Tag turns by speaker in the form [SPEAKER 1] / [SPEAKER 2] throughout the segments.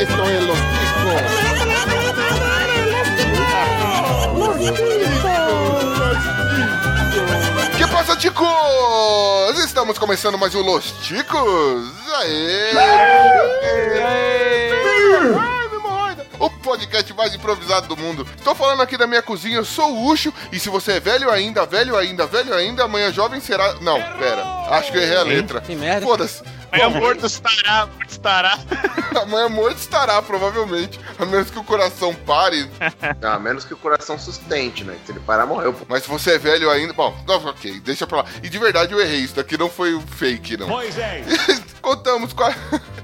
[SPEAKER 1] Esto es los discos.
[SPEAKER 2] Que passa, ticos? Estamos começando mais um Los Ticos. Aê! Ai, me morda. O podcast mais improvisado do mundo. Estou falando aqui da minha cozinha, eu sou o Ucho, e se você é velho ainda, velho ainda, velho ainda, amanhã jovem será... Não, pera, acho que eu errei a letra.
[SPEAKER 3] que merda.
[SPEAKER 2] Foda-se.
[SPEAKER 4] Amanhã morto estará, morto estará.
[SPEAKER 2] Amanhã morto estará, provavelmente, a menos que o coração pare.
[SPEAKER 5] A Ah, menos que o coração sustente, né? Que se ele parar, morreu. pô.
[SPEAKER 2] Mas se você é velho ainda... Bom, não, ok, deixa pra lá. E de verdade eu errei, isso daqui não foi fake, não. contamos com a,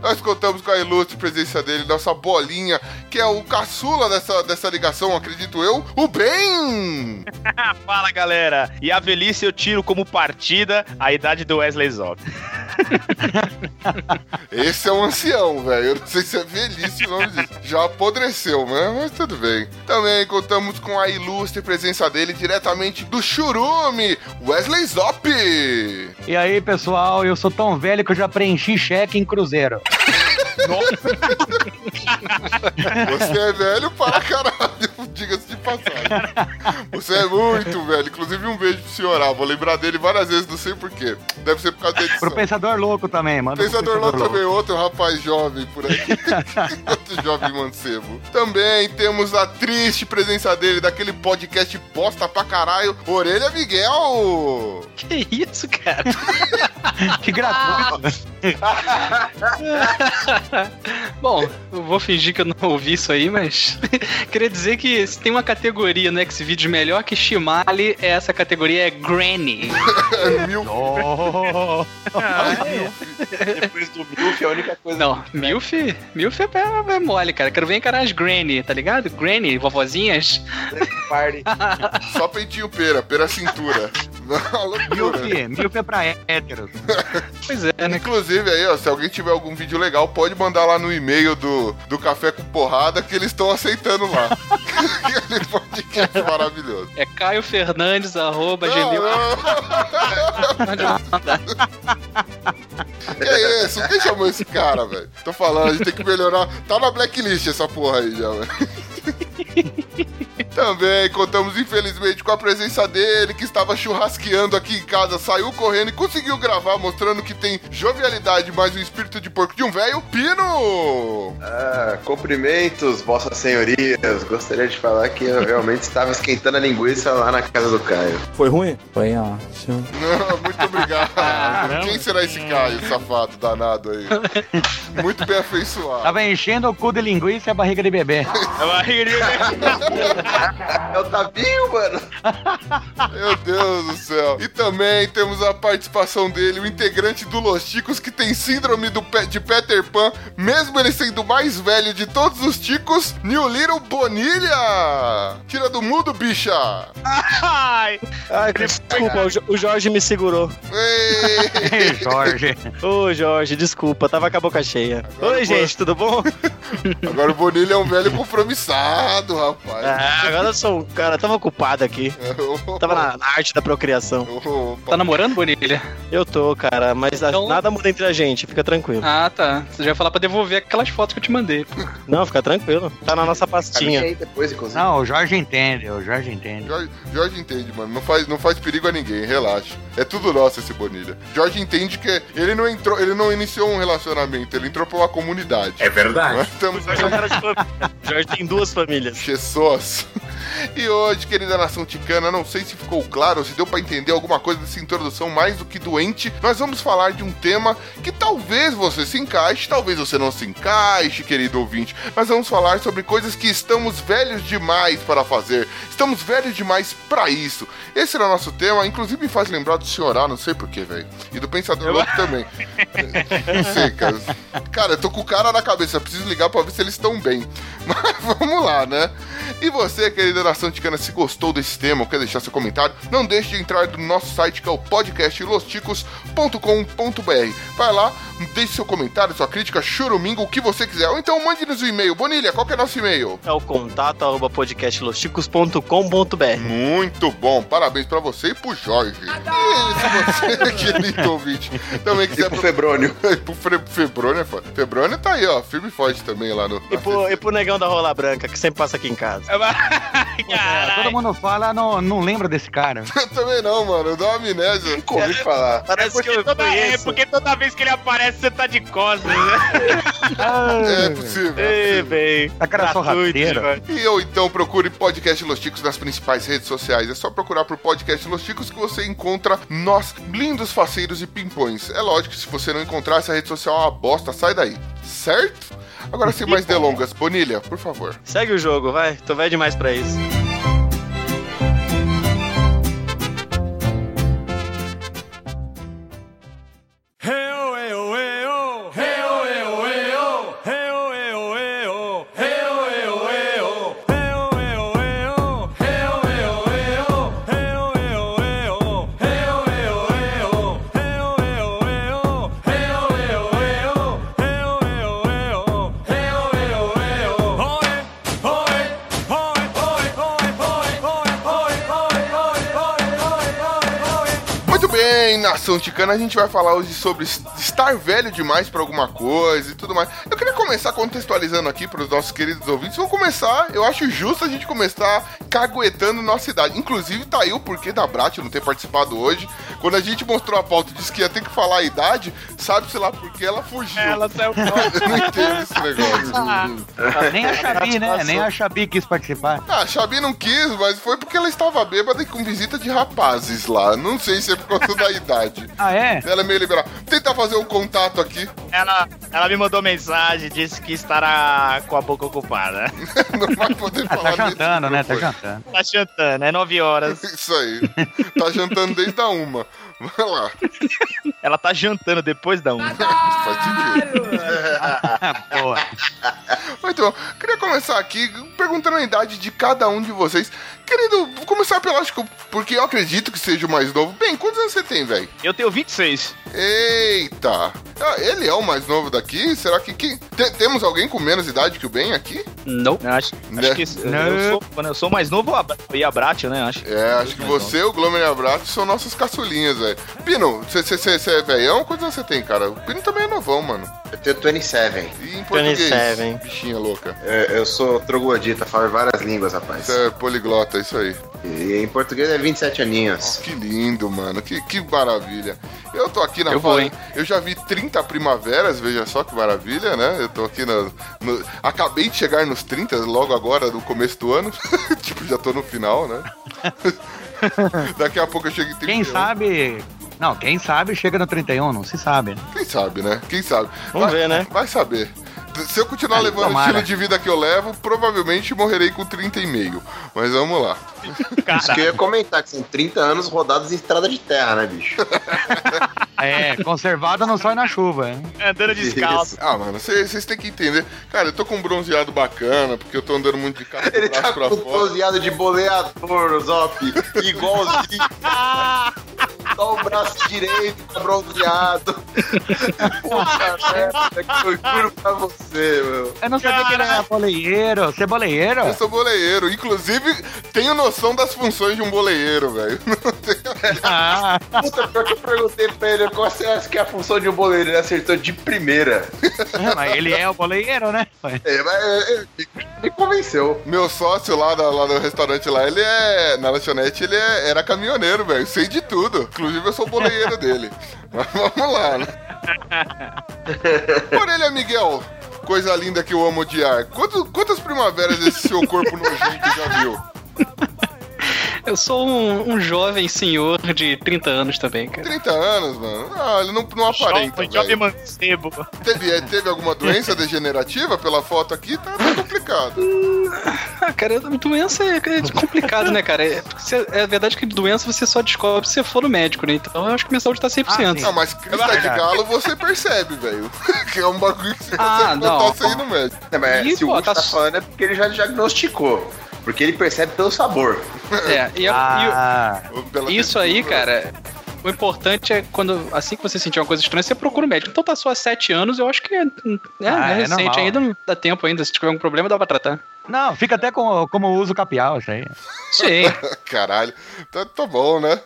[SPEAKER 2] nós contamos com a ilustre presença dele, nossa bolinha, que é o caçula dessa, dessa ligação, acredito eu, o Ben!
[SPEAKER 4] Fala, galera. E a velhice eu tiro como partida a idade do Wesley Zop.
[SPEAKER 2] Esse é um ancião, velho. Eu não sei se é velhice o nome disso. Já apodreceu, né? Mas tudo bem. Também contamos com a ilustre presença dele diretamente do Churume, Wesley Zop!
[SPEAKER 6] E aí, pessoal, eu sou tão velho que eu já preenchi cheque em cruzeiro.
[SPEAKER 2] Você é velho para caralho, diga-se de passagem. Você é muito velho. Inclusive, um beijo pro senhor. Vou lembrar dele várias vezes, não sei porquê. Deve ser por causa da edição.
[SPEAKER 6] Pro pensador louco também, mano.
[SPEAKER 2] Pensador Louco também, outro rapaz jovem por aí. outro jovem mancebo. Também temos a triste presença dele, daquele podcast bosta pra caralho, Orelha Miguel.
[SPEAKER 3] Que isso, cara?
[SPEAKER 6] Que gratuito.
[SPEAKER 3] Bom, eu vou fingir que eu não ouvi isso aí, mas. Queria dizer que se tem uma categoria no Xvideos melhor que Shimali, essa categoria é Granny.
[SPEAKER 2] É mil.
[SPEAKER 5] Depois do Milf, a única coisa.
[SPEAKER 3] Não, Milf, Milf é, é mole, cara. Quero ver encarar as Granny, tá ligado? Granny, vovozinhas.
[SPEAKER 5] Party.
[SPEAKER 2] Só peitinho pera, pera cintura. Uma loucura.
[SPEAKER 6] Milf, Milf é pra hé- héteros.
[SPEAKER 3] Pois é, né?
[SPEAKER 2] Inclusive aí, ó, se alguém tiver algum vídeo legal, pode mandar lá no e-mail do, do Café com Porrada que eles estão aceitando lá. Aquele podcast maravilhoso.
[SPEAKER 3] É Caio Fernandes, arroba
[SPEAKER 2] Não,
[SPEAKER 3] gmail.
[SPEAKER 2] Que é isso? Quem chamou esse cara, velho? Tô falando, a gente tem que melhorar. Tá na blacklist essa porra aí já, velho. Também contamos, infelizmente, com a presença dele, que estava churrasqueando aqui em casa, saiu correndo e conseguiu gravar, mostrando que tem jovialidade, mais um espírito de porco de um velho, Pino!
[SPEAKER 5] Ah, cumprimentos, vossas senhorias. Gostaria de falar que eu realmente estava esquentando a linguiça lá na casa do Caio.
[SPEAKER 7] Foi ruim?
[SPEAKER 2] Não, muito obrigado. Quem será esse Caio, safado, danado aí? Muito bem afeiçoado.
[SPEAKER 6] Tava enchendo o cu de linguiça e a barriga de bebê.
[SPEAKER 4] A barriga de-
[SPEAKER 5] É o Tabinho, mano.
[SPEAKER 2] Meu Deus do céu. E também temos a participação dele, o integrante do Los Ticos, que tem síndrome do Pe- de Peter Pan, mesmo ele sendo o mais velho de todos os ticos, New Little Bonilha! Tira do mundo, bicha!
[SPEAKER 4] Ai,
[SPEAKER 7] Ai, desculpa, o Jo- o Jorge me segurou.
[SPEAKER 2] Ei!
[SPEAKER 6] Ei, Jorge.
[SPEAKER 7] Ô, Jorge, desculpa, tava com a boca cheia.
[SPEAKER 2] Agora
[SPEAKER 7] Oi,
[SPEAKER 2] eu vou-
[SPEAKER 7] gente, tudo bom?
[SPEAKER 2] Agora o Bonilha é um velho compromissado, rapaz.
[SPEAKER 7] Ah, agora eu sou um cara, tava ocupado aqui. Tava na, na arte da procriação.
[SPEAKER 2] Opa.
[SPEAKER 3] Tá namorando, Bonilha?
[SPEAKER 7] Eu tô, cara, mas a-
[SPEAKER 3] Então-
[SPEAKER 7] nada muda entre a gente, fica tranquilo.
[SPEAKER 3] Ah, tá. Você já vai falar pra devolver aquelas fotos que eu te mandei.
[SPEAKER 7] Não, fica tranquilo. Tá na nossa
[SPEAKER 5] Caminha
[SPEAKER 7] pastinha.
[SPEAKER 5] aí depois, inclusive.
[SPEAKER 6] Não, o Jorge entende, o Jorge entende.
[SPEAKER 2] Jorge, Jorge entende, mano. Não faz, não faz perigo a ninguém, relaxa. É tudo nosso esse Bonilha. Jorge entende que ele não entrou, ele não iniciou um relacionamento, ele entrou pra uma comunidade. É verdade. Nós estamos
[SPEAKER 7] Jorge, é um cara de família. Jorge tem duas famílias.
[SPEAKER 2] Jesus. E hoje, querida nação ticana, não sei se ficou claro, se deu pra entender alguma coisa dessa introdução mais do que doente, nós vamos falar de um tema que talvez você se encaixe, talvez você não se encaixe, querido ouvinte. Nós vamos falar sobre coisas que estamos velhos demais para fazer, estamos velhos demais pra isso. Esse era o nosso tema, inclusive me faz lembrar do senhorar, não sei porquê, velho. E do Pensador Louco também. Não sei, cara. Cara, eu tô com o cara na cabeça, preciso ligar pra ver se eles estão bem. Mas vamos lá, né? E você, querida nação ticana, se gostou desse tema ou quer deixar seu comentário, não deixe de entrar no nosso site que é o podcastlosticos.com.br. Vai lá, deixe seu comentário, sua crítica, churumingo, o que você quiser. Ou então mande-nos um e-mail. Bonilha, qual que é nosso e-mail?
[SPEAKER 7] É o contato arroba podcastlosticos.com.br.
[SPEAKER 2] Muito bom, parabéns pra você e pro Jorge. E se você, querido ouvinte, também
[SPEAKER 5] E
[SPEAKER 2] quiser
[SPEAKER 5] pro Febrônio.
[SPEAKER 2] pro Fre- Febrônio, é foda. Febrônio tá aí, ó, firme e forte também lá no.
[SPEAKER 7] E pro, e pro negão da rola branca, que sempre passa aqui em casa.
[SPEAKER 6] Todo
[SPEAKER 4] É Caralho.
[SPEAKER 6] mundo fala, não, não lembra desse cara. Tá
[SPEAKER 2] Eu também não, mano, eu dou uma amnésia.
[SPEAKER 5] Nunca ouvi falar.
[SPEAKER 4] É
[SPEAKER 7] Parece que
[SPEAKER 4] porque,
[SPEAKER 7] eu
[SPEAKER 4] toda, é
[SPEAKER 7] conheço.
[SPEAKER 4] porque toda vez que ele aparece, você tá de costas, né?
[SPEAKER 2] É
[SPEAKER 6] Ah,
[SPEAKER 2] possível.
[SPEAKER 4] Ei, bem.
[SPEAKER 6] Tá cara sorrateira.
[SPEAKER 2] E eu então procure Podcast Los Ticos nas principais redes sociais. É só procurar por Podcast Los Ticos que você encontra nós, lindos faceiros e pimpões. É lógico que se você não encontrar essa rede social é uma bosta, sai daí. Certo? Agora sem mais delongas, Bonilha, por favor.
[SPEAKER 7] Segue o jogo, vai. Tô velho demais pra isso.
[SPEAKER 2] Muito bem, nação ticana, a gente vai falar hoje sobre es- estar velho demais pra alguma coisa e tudo mais. Eu queria começar contextualizando aqui pros nossos queridos ouvintes. Vamos começar, eu acho justo a gente começar caguetando nossa idade. Inclusive, tá aí o porquê da Brat não ter participado hoje. Quando a gente mostrou a pauta e disse que ia ter que falar a idade, sabe-se lá por que ela fugiu.
[SPEAKER 4] Ela saiu
[SPEAKER 2] Eu não entendo esse negócio.
[SPEAKER 6] Nem a Xabi, né? Nem a Xabi quis participar.
[SPEAKER 2] Ah, a Xabi não quis, mas foi porque ela estava bêbada e com visita de rapazes lá. Não sei se é por causa da idade.
[SPEAKER 6] Ah, é?
[SPEAKER 2] Ela é meio liberal. Tentar fazer um contato aqui.
[SPEAKER 4] Ela, ela me mandou mensagem, disse que estará com a boca ocupada.
[SPEAKER 2] Não vai poder
[SPEAKER 6] Ah,
[SPEAKER 2] falar
[SPEAKER 6] tá
[SPEAKER 2] nesse
[SPEAKER 6] jantando, né? Tá
[SPEAKER 2] microfone.
[SPEAKER 6] jantando.
[SPEAKER 4] Tá chantando, é 9 horas.
[SPEAKER 2] Isso aí. Tá jantando desde a uma. Vai lá.
[SPEAKER 4] Ela tá jantando depois da 1.
[SPEAKER 2] Faz sentido.
[SPEAKER 6] Ah, porra.
[SPEAKER 2] Muito bom. Queria começar aqui perguntando a idade de cada um de vocês. Querido, vou começar pelo acho que- porque eu acredito que seja o mais novo. Bem, quantos anos você tem, velho?
[SPEAKER 4] Eu tenho 26.
[SPEAKER 2] Eita! Ah, ele é o mais novo daqui? Será que. que- te- temos alguém com menos idade que o Ben aqui?
[SPEAKER 3] Não.
[SPEAKER 4] Eu acho,
[SPEAKER 2] Né?
[SPEAKER 4] acho que eu-
[SPEAKER 6] Né?
[SPEAKER 4] eu sou, quando eu sou mais novo, a- e a Bratio, né? Acho.
[SPEAKER 2] É, acho que você, o Glomer e a Brato são nossas caçulinhas, velho. Pino, você é velhão? Quantos anos você tem, cara? O Pino também é novão, mano.
[SPEAKER 5] Eu tenho 27.
[SPEAKER 2] E em
[SPEAKER 3] é
[SPEAKER 2] português?
[SPEAKER 7] 27.
[SPEAKER 2] Bichinha louca.
[SPEAKER 6] É
[SPEAKER 5] Eu, eu sou troglodita, falo várias línguas, rapaz.
[SPEAKER 2] Você é poliglota, isso aí.
[SPEAKER 5] E em português é 27 aninhos.
[SPEAKER 2] Nossa, que lindo, mano. Que, que maravilha. Eu tô aqui na
[SPEAKER 3] Eu vou,
[SPEAKER 2] fase-
[SPEAKER 3] hein.
[SPEAKER 2] Eu já vi 30 primaveras, veja só que maravilha, né? Eu tô aqui na- no. Acabei de chegar nos 30, logo agora, no começo do ano. tipo, já tô no final, né? Daqui a pouco eu chego em 31.
[SPEAKER 6] Quem sabe. Não, quem sabe chega no 31, não se sabe. né?
[SPEAKER 2] Quem sabe, né? Quem sabe.
[SPEAKER 7] Vamos ver, né?
[SPEAKER 2] Vai saber. Se eu continuar
[SPEAKER 6] Ai,
[SPEAKER 2] levando
[SPEAKER 6] tomara.
[SPEAKER 2] o estilo de vida que eu levo, provavelmente morrerei com 30 e meio. Mas vamos lá.
[SPEAKER 5] Isso que eu ia comentar, que são 30 anos rodados em estrada de terra, né, bicho?
[SPEAKER 6] É, conservada não sai na chuva. hein?
[SPEAKER 2] É.
[SPEAKER 4] Andando descalço.
[SPEAKER 5] Isso.
[SPEAKER 2] Ah, mano, vocês têm que entender. Cara, eu tô com um bronzeado bacana, porque eu tô andando muito de carro com o
[SPEAKER 5] Ele
[SPEAKER 2] braço
[SPEAKER 5] tá
[SPEAKER 2] pra
[SPEAKER 5] com um
[SPEAKER 2] fora.
[SPEAKER 5] bronzeado de boleador, Zop. Igualzinho. Só o braço direito tá bronzeado. Puta merda, que eu juro pra você, meu.
[SPEAKER 6] Eu não sabia que ele era boleiro. Você é boleiro?
[SPEAKER 2] Eu sou boleiro. Inclusive, tenho noção das funções de um boleiro, velho.
[SPEAKER 6] Ah,
[SPEAKER 5] Puta, pior que eu perguntei pra ele qual você acha que é a função de um boleiro. Ele acertou de primeira.
[SPEAKER 6] mas ele é o boleiro, né?
[SPEAKER 5] É, mas é, é, me- me convenceu.
[SPEAKER 2] Meu sócio lá, da, lá no restaurante lá, ele é. Na lanchonete, ele é- era caminhoneiro, velho. Sei de tudo. Inclusive, eu sou boleiro dele. Mas vamos lá, né? Orelha Miguel, coisa linda que eu amo odiar. Quanto- quantas primaveras esse seu corpo nojento já viu?
[SPEAKER 3] Eu sou um, um jovem senhor de 30 anos também, cara.
[SPEAKER 2] 30 anos, mano. Ah, ele não, não aparenta.
[SPEAKER 4] Jovem, jovem
[SPEAKER 2] velho.
[SPEAKER 4] mancebo.
[SPEAKER 2] Teve, eh, teve alguma doença degenerativa pela foto aqui? Tá, tá complicado.
[SPEAKER 3] Ah, cara, doença é é complicado, né, cara? É, porque você- é verdade que doença você só descobre se você for no médico, né? Então eu acho que minha saúde tá 100%.
[SPEAKER 6] Ah,
[SPEAKER 2] Não, Ah, mas crista de galo você percebe, velho. Que é um bagulho que você
[SPEAKER 3] Ah,
[SPEAKER 2] consegue
[SPEAKER 3] não.
[SPEAKER 2] botar sem ir no médico.
[SPEAKER 5] É, mas
[SPEAKER 3] Ih,
[SPEAKER 5] se o
[SPEAKER 3] pô,
[SPEAKER 5] Gusto tá,
[SPEAKER 3] tá
[SPEAKER 5] falando é porque ele já diagnosticou. Porque ele percebe pelo sabor.
[SPEAKER 3] É, e, a- e o-
[SPEAKER 7] Ah,
[SPEAKER 2] Ou pela
[SPEAKER 3] Isso aí,
[SPEAKER 2] textura.
[SPEAKER 3] cara. O importante é quando, assim que você sentir uma coisa estranha, você procura um médico. Então tá só há sete anos, eu acho que é, é,
[SPEAKER 6] Ah,
[SPEAKER 3] é
[SPEAKER 6] é
[SPEAKER 3] recente
[SPEAKER 6] normal.
[SPEAKER 3] ainda, não dá tempo ainda. Se tiver algum problema, dá pra tratar.
[SPEAKER 6] Não, fica até com, como uso capial, isso aí.
[SPEAKER 3] Sim.
[SPEAKER 2] Caralho, tá, tá bom, né?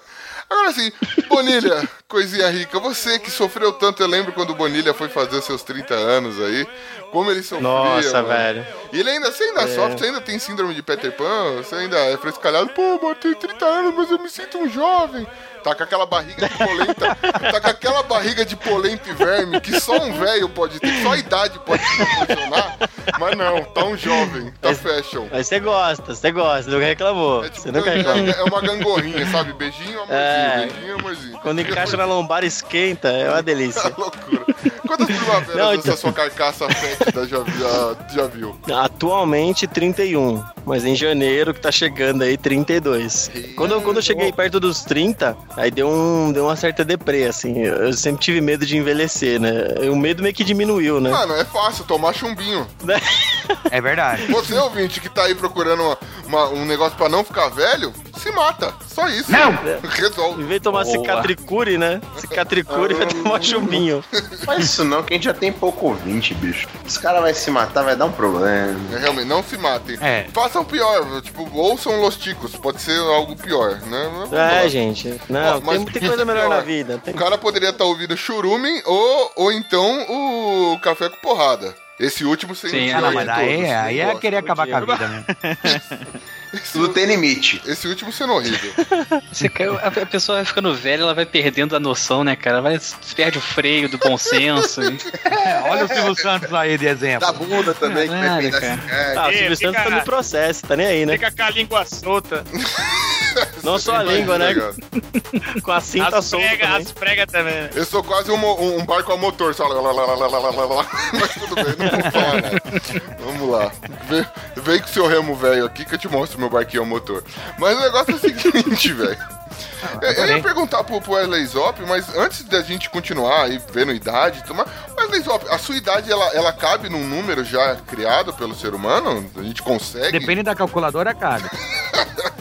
[SPEAKER 2] Agora sim, Bonilha, coisinha rica, você que sofreu tanto, eu lembro quando o Bonilha foi fazer seus 30 anos aí, como ele sofria.
[SPEAKER 7] nossa,
[SPEAKER 2] mano.
[SPEAKER 7] velho. É.
[SPEAKER 2] E ele ainda, você ainda sofre, você ainda tem síndrome de Peter Pan, você ainda é frescalhado, pô, mano, eu tenho 30 anos, mas eu me sinto um jovem. Tá com aquela barriga de polenta, tá com aquela barriga de polenta e verme que só um velho pode ter, só a idade pode te proporcionar, mas não, tá um jovem, tá fashion.
[SPEAKER 7] Mas você gosta, você gosta, nunca reclamou.
[SPEAKER 2] É tipo
[SPEAKER 7] você nunca reclamou.
[SPEAKER 2] gangorra, é uma gangorrinha, sabe? Beijinho, amorzinho,
[SPEAKER 7] É.
[SPEAKER 2] beijinho, amorzinho.
[SPEAKER 7] Quando encaixa na lombar esquenta, é uma delícia.
[SPEAKER 2] Loucura. Quantas primaveras
[SPEAKER 7] Não,
[SPEAKER 2] essa
[SPEAKER 7] então-
[SPEAKER 2] sua carcaça fétida já, já, já viu?
[SPEAKER 7] Atualmente 31, mas em janeiro que tá chegando aí 32. Quando eu, quando eu cheguei perto dos 30, aí deu, um, deu uma certa deprê, assim. Eu sempre tive medo de envelhecer, né? O medo meio que diminuiu, né?
[SPEAKER 2] Mano, é fácil tomar chumbinho.
[SPEAKER 6] É verdade.
[SPEAKER 2] Você, ouvinte, que tá aí procurando uma- uma- um negócio pra não ficar velho, se mata. Só isso.
[SPEAKER 6] Não!
[SPEAKER 2] Resolve.
[SPEAKER 7] Em vez de tomar
[SPEAKER 3] Boa.
[SPEAKER 7] cicatricure, né? Cicatricure vai tomar um chumbinho.
[SPEAKER 5] Faz isso não, que a gente já tem pouco ouvinte, bicho. Os caras vão se matar, vai dar um problema.
[SPEAKER 2] É, Realmente, não se matem.
[SPEAKER 6] É.
[SPEAKER 2] Façam pior, tipo, ouçam Los Ticos, pode ser algo pior, né? Vamos lá.
[SPEAKER 7] É, gente. Não,
[SPEAKER 2] Ó, mas
[SPEAKER 7] tem, tem coisa melhor na
[SPEAKER 2] pior.
[SPEAKER 7] vida. Tem
[SPEAKER 2] O cara poderia estar ouvindo Churume ou, ou então o Café com Porrada. Esse último sem
[SPEAKER 3] Sim,
[SPEAKER 2] o
[SPEAKER 6] Ah,
[SPEAKER 2] pior
[SPEAKER 6] não,
[SPEAKER 2] de
[SPEAKER 6] mas aí,
[SPEAKER 2] todos.
[SPEAKER 6] aí é
[SPEAKER 2] Nossa,
[SPEAKER 6] querer acabar com a vida, né?
[SPEAKER 2] esse,
[SPEAKER 5] Tudo tem limite.
[SPEAKER 2] esse último sendo horrível.
[SPEAKER 3] Você cai- a a pessoa vai ficando velha, ela vai perdendo a noção, né, cara? Vai, perde o freio do bom senso.
[SPEAKER 6] É, olha o Silvio Santos aí de exemplo.
[SPEAKER 2] Tá
[SPEAKER 5] Da bunda também, que vai
[SPEAKER 3] Caralho,
[SPEAKER 5] pegar
[SPEAKER 3] cara.
[SPEAKER 5] esse cara.
[SPEAKER 7] Ah, o
[SPEAKER 4] Ei,
[SPEAKER 7] Silvio
[SPEAKER 4] fica-
[SPEAKER 7] Santos tá no processo, tá nem aí, né?
[SPEAKER 4] Fica com a língua solta.
[SPEAKER 7] Não só a língua, né?
[SPEAKER 2] Obrigado.
[SPEAKER 7] Com a cinta
[SPEAKER 4] As
[SPEAKER 7] solta
[SPEAKER 4] pregas
[SPEAKER 7] também.
[SPEAKER 4] as prega também. né?
[SPEAKER 2] Eu sou quase um, mo- um barco a motor, só. lá, lá, lá, lá, lá, lá, lá, lá. Mas tudo bem, não vou falar nada. Vamos lá. Vem, vem com o seu remo velho aqui que eu te mostro meu barquinho a motor. Mas o negócio é o seguinte, velho. Eu, eu ia
[SPEAKER 6] adorei.
[SPEAKER 2] perguntar pro, pro Wesley Zop, mas antes da gente continuar aí vendo idade e tudo mais, Wesley Zop, a sua idade ela, ela cabe num número já criado pelo ser humano? A gente consegue?
[SPEAKER 6] Depende da calculadora, é cara.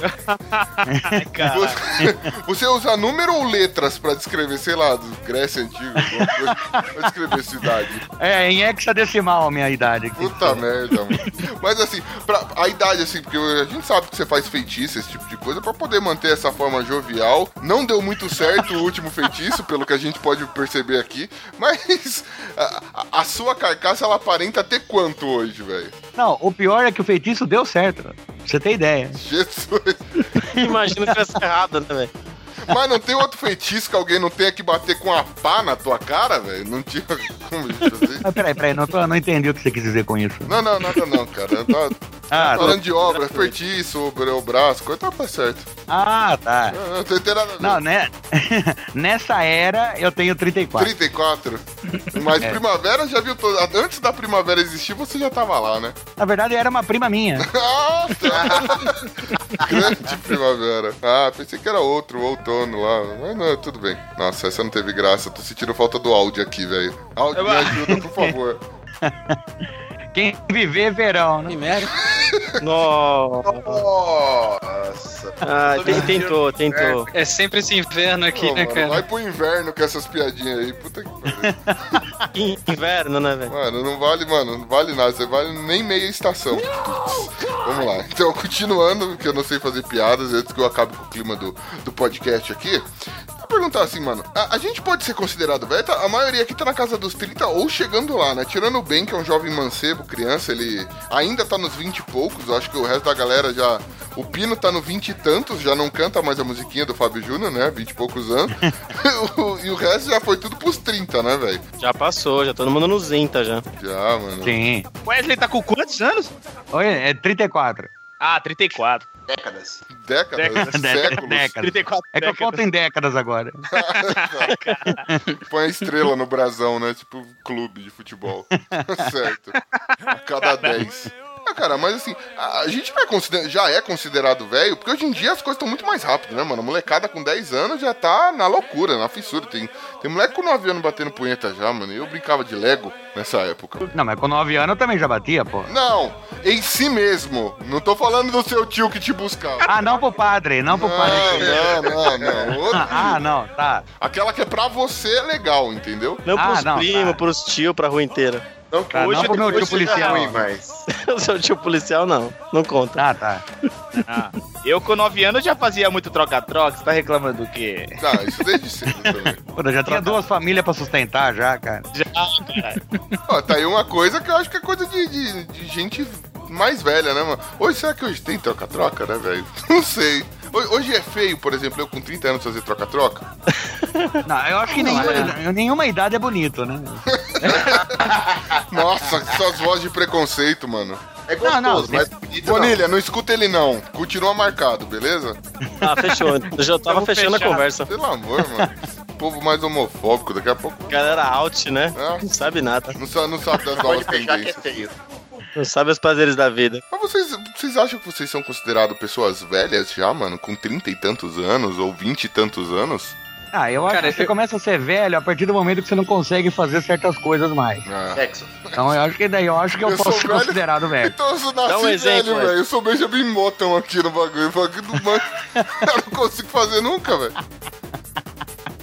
[SPEAKER 4] né,
[SPEAKER 2] Você, você usa número ou letras pra descrever, sei lá, do Grécia Antiga, alguma coisa, pra descrever sua idade?
[SPEAKER 6] É, em hexadecimal a minha idade aqui.
[SPEAKER 2] Puta merda, mano. Então, Mas assim, pra, a idade, assim, porque a gente sabe que você faz feitiço, esse tipo de coisa, pra poder manter essa forma jovial. Não deu muito certo o último feitiço, pelo que a gente pode perceber aqui. Mas a, a- a sua carcaça, ela aparenta ter quanto hoje, velho?
[SPEAKER 6] Não, o pior é que o feitiço deu certo. Pra você ter ideia.
[SPEAKER 2] Jesus.
[SPEAKER 7] Imagina que tivesse errado, né, velho?
[SPEAKER 2] Mas não tem outro feitiço que alguém não tenha que bater com a pá na tua cara, velho? Não tinha como isso fazer.
[SPEAKER 6] Mas peraí, peraí, não, tô- não entendi o que você quis dizer com isso.
[SPEAKER 2] Não, não, nada não, cara. Eu tava
[SPEAKER 6] Ah, tô-
[SPEAKER 2] falando de obra, feitiço, o braço, coisa tá certo.
[SPEAKER 6] ah tá.
[SPEAKER 2] Não, não tem nada a ver.
[SPEAKER 6] Não, né? Nessa era eu tenho 34.
[SPEAKER 2] 34. Mas primavera já viu todo. Antes da primavera existir, você já tava lá, né?
[SPEAKER 6] Na verdade, era uma prima minha.
[SPEAKER 2] Ah, tá. Grande primavera. Ah, pensei que era outro, outono lá. Mas não, tudo bem. Nossa, essa não teve graça. Tô sentindo falta do áudio aqui, velho. Áudio, me ajuda, por favor.
[SPEAKER 6] Quem viver, verão, né?
[SPEAKER 7] Nossa.
[SPEAKER 5] Nossa.
[SPEAKER 7] Ah, te- tentou, tentou.
[SPEAKER 3] É sempre esse inverno aqui,
[SPEAKER 2] Ô,
[SPEAKER 3] né,
[SPEAKER 2] mano,
[SPEAKER 3] cara?
[SPEAKER 2] vai pro inverno com essas piadinhas aí. Puta que pariu.
[SPEAKER 7] In- Inverno, né, velho?
[SPEAKER 2] Mano, não vale, mano, não vale nada. Você vale nem meia estação. Vamos lá. Então, continuando, porque eu não sei fazer piadas antes que eu acabe com o clima do, do podcast aqui. eu Vou perguntar assim, mano. A, a gente pode ser considerado velho? Tá- A maioria aqui tá na casa dos 30 ou chegando lá, né? Tirando o Ben, que é um jovem mancebo, criança, ele ainda tá nos 20 e poucos. Eu acho que o resto da galera já. O Pino tá no 20 e tantos, já não canta mais a musiquinha do Fábio Júnior, né? 20 e poucos anos. O- e o resto já foi tudo pros 30, né, velho?
[SPEAKER 7] Já passou, já todo mundo nos zinta já.
[SPEAKER 2] Já, mano.
[SPEAKER 6] Sim.
[SPEAKER 4] Wesley tá com quantos anos?
[SPEAKER 6] Oi, é 34.
[SPEAKER 4] Ah, 34.
[SPEAKER 5] Décadas.
[SPEAKER 2] Décadas, né?
[SPEAKER 4] Décadas.
[SPEAKER 2] séculos.
[SPEAKER 6] Décadas.
[SPEAKER 4] 34
[SPEAKER 6] É que eu
[SPEAKER 4] décadas.
[SPEAKER 6] conto em décadas agora.
[SPEAKER 2] Põe a estrela no Tipo, brasão, né? Tipo um clube de futebol. certo. A cada 10. Ah, cara, mas assim, a, a gente vai consider- já é considerado velho, porque hoje em dia as coisas estão muito mais rápido, né, mano? A molecada com 10 anos já tá na loucura, na fissura. Tem, tem moleque com 9 anos batendo punheta já, mano. Eu brincava de Lego nessa época.
[SPEAKER 6] Não, mas com 9 anos eu também já batia, pô.
[SPEAKER 2] Não, em si mesmo. Não tô falando do seu tio que te buscava.
[SPEAKER 6] Ah, não pro padre, não pro padre.
[SPEAKER 2] Não, não, não, não. Outro-
[SPEAKER 6] Ah, não, tá.
[SPEAKER 2] Aquela que é pra você é legal, entendeu?
[SPEAKER 7] Não
[SPEAKER 6] Ah,
[SPEAKER 7] pros
[SPEAKER 6] não,
[SPEAKER 7] primos,
[SPEAKER 6] tá.
[SPEAKER 7] pros tio, pra rua inteira.
[SPEAKER 5] Não que
[SPEAKER 6] Tá,
[SPEAKER 5] hoje
[SPEAKER 6] não pro meu
[SPEAKER 5] hoje
[SPEAKER 6] tio policial.
[SPEAKER 5] Tá ruim, mas...
[SPEAKER 7] O seu tio policial, não. Não conta.
[SPEAKER 6] Tá, tá.
[SPEAKER 4] Ah, eu com 9 anos já fazia muito troca-troca, você tá reclamando do quê?
[SPEAKER 2] Tá, isso desde cedo também.
[SPEAKER 6] Pô, eu já tinha duas famílias pra sustentar já, cara.
[SPEAKER 2] Ó, tá aí uma coisa que eu acho que é coisa de, de, de gente mais velha, né, mano? Hoje, será que hoje tem troca-troca, né, velho? Não sei. Ho- Hoje é feio, por exemplo, eu com 30 anos fazer troca-troca?
[SPEAKER 6] Não, eu acho que nenhuma, nenhuma idade é bonito, né?
[SPEAKER 2] Nossa, essas vozes de preconceito, mano.
[SPEAKER 5] É gostoso,
[SPEAKER 6] Não, não,
[SPEAKER 5] mas bonito não.
[SPEAKER 2] Bonilha, não escuta ele não. Continua marcado, beleza?
[SPEAKER 7] Ah, fechou. Eu já tava
[SPEAKER 4] Vamos
[SPEAKER 7] fechando
[SPEAKER 4] fechar.
[SPEAKER 7] a conversa.
[SPEAKER 2] Pelo amor, mano. Povo mais homofóbico, daqui a pouco.
[SPEAKER 7] Galera out, né?
[SPEAKER 2] né?
[SPEAKER 7] Não sabe nada.
[SPEAKER 2] Não sabe, não sabe das
[SPEAKER 5] Pode
[SPEAKER 2] novas
[SPEAKER 5] fechar que é
[SPEAKER 2] tendências.
[SPEAKER 5] feio.
[SPEAKER 7] Não sabe os prazeres da vida.
[SPEAKER 2] Mas vocês, vocês acham que vocês são considerados pessoas velhas já, mano? Com 30 e tantos anos ou 20 e tantos anos?
[SPEAKER 6] Ah, eu acho
[SPEAKER 3] Cara,
[SPEAKER 6] que você
[SPEAKER 3] eu-
[SPEAKER 6] começa a ser velho a partir do momento que você não consegue fazer certas coisas mais.
[SPEAKER 2] Ah.
[SPEAKER 5] Sexo.
[SPEAKER 6] Então eu acho que daí eu acho que eu,
[SPEAKER 2] Eu sou
[SPEAKER 6] posso ser
[SPEAKER 2] velho.
[SPEAKER 6] considerado velho.
[SPEAKER 2] Então eu sou
[SPEAKER 7] Dá um
[SPEAKER 2] nasci
[SPEAKER 7] exemplo,
[SPEAKER 2] velho,
[SPEAKER 7] aí.
[SPEAKER 2] velho. Eu sou Benjamin Motton aqui no bagulho. O bagulho do banco. eu não consigo fazer nunca, velho.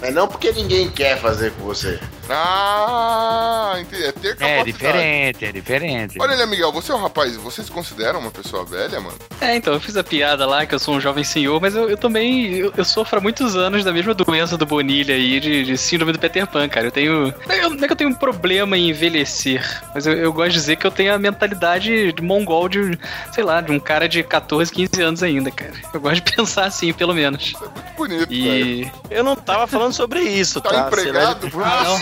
[SPEAKER 5] Mas não porque ninguém quer fazer com você.
[SPEAKER 2] Ah, entendi. É ter capacidade.
[SPEAKER 6] É diferente, é diferente.
[SPEAKER 2] Olha, olha, Miguel, você é um rapaz, você se considera uma pessoa velha, mano?
[SPEAKER 3] É, então, eu fiz a piada lá que eu sou um jovem senhor, mas eu, eu também eu, eu sofro há muitos anos da mesma doença do Bonilha aí, de, de síndrome do Peter Pan, cara. Eu tenho. eu- não é que eu tenho um problema em envelhecer, mas eu, eu gosto de dizer que eu tenho a mentalidade de mongol de, sei lá, de um cara de 14, 15 anos ainda, cara. Eu gosto de pensar assim, pelo menos.
[SPEAKER 2] Muito bonito, velho.
[SPEAKER 3] E.
[SPEAKER 7] Eu não tava falando sobre isso,
[SPEAKER 2] Tá
[SPEAKER 7] tá? Será
[SPEAKER 2] empregado?
[SPEAKER 3] Ah, não.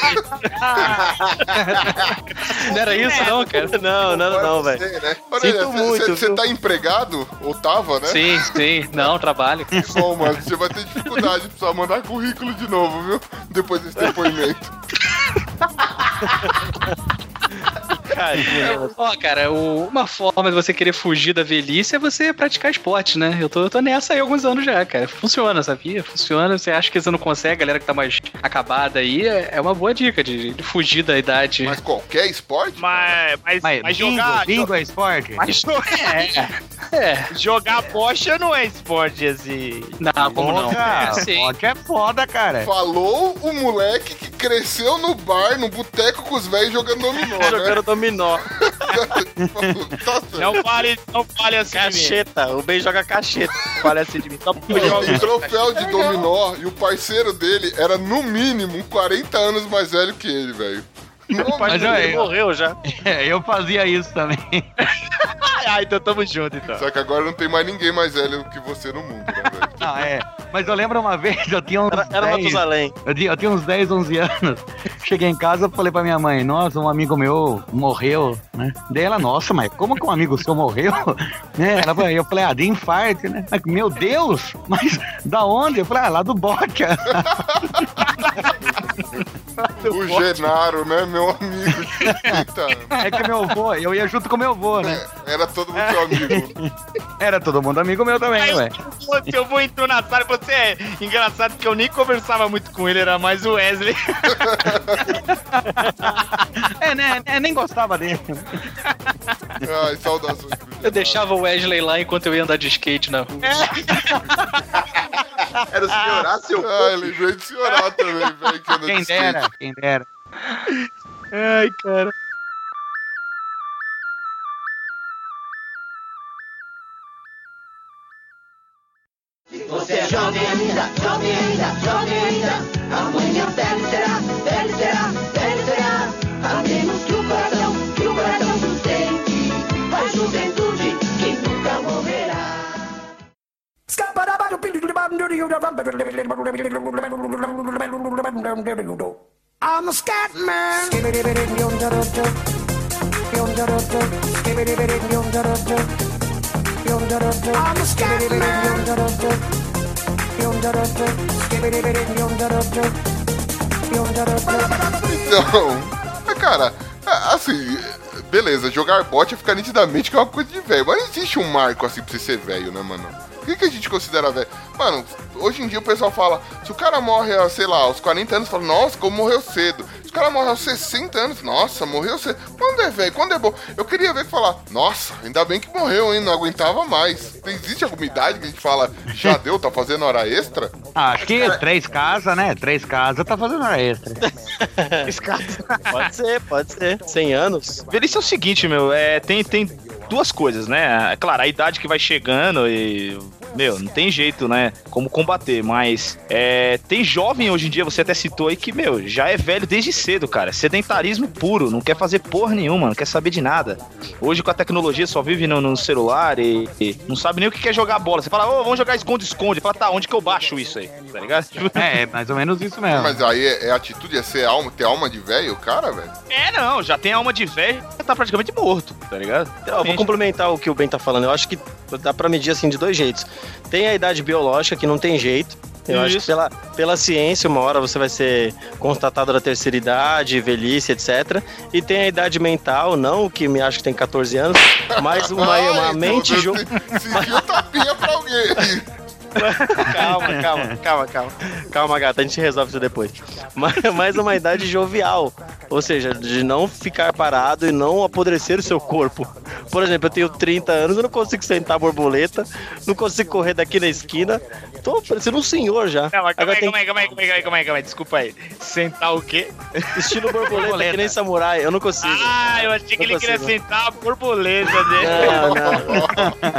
[SPEAKER 3] não era isso,
[SPEAKER 7] É.
[SPEAKER 3] não, cara.
[SPEAKER 7] que- Não, não, não, não, velho.
[SPEAKER 2] Sei, né?
[SPEAKER 7] Sinto muito,
[SPEAKER 2] Você
[SPEAKER 7] viu?
[SPEAKER 2] tá empregado? Ou tava, né?
[SPEAKER 3] Sim, sim. Não, trabalho.
[SPEAKER 2] Que Bom, mano, você vai ter dificuldade pra só mandar currículo de novo, viu? Depois desse depoimento.
[SPEAKER 7] Carinha.
[SPEAKER 3] Ó, cara, o- uma forma de você querer fugir da velhice é você praticar esporte, né? Eu tô, eu tô nessa aí há alguns anos já, cara. Funciona, sabia? Funciona. Você acha que você não consegue, a galera que tá mais acabada aí, é é uma boa dica de, de fugir da idade.
[SPEAKER 2] Mas qualquer esporte?
[SPEAKER 4] Mas, mas,
[SPEAKER 6] Mas,
[SPEAKER 4] mas,
[SPEAKER 6] bingo,
[SPEAKER 4] jogar.
[SPEAKER 6] bingo é esporte?
[SPEAKER 4] Mas jo-
[SPEAKER 3] É.
[SPEAKER 4] jogar bocha não é esporte assim.
[SPEAKER 3] Não, como não?
[SPEAKER 6] Cara,
[SPEAKER 3] É, sim.
[SPEAKER 6] esporte é foda, cara.
[SPEAKER 2] Falou o moleque que cresceu no bar, no boteco com os velhos jogando dominó, né?
[SPEAKER 7] Jogando dominó.
[SPEAKER 2] tá certo.
[SPEAKER 4] Não fale, não fale assim de mim.
[SPEAKER 7] Cacheta. O Ben joga cacheta. Parece de mim. Tá Só porque
[SPEAKER 2] Ele
[SPEAKER 7] joga.
[SPEAKER 2] tem troféu
[SPEAKER 6] É
[SPEAKER 2] de dominó e o parceiro dele era no mínimo 40 anos mais velho que ele, velho. Não,
[SPEAKER 6] Mas
[SPEAKER 7] Ele
[SPEAKER 6] olha aí, ó.
[SPEAKER 7] morreu já.
[SPEAKER 6] É, eu fazia isso também.
[SPEAKER 4] Ah, então tamo junto, então.
[SPEAKER 2] Só que agora não tem mais ninguém mais velho que você no mundo, né, velho?
[SPEAKER 6] Não, é. Mas eu lembro uma vez, eu tinha uns
[SPEAKER 7] Era, era
[SPEAKER 6] 10,
[SPEAKER 7] Matusalém.
[SPEAKER 6] eu tinha, eu tinha uns 10, 11 anos. Cheguei em casa, falei pra minha mãe, nossa, um amigo meu morreu, né? Daí ela, nossa, mas como que um amigo seu morreu? Né? Ela falou, eu falei, ah, de infarto, né? Mas, meu Deus, mas da onde? Eu falei, ah, lá do Boca.
[SPEAKER 2] O Genaro, né, meu amigo? Eita,
[SPEAKER 6] É que meu avô, eu ia junto com meu avô, né?
[SPEAKER 2] era todo mundo seu amigo.
[SPEAKER 6] Era todo mundo amigo meu também, ué.
[SPEAKER 4] Se eu vou entrou na sala, você é engraçado que eu nem conversava muito com ele, era mais o Wesley.
[SPEAKER 6] É, né? É, nem gostava dele.
[SPEAKER 2] Ai, saudações. pro Genaro.
[SPEAKER 3] Eu deixava o Wesley lá enquanto eu ia andar de skate na rua.
[SPEAKER 5] Era o senhor ah, seu
[SPEAKER 2] Ai, lembrei de senhorar também, velho. que anda de
[SPEAKER 6] Quem
[SPEAKER 2] skate.
[SPEAKER 6] dera, quem dera.
[SPEAKER 4] Ai, cara.
[SPEAKER 1] Você é jovem ainda, jovem ainda, jovem ainda. Amanhã velho será, velho será, velho será. A menos que o coração, que o coração nos tente. A juventude que nunca morrerá.
[SPEAKER 8] I'm a scat man. I'm a scat man.
[SPEAKER 2] Então, é, cara, é, assim, beleza, jogar bot é ficar nitidamente que é uma coisa de velho. Mas não existe um marco assim pra você ser velho, né, mano? O que, que a gente considera velho? Mano, hoje em dia o pessoal fala, se o cara morre, ah, sei lá, aos 40 anos, fala, nossa, como morreu cedo. Se o cara morre aos 60 anos, nossa, morreu cedo. Quando é velho? Quando é bom? Eu queria ver que falar, nossa, ainda bem que morreu, hein? Não aguentava mais. Existe alguma idade que a gente fala, já deu, tá fazendo hora extra?
[SPEAKER 6] Ah, acho que três casas, né? Três casas tá fazendo hora extra.
[SPEAKER 7] Pode ser, pode ser. 100 anos?
[SPEAKER 4] Velhice é o seguinte, meu, é, tem, tem duas coisas, né? É Claro, a idade que vai chegando e. Meu, não tem jeito, né? Como combater, mas é, tem jovem hoje em dia, você até citou aí, que, meu, já é velho desde cedo, cara. Sedentarismo puro, não quer fazer porra nenhuma, não quer saber de nada. Hoje com a tecnologia só vive no, no celular e, e não sabe nem o que quer jogar bola. Você fala, ô, vamos jogar esconde-esconde. Fala, tá, onde que eu baixo isso aí? Tá ligado? Tipo,
[SPEAKER 6] É, é mais ou menos isso mesmo.
[SPEAKER 2] Mas aí é, é atitude, é ser alma, ter alma de velho, cara, velho?
[SPEAKER 4] É, não, já tem alma de velho, já tá praticamente morto, tá ligado?
[SPEAKER 7] Então, eu vou complementar o que o Ben tá falando. Eu acho que dá pra medir assim de dois jeitos. Tem a idade biológica, que não tem jeito. Eu acho que
[SPEAKER 4] Isso.
[SPEAKER 7] pela, pela ciência, uma hora você vai ser constatado da terceira idade, velhice, etc. E tem a idade mental, não, que me acho que tem 14 anos, mas uma,
[SPEAKER 2] Ai,
[SPEAKER 7] uma
[SPEAKER 2] então
[SPEAKER 7] mente
[SPEAKER 2] você
[SPEAKER 7] ju-
[SPEAKER 2] se- Sentiu tapinha pra alguém.
[SPEAKER 7] calma, calma, calma, calma. Calma, gata, a gente resolve isso depois. Mas, mas uma idade jovial. Ou seja, de não ficar parado e não apodrecer o seu corpo. Por exemplo, eu tenho 30 anos, eu não consigo sentar borboleta, não consigo correr daqui na esquina. Tô parecendo um senhor já.
[SPEAKER 4] Calma, calma
[SPEAKER 7] Agora
[SPEAKER 4] aí,
[SPEAKER 7] tem
[SPEAKER 4] calma aí, calma aí, calma aí, calma aí, calma aí, calma aí, desculpa aí. Sentar o quê?
[SPEAKER 7] estilo borboleta que nem samurai, eu não consigo.
[SPEAKER 4] Ah, eu achei que
[SPEAKER 7] Não
[SPEAKER 4] ele queria
[SPEAKER 7] consigo.
[SPEAKER 4] sentar a borboleta dele.
[SPEAKER 7] Não, não.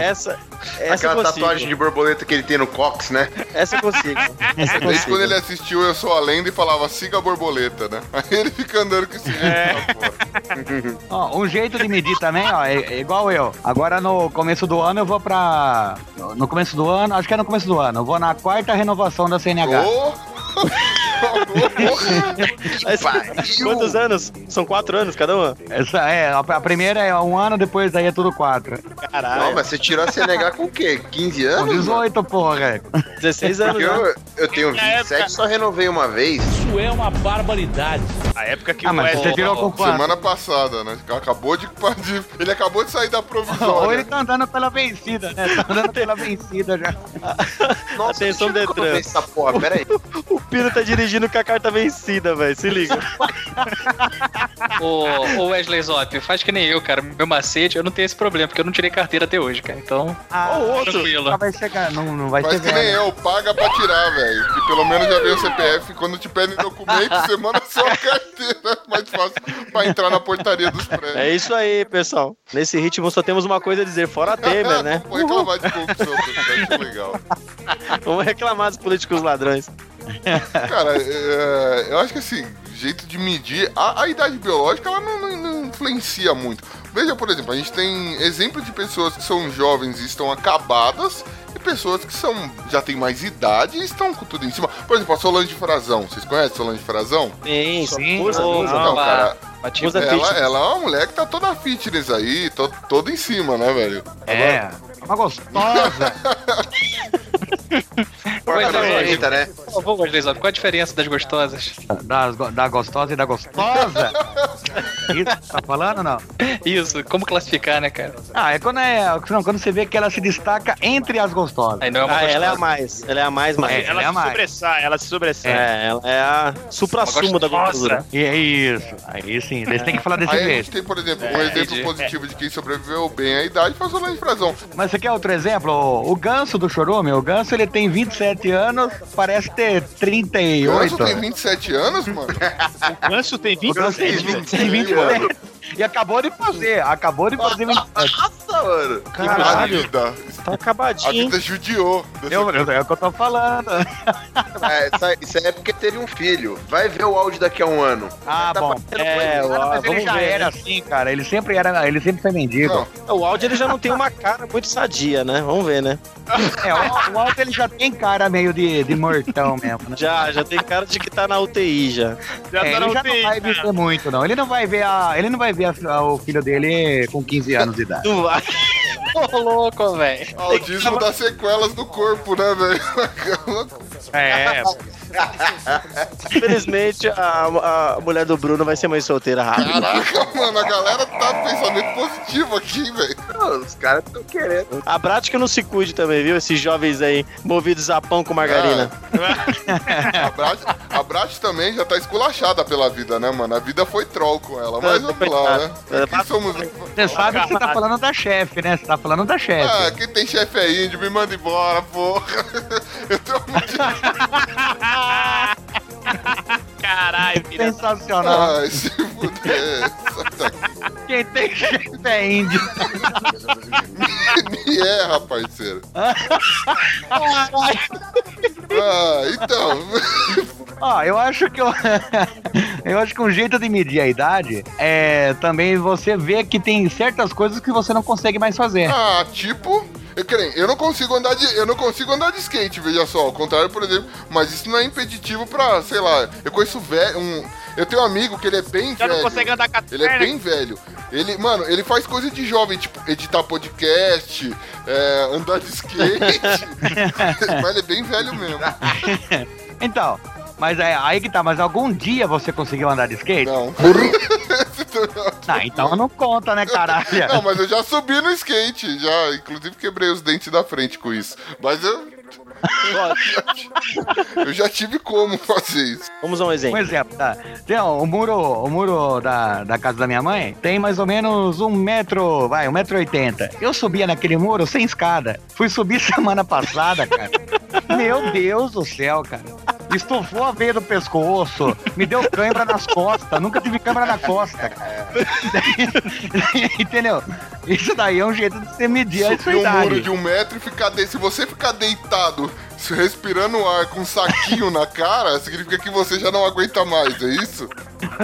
[SPEAKER 7] Essa, essa é eu
[SPEAKER 5] Aquela
[SPEAKER 7] consigo.
[SPEAKER 5] tatuagem de borboleta que ele tem no cox, né?
[SPEAKER 7] Essa eu consigo. Essa é eu
[SPEAKER 2] Desde
[SPEAKER 7] consigo.
[SPEAKER 2] quando ele assistiu Eu Sou a Lenda e falava, siga a borboleta, né? Aí ele fica andando com esse jeito
[SPEAKER 7] É.
[SPEAKER 2] tá, na porra.
[SPEAKER 6] Ó, um jeito de medir também, ó, é, é igual eu. Agora no começo do ano eu vou pra. No começo do ano, acho que é no começo do ano, eu vou na quarta renovação da CNH.
[SPEAKER 2] Ô! Porra!
[SPEAKER 7] Mas- Quantos anos? São quatro anos cada uma?
[SPEAKER 6] Essa, é, a, a primeira é um ano, depois daí é tudo quatro.
[SPEAKER 5] Não,
[SPEAKER 7] Caralho.
[SPEAKER 5] mas você tirou a CNH com o quê? 15
[SPEAKER 6] São
[SPEAKER 2] É
[SPEAKER 5] anos? mano?
[SPEAKER 6] 18, porra.
[SPEAKER 7] 16 anos. né?
[SPEAKER 5] Eu, eu tenho 27, só renovei uma vez.
[SPEAKER 4] A época que
[SPEAKER 6] Ah, mas
[SPEAKER 4] Wesley-
[SPEAKER 6] você tirou com quanto?
[SPEAKER 2] Semana passada, né? Acabou de, de- Ele acabou de sair da
[SPEAKER 6] Ou ele
[SPEAKER 2] provisória.
[SPEAKER 6] tá andando pela vencida, né? Tá andando pela vencida já.
[SPEAKER 5] Nossa,
[SPEAKER 7] Atenção,
[SPEAKER 5] deixa eu
[SPEAKER 7] Detran.
[SPEAKER 5] ver é essa porra, peraí.
[SPEAKER 7] O Pino tá dirigindo com a carta vencida, velho. Se liga.
[SPEAKER 3] Ô, ô Wesley Zop, faz que nem eu, cara. Meu macete, eu não tenho esse problema, porque eu não tirei carteira até hoje, cara. Então,
[SPEAKER 6] Ah,
[SPEAKER 7] Ou outro.
[SPEAKER 3] tranquilo.
[SPEAKER 6] nunca vai chegar, né? não, não vai
[SPEAKER 2] Mas
[SPEAKER 6] ser
[SPEAKER 2] que nem
[SPEAKER 6] velho.
[SPEAKER 2] eu, paga pra tirar, velho. Que pelo menos já veio o CPF. Quando te pedem documento, você manda só a carteira. Mais fácil pra entrar na portaria dos prédios.
[SPEAKER 7] É isso aí, pessoal. Nesse ritmo só temos uma coisa a dizer, fora Temer, né?
[SPEAKER 2] Vou reclamar de corrupção, porque acho legal.
[SPEAKER 7] Vamos reclamar dos políticos ladrões.
[SPEAKER 2] Cara, é, eu acho que assim, jeito de medir, a, a idade biológica ela não, não- não influencia muito. Veja, por exemplo, a gente tem exemplo de pessoas que são jovens e estão acabadas. e Pessoas que são já têm mais idade e estão com tudo em cima. Por exemplo, a Solange Frazão. Vocês conhecem a Solange Frazão?
[SPEAKER 7] Sim,
[SPEAKER 6] Sim,
[SPEAKER 7] Usa,
[SPEAKER 3] não,
[SPEAKER 7] usa.
[SPEAKER 2] Não, cara.
[SPEAKER 4] tipo,
[SPEAKER 3] Bati-
[SPEAKER 7] Usa
[SPEAKER 2] Ela,
[SPEAKER 7] fitness.
[SPEAKER 2] ela é uma mulher que tá toda fitness aí, to- toda em cima, né, velho?
[SPEAKER 6] É, é uma gostosa.
[SPEAKER 7] é,
[SPEAKER 5] Porca
[SPEAKER 3] Wesley,
[SPEAKER 5] borboleta, né?
[SPEAKER 3] por favor, Wesley Zop, qual a diferença das gostosas?
[SPEAKER 6] Das go- da gostosa e da gostosa. Isso, tá falando ou não?
[SPEAKER 3] Isso, como classificar, né, cara?
[SPEAKER 6] Ah, é quando, é não, quando você vê que ela se destaca entre as gostosas.
[SPEAKER 3] Aí não é uma
[SPEAKER 7] Ah,
[SPEAKER 3] gostosa.
[SPEAKER 7] ela é a mais. Ela é a mais mais.
[SPEAKER 6] É,
[SPEAKER 7] É,
[SPEAKER 4] Ela
[SPEAKER 6] é a
[SPEAKER 4] se
[SPEAKER 6] mais.
[SPEAKER 4] sobressai, ela se sobressai.
[SPEAKER 7] ela é a supra-sumo da gordura.
[SPEAKER 6] E é isso. Aí sim, eles têm que falar desse
[SPEAKER 2] Aí a gente
[SPEAKER 6] jeito.
[SPEAKER 2] tem, por exemplo, um exemplo
[SPEAKER 3] entendi.
[SPEAKER 2] positivo de quem sobreviveu bem à idade foi a Solange Frazão.
[SPEAKER 6] Mas você quer outro exemplo? O, o ganso do Chorume, o ganso ele tem 27 anos, parece ter
[SPEAKER 2] Ganso
[SPEAKER 6] 38.
[SPEAKER 2] tem 27 anos, mano.
[SPEAKER 4] O Ganso tem
[SPEAKER 6] O
[SPEAKER 4] 20
[SPEAKER 6] ganso tem 20, tem 27. E um, acabou de fazer, acabou de fazer 27.
[SPEAKER 5] Nossa, mano.
[SPEAKER 2] A
[SPEAKER 7] Caralho.
[SPEAKER 2] vida.
[SPEAKER 7] Tá
[SPEAKER 2] A
[SPEAKER 7] acabadinho.
[SPEAKER 2] vida judiou. dessa-
[SPEAKER 6] Eu, eu, é o que eu tô falando.
[SPEAKER 5] É, essa- isso é porque teve um filho. Vai ver o áudio daqui a um ano.
[SPEAKER 6] Ah,
[SPEAKER 5] Tá
[SPEAKER 6] bom.
[SPEAKER 5] parecendo
[SPEAKER 7] É,
[SPEAKER 5] coisa.
[SPEAKER 7] ó,
[SPEAKER 6] Mas ele
[SPEAKER 7] vamos
[SPEAKER 6] já
[SPEAKER 7] ver.
[SPEAKER 6] era assim, cara. Ele sempre era, ele sempre foi mendigo.
[SPEAKER 2] Não.
[SPEAKER 7] O áudio ele já não tem uma cara muito sadia, né? Vamos ver, né?
[SPEAKER 6] É, o, o Alto ele já tem cara meio de, de mortão mesmo, né?
[SPEAKER 7] Já, já tem cara de que tá na UTI já.
[SPEAKER 4] Já
[SPEAKER 6] É,
[SPEAKER 4] tá na
[SPEAKER 6] ele já não
[SPEAKER 4] UTI,
[SPEAKER 6] vai
[SPEAKER 4] cara.
[SPEAKER 6] viver muito, não. Ele não vai ver a. Ele não vai ver a- a- o filho dele com 15 anos de idade.
[SPEAKER 7] Tu vai.
[SPEAKER 3] Ô, louco, velho.
[SPEAKER 2] Autismo dá sequelas no corpo, né, velho?
[SPEAKER 4] É,
[SPEAKER 7] Infelizmente, a, a mulher do Bruno vai ser mãe solteira rápido.
[SPEAKER 2] Caraca, mano, a galera tá com pensamento positivo aqui, velho.
[SPEAKER 5] Mano, os caras estão querendo.
[SPEAKER 7] A prática não se cuide também, viu? Esses jovens aí, movidos a pão com margarina.
[SPEAKER 2] A Brat, a Brat também já tá esculachada pela vida, né, mano? A vida foi troll com ela, mas
[SPEAKER 6] Tá,
[SPEAKER 2] vamos lá, né? Quem somos...
[SPEAKER 6] Você sabe que você tá falando da chefe, né? Você tá falando da
[SPEAKER 2] Ah,
[SPEAKER 6] chefe.
[SPEAKER 2] quem tem chefe é índio, me manda embora, porra. Eu tô muito...
[SPEAKER 4] caralho, filha.
[SPEAKER 6] É Sensacional.
[SPEAKER 2] Ai, se fuder. Sai daqui.
[SPEAKER 6] Quem tem chefe é índio.
[SPEAKER 2] Me erra, parceiro. Ah, então...
[SPEAKER 6] Ó, eu acho que eu, eu acho que um jeito de medir a idade é também você ver que tem certas coisas que você não consegue mais fazer.
[SPEAKER 2] Ah, tipo. Eu, que nem, eu não consigo andar de. Eu não consigo andar de skate, veja só. Ao contrário, por exemplo. Mas isso não é impeditivo pra, sei lá, eu conheço velho. Um, eu tenho um amigo que ele é bem
[SPEAKER 4] Já
[SPEAKER 2] velho.
[SPEAKER 4] não consegue andar com a
[SPEAKER 2] Ele é
[SPEAKER 4] perna.
[SPEAKER 2] bem velho. Ele, mano, ele faz coisa de jovem, tipo, editar podcast, é, andar de skate. mas ele é bem velho mesmo.
[SPEAKER 6] Então, mas é aí que tá, mas algum dia você conseguiu andar de skate?
[SPEAKER 2] Não.
[SPEAKER 6] Ah, então não conta, né, caralho?
[SPEAKER 2] Não, mas eu já subi no skate. Já, inclusive, quebrei os dentes da frente com isso. Mas eu. eu já tive como fazer isso.
[SPEAKER 7] Vamos a um
[SPEAKER 6] Um
[SPEAKER 7] exemplo.
[SPEAKER 6] exemplo, tá? Tem, ó, o muro, o muro da, da casa da minha mãe tem mais ou menos um metro, vai, um metro e oitenta. Eu subia naquele muro sem escada. Fui subir semana passada, cara. Meu Deus do céu, cara. Estufou a veia do pescoço, me deu câimbra nas costas, nunca tive câimbra na costa, cara. Entendeu? Isso daí é um jeito de você medir a sua
[SPEAKER 2] subir um muro
[SPEAKER 6] idade.
[SPEAKER 2] de um metro e ficar de... se você ficar deitado, se respirando ar com um saquinho na cara, significa que você já não aguenta mais, é isso?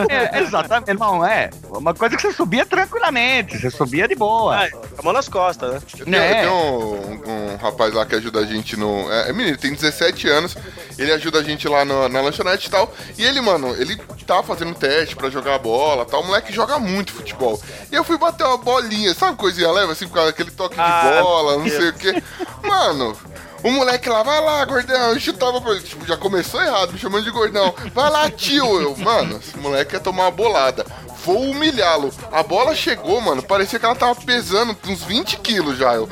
[SPEAKER 6] É, exatamente, não é. Uma coisa que você subia tranquilamente, você subia de boa.
[SPEAKER 7] Ah, com a mão nas costas, né?
[SPEAKER 2] Eu tenho, eu
[SPEAKER 6] É.
[SPEAKER 2] tenho um, um rapaz lá que ajuda a gente no. É, é menino, ele tem 17 anos. Ele ajuda a gente lá no- na lanchonete e tal. E ele, mano, ele tá fazendo teste pra jogar bola e tal. O moleque joga muito futebol. E eu fui bater uma bolinha, sabe coisinha leve assim, com aquele toque de bola, não sei o quê. Mano. O moleque lá, vai lá, gordão, eu chutava pra ele. Tipo, já começou errado, me chamando de gordão. Vai lá, tio. Eu, mano, esse moleque ia tomar uma bolada. Vou humilhá-lo. A bola chegou, mano. Parecia que ela tava pesando uns 20 quilos já. Eu.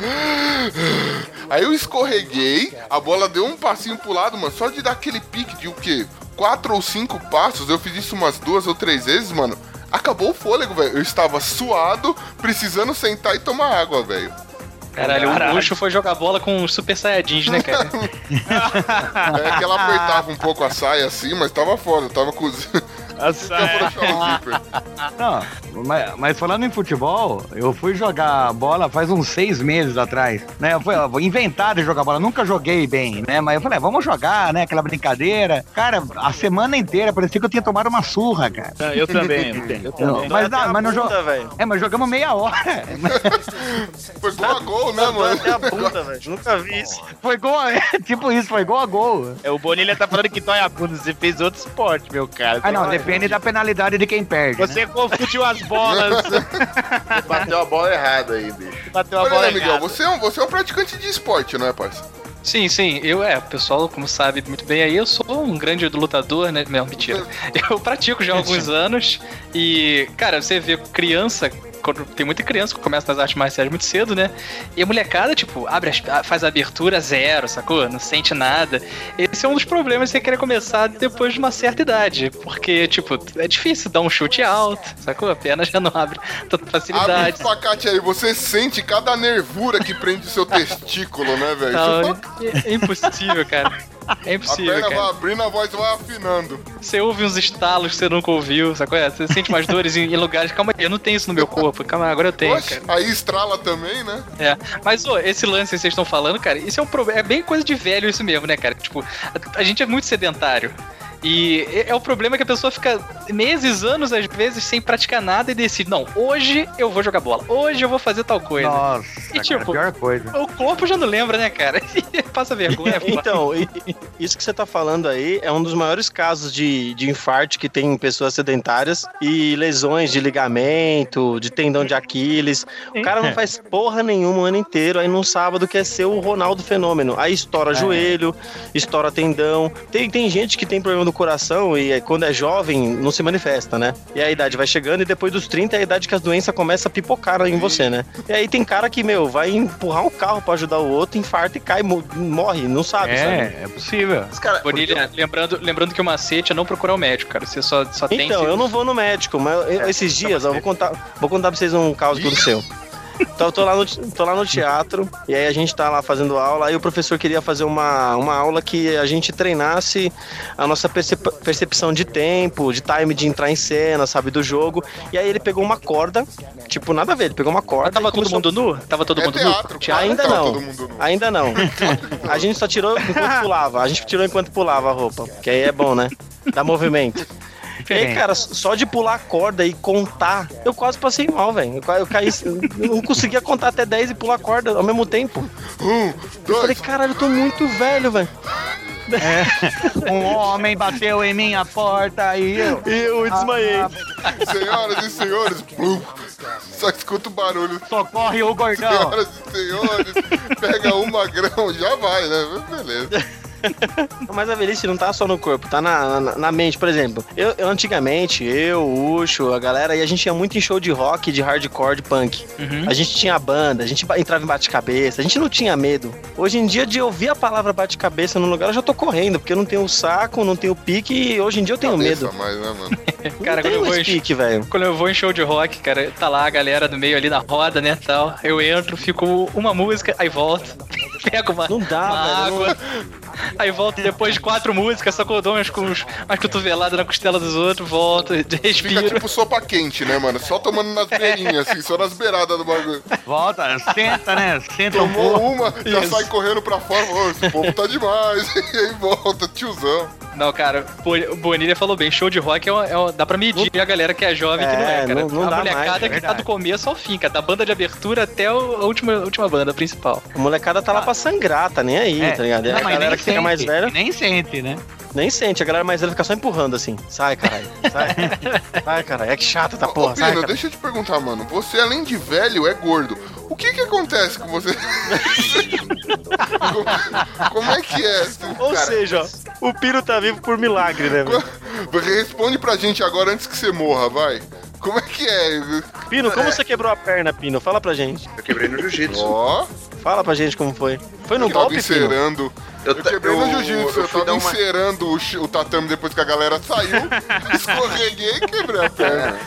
[SPEAKER 2] Aí eu escorreguei, a bola deu um passinho pro lado, mano. Só de dar aquele pique de o quê? Quatro ou cinco passos, eu fiz isso umas duas ou três vezes, mano. Acabou o fôlego, velho. Eu estava suado, precisando sentar e tomar água, velho.
[SPEAKER 3] Caralho, o luxo foi jogar bola com os super saiyajins, né, cara?
[SPEAKER 2] É que ela apertava um pouco a saia assim, mas tava foda, tava com os.
[SPEAKER 4] Nossa,
[SPEAKER 2] Tava
[SPEAKER 4] é.
[SPEAKER 2] pra chamar o zíper.
[SPEAKER 6] Não, mas, mas falando em futebol, eu fui jogar bola faz uns seis meses atrás, né? Eu fui eu vou inventar de jogar bola, nunca joguei bem, né? Mas eu falei, ah, vamos jogar, né? Aquela brincadeira. Cara, a semana inteira parecia que eu tinha tomado uma surra, cara.
[SPEAKER 4] Não, Eu também, eu tenho.
[SPEAKER 6] Não, mas
[SPEAKER 7] Dói É, até
[SPEAKER 6] não,
[SPEAKER 7] a
[SPEAKER 6] mas não
[SPEAKER 7] bunda,
[SPEAKER 6] jogamos.
[SPEAKER 7] velho.
[SPEAKER 6] É, mas jogamos meia hora.
[SPEAKER 2] Foi gol a gol, né,
[SPEAKER 7] Dói até a
[SPEAKER 2] mano?
[SPEAKER 7] bunda, velho. Nunca vi isso.
[SPEAKER 6] Foi gol, a- é, tipo isso, foi gol a gol.
[SPEAKER 4] É, O Bonilha tá falando que dói a bunda. Você fez outro esporte, meu cara.
[SPEAKER 6] Ah, não, depende da penalidade de quem perde. né?
[SPEAKER 4] Você confundiu as bolas.
[SPEAKER 5] Bateu a bola errada aí, bicho.
[SPEAKER 4] bateu a
[SPEAKER 2] Olha,
[SPEAKER 4] bola
[SPEAKER 2] né, Miguel,
[SPEAKER 4] errada.
[SPEAKER 2] você é, um, você é um praticante de esporte, não é, parça?
[SPEAKER 3] Sim, sim, eu é, o pessoal, como sabe muito bem aí, eu sou um grande lutador, né? Não, mentira. Eu pratico já há alguns anos e, cara, você vê criança, quando tem muita criança que começa nas artes marciais muito cedo, né? E a molecada, tipo, abre as- faz a abertura zero, sacou? Não sente nada. Esse é um dos problemas de você querer começar depois de uma certa idade, porque, tipo, é difícil dar um chute alto, sacou? A perna já não abre tanta
[SPEAKER 2] Abre o
[SPEAKER 3] facilidade.
[SPEAKER 2] espacate aí, você sente cada nervura que prende o seu testículo, né, velho?
[SPEAKER 3] Não,
[SPEAKER 2] Você
[SPEAKER 3] é é impossível, cara. É
[SPEAKER 2] A
[SPEAKER 3] impossível,
[SPEAKER 2] perna
[SPEAKER 3] cara.
[SPEAKER 2] vai abrindo, a voz vai afinando.
[SPEAKER 3] Você ouve uns estalos que você nunca ouviu, sacou? É? Você sente mais dores em, em lugares. Calma aí, eu não tenho isso no meu corpo. Calma, agora eu tenho,
[SPEAKER 2] Oxe,
[SPEAKER 3] cara.
[SPEAKER 2] aí estrala também, né?
[SPEAKER 3] É. Mas, ô, esse lance que vocês estão falando, cara, isso é um problema. É bem coisa de velho isso mesmo, né, cara? Tipo, a, a gente é muito sedentário. E é- é o problema que a pessoa fica meses, anos, às vezes, sem praticar nada e decide, não, hoje eu vou jogar bola, hoje eu vou fazer tal coisa.
[SPEAKER 6] Nossa,
[SPEAKER 3] E,
[SPEAKER 6] cara,
[SPEAKER 3] tipo,
[SPEAKER 6] pior coisa.
[SPEAKER 3] O corpo já não lembra, né, cara? Passa vergonha.
[SPEAKER 7] Então, e- e- isso que você tá falando aí é um dos maiores casos de, de infarto que tem em pessoas sedentárias e lesões de ligamento, de tendão de Aquiles. O cara não faz porra nenhuma o ano inteiro, aí num sábado quer ser o Ronaldo Fenômeno. Aí estoura joelho, estoura tendão. Tem, tem gente que tem problema do coração e aí quando é jovem não se manifesta, né? E a idade vai chegando e depois dos 30 é a idade que as doenças começam a pipocar em você, né? E aí tem cara que, meu, vai empurrar um carro pra ajudar o outro, infarta e cai, mo- morre, não sabe, sabe?
[SPEAKER 6] É, é possível.
[SPEAKER 5] Mas, cara,
[SPEAKER 3] Bonilha,
[SPEAKER 4] É.
[SPEAKER 3] lembrando, lembrando que o macete é não procurar o médico, cara. Você só, só tem. É,
[SPEAKER 7] Então,
[SPEAKER 3] que-
[SPEAKER 7] eu não vou no médico, mas eu- esses dias, eu vou contar, vou contar pra vocês um caos que aconteceu. Então, eu tô lá, no, te- tô lá no teatro, e aí a gente tá lá fazendo aula, aí o professor queria fazer uma, uma aula que a gente treinasse a nossa percep- percepção de tempo, de time de entrar em cena, sabe, do jogo. E aí ele pegou uma corda, tipo, nada a ver, ele pegou uma corda.
[SPEAKER 3] Mas tava
[SPEAKER 7] e
[SPEAKER 3] todo
[SPEAKER 7] começou-
[SPEAKER 3] mundo nu? Tava todo
[SPEAKER 2] É
[SPEAKER 3] mundo
[SPEAKER 2] teatro,
[SPEAKER 3] nu?
[SPEAKER 2] claro que
[SPEAKER 7] ainda
[SPEAKER 2] tava
[SPEAKER 7] não.
[SPEAKER 2] todo mundo nu.
[SPEAKER 7] Ainda não. A gente só tirou enquanto pulava. A gente tirou enquanto pulava a roupa. Que aí é bom, né? Dá movimento. E aí, cara, só de pular a corda e contar, eu quase passei mal, velho. Eu, qua- eu caí, eu não conseguia contar até 10 e pular a corda ao mesmo tempo.
[SPEAKER 2] Um,
[SPEAKER 7] Eu falei,
[SPEAKER 2] dois,
[SPEAKER 7] caralho, eu tô muito velho, velho.
[SPEAKER 6] Um homem bateu em minha porta e eu.
[SPEAKER 7] E eu desmaiei.
[SPEAKER 2] senhoras e senhores. Blum. Só que escuta o barulho.
[SPEAKER 6] Socorre o gordão.
[SPEAKER 2] Senhoras e senhores, pega um magrão, já vai, né? Beleza.
[SPEAKER 7] Mas a velhice não tá só no corpo, tá na, na, na mente, por exemplo. Eu, eu antigamente, eu, o Ucho, a galera, e a gente ia muito em show de rock, de hardcore, de punk. A gente tinha banda, a gente ba- entrava em bate-cabeça, a gente não tinha medo. Hoje em dia, de ouvir a palavra bate-cabeça no lugar, eu já tô correndo, porque eu não tenho saco, não tenho pique, e hoje em dia eu tenho medo.
[SPEAKER 2] Pensa mais, né, mano?
[SPEAKER 3] Cara, quando
[SPEAKER 7] não tenho
[SPEAKER 3] eu
[SPEAKER 7] mais
[SPEAKER 3] vou em-
[SPEAKER 7] pique, velho.
[SPEAKER 3] Quando eu vou em show de rock, cara, tá lá a galera do meio ali na roda, né, tal. Eu entro, fico uma música, aí volto. Pego uma,
[SPEAKER 7] Não dá,
[SPEAKER 3] uma
[SPEAKER 7] velho, não-
[SPEAKER 3] água. Aí volto depois de quatro músicas, só que eu dou umas, com- umas cotoveladas na costela dos outros, volto,
[SPEAKER 2] Fica
[SPEAKER 3] respiro.
[SPEAKER 2] tipo sopa quente, né, mano? Só tomando
[SPEAKER 7] É.
[SPEAKER 2] nas beirinhas, assim, só nas beiradas do bagulho.
[SPEAKER 7] Tá
[SPEAKER 6] Volta, senta, né? Senta um pouco.
[SPEAKER 2] Tomou uma, já sai correndo pra fora, ô, esse povo tá demais. E aí volta, tiozão.
[SPEAKER 3] Não, cara, o Bonilha falou bem, show de rock é uma- é uma- dá pra medir a galera que é jovem e que não é,
[SPEAKER 7] É,
[SPEAKER 3] cara.
[SPEAKER 7] não- não
[SPEAKER 3] a
[SPEAKER 7] dá mais,
[SPEAKER 3] molecada
[SPEAKER 7] é
[SPEAKER 3] que tá
[SPEAKER 6] verdade.
[SPEAKER 3] do começo ao fim, cara, da banda de abertura até o- a última, a última banda principal.
[SPEAKER 7] A molecada tá lá pra sangrar, tá nem aí, tá ligado? E
[SPEAKER 6] É. Não,
[SPEAKER 7] a
[SPEAKER 6] mas
[SPEAKER 7] galera
[SPEAKER 6] nem
[SPEAKER 7] que fica
[SPEAKER 6] sente,
[SPEAKER 7] mais velha
[SPEAKER 6] Nem sente, né?
[SPEAKER 7] nem sente, a galera mais velha fica só empurrando assim. Sai, caralho, sai. sai, caralho, é que chato tá
[SPEAKER 2] Ô,
[SPEAKER 7] porra,
[SPEAKER 2] ô,
[SPEAKER 7] sai,
[SPEAKER 2] Pino,
[SPEAKER 7] cara.
[SPEAKER 2] deixa eu te perguntar, mano. Você, além de velho, é gordo. O que que acontece com você? como, como é que é? assim,
[SPEAKER 7] Ou
[SPEAKER 2] cara?
[SPEAKER 7] seja, o Piro tá vivo por milagre, né? velho?
[SPEAKER 2] Responde pra gente agora antes que você morra, vai. Como é que é?
[SPEAKER 7] Pino, como você quebrou a perna, Pino? Fala pra gente.
[SPEAKER 5] Eu quebrei no jiu-jitsu.
[SPEAKER 2] Ó,
[SPEAKER 7] Fala pra gente como foi. Foi no
[SPEAKER 2] eu tava
[SPEAKER 7] golpe, Pino?
[SPEAKER 2] encerando. Eu,
[SPEAKER 5] tá Eu ta-
[SPEAKER 2] quebrei no
[SPEAKER 5] eu-
[SPEAKER 2] jiu-jitsu, eu,
[SPEAKER 5] eu
[SPEAKER 2] tava
[SPEAKER 5] fui dar uma-
[SPEAKER 2] encerando o, chi- o tatame depois que a galera saiu, escorreguei e quebrei a
[SPEAKER 5] É, né?
[SPEAKER 2] perna.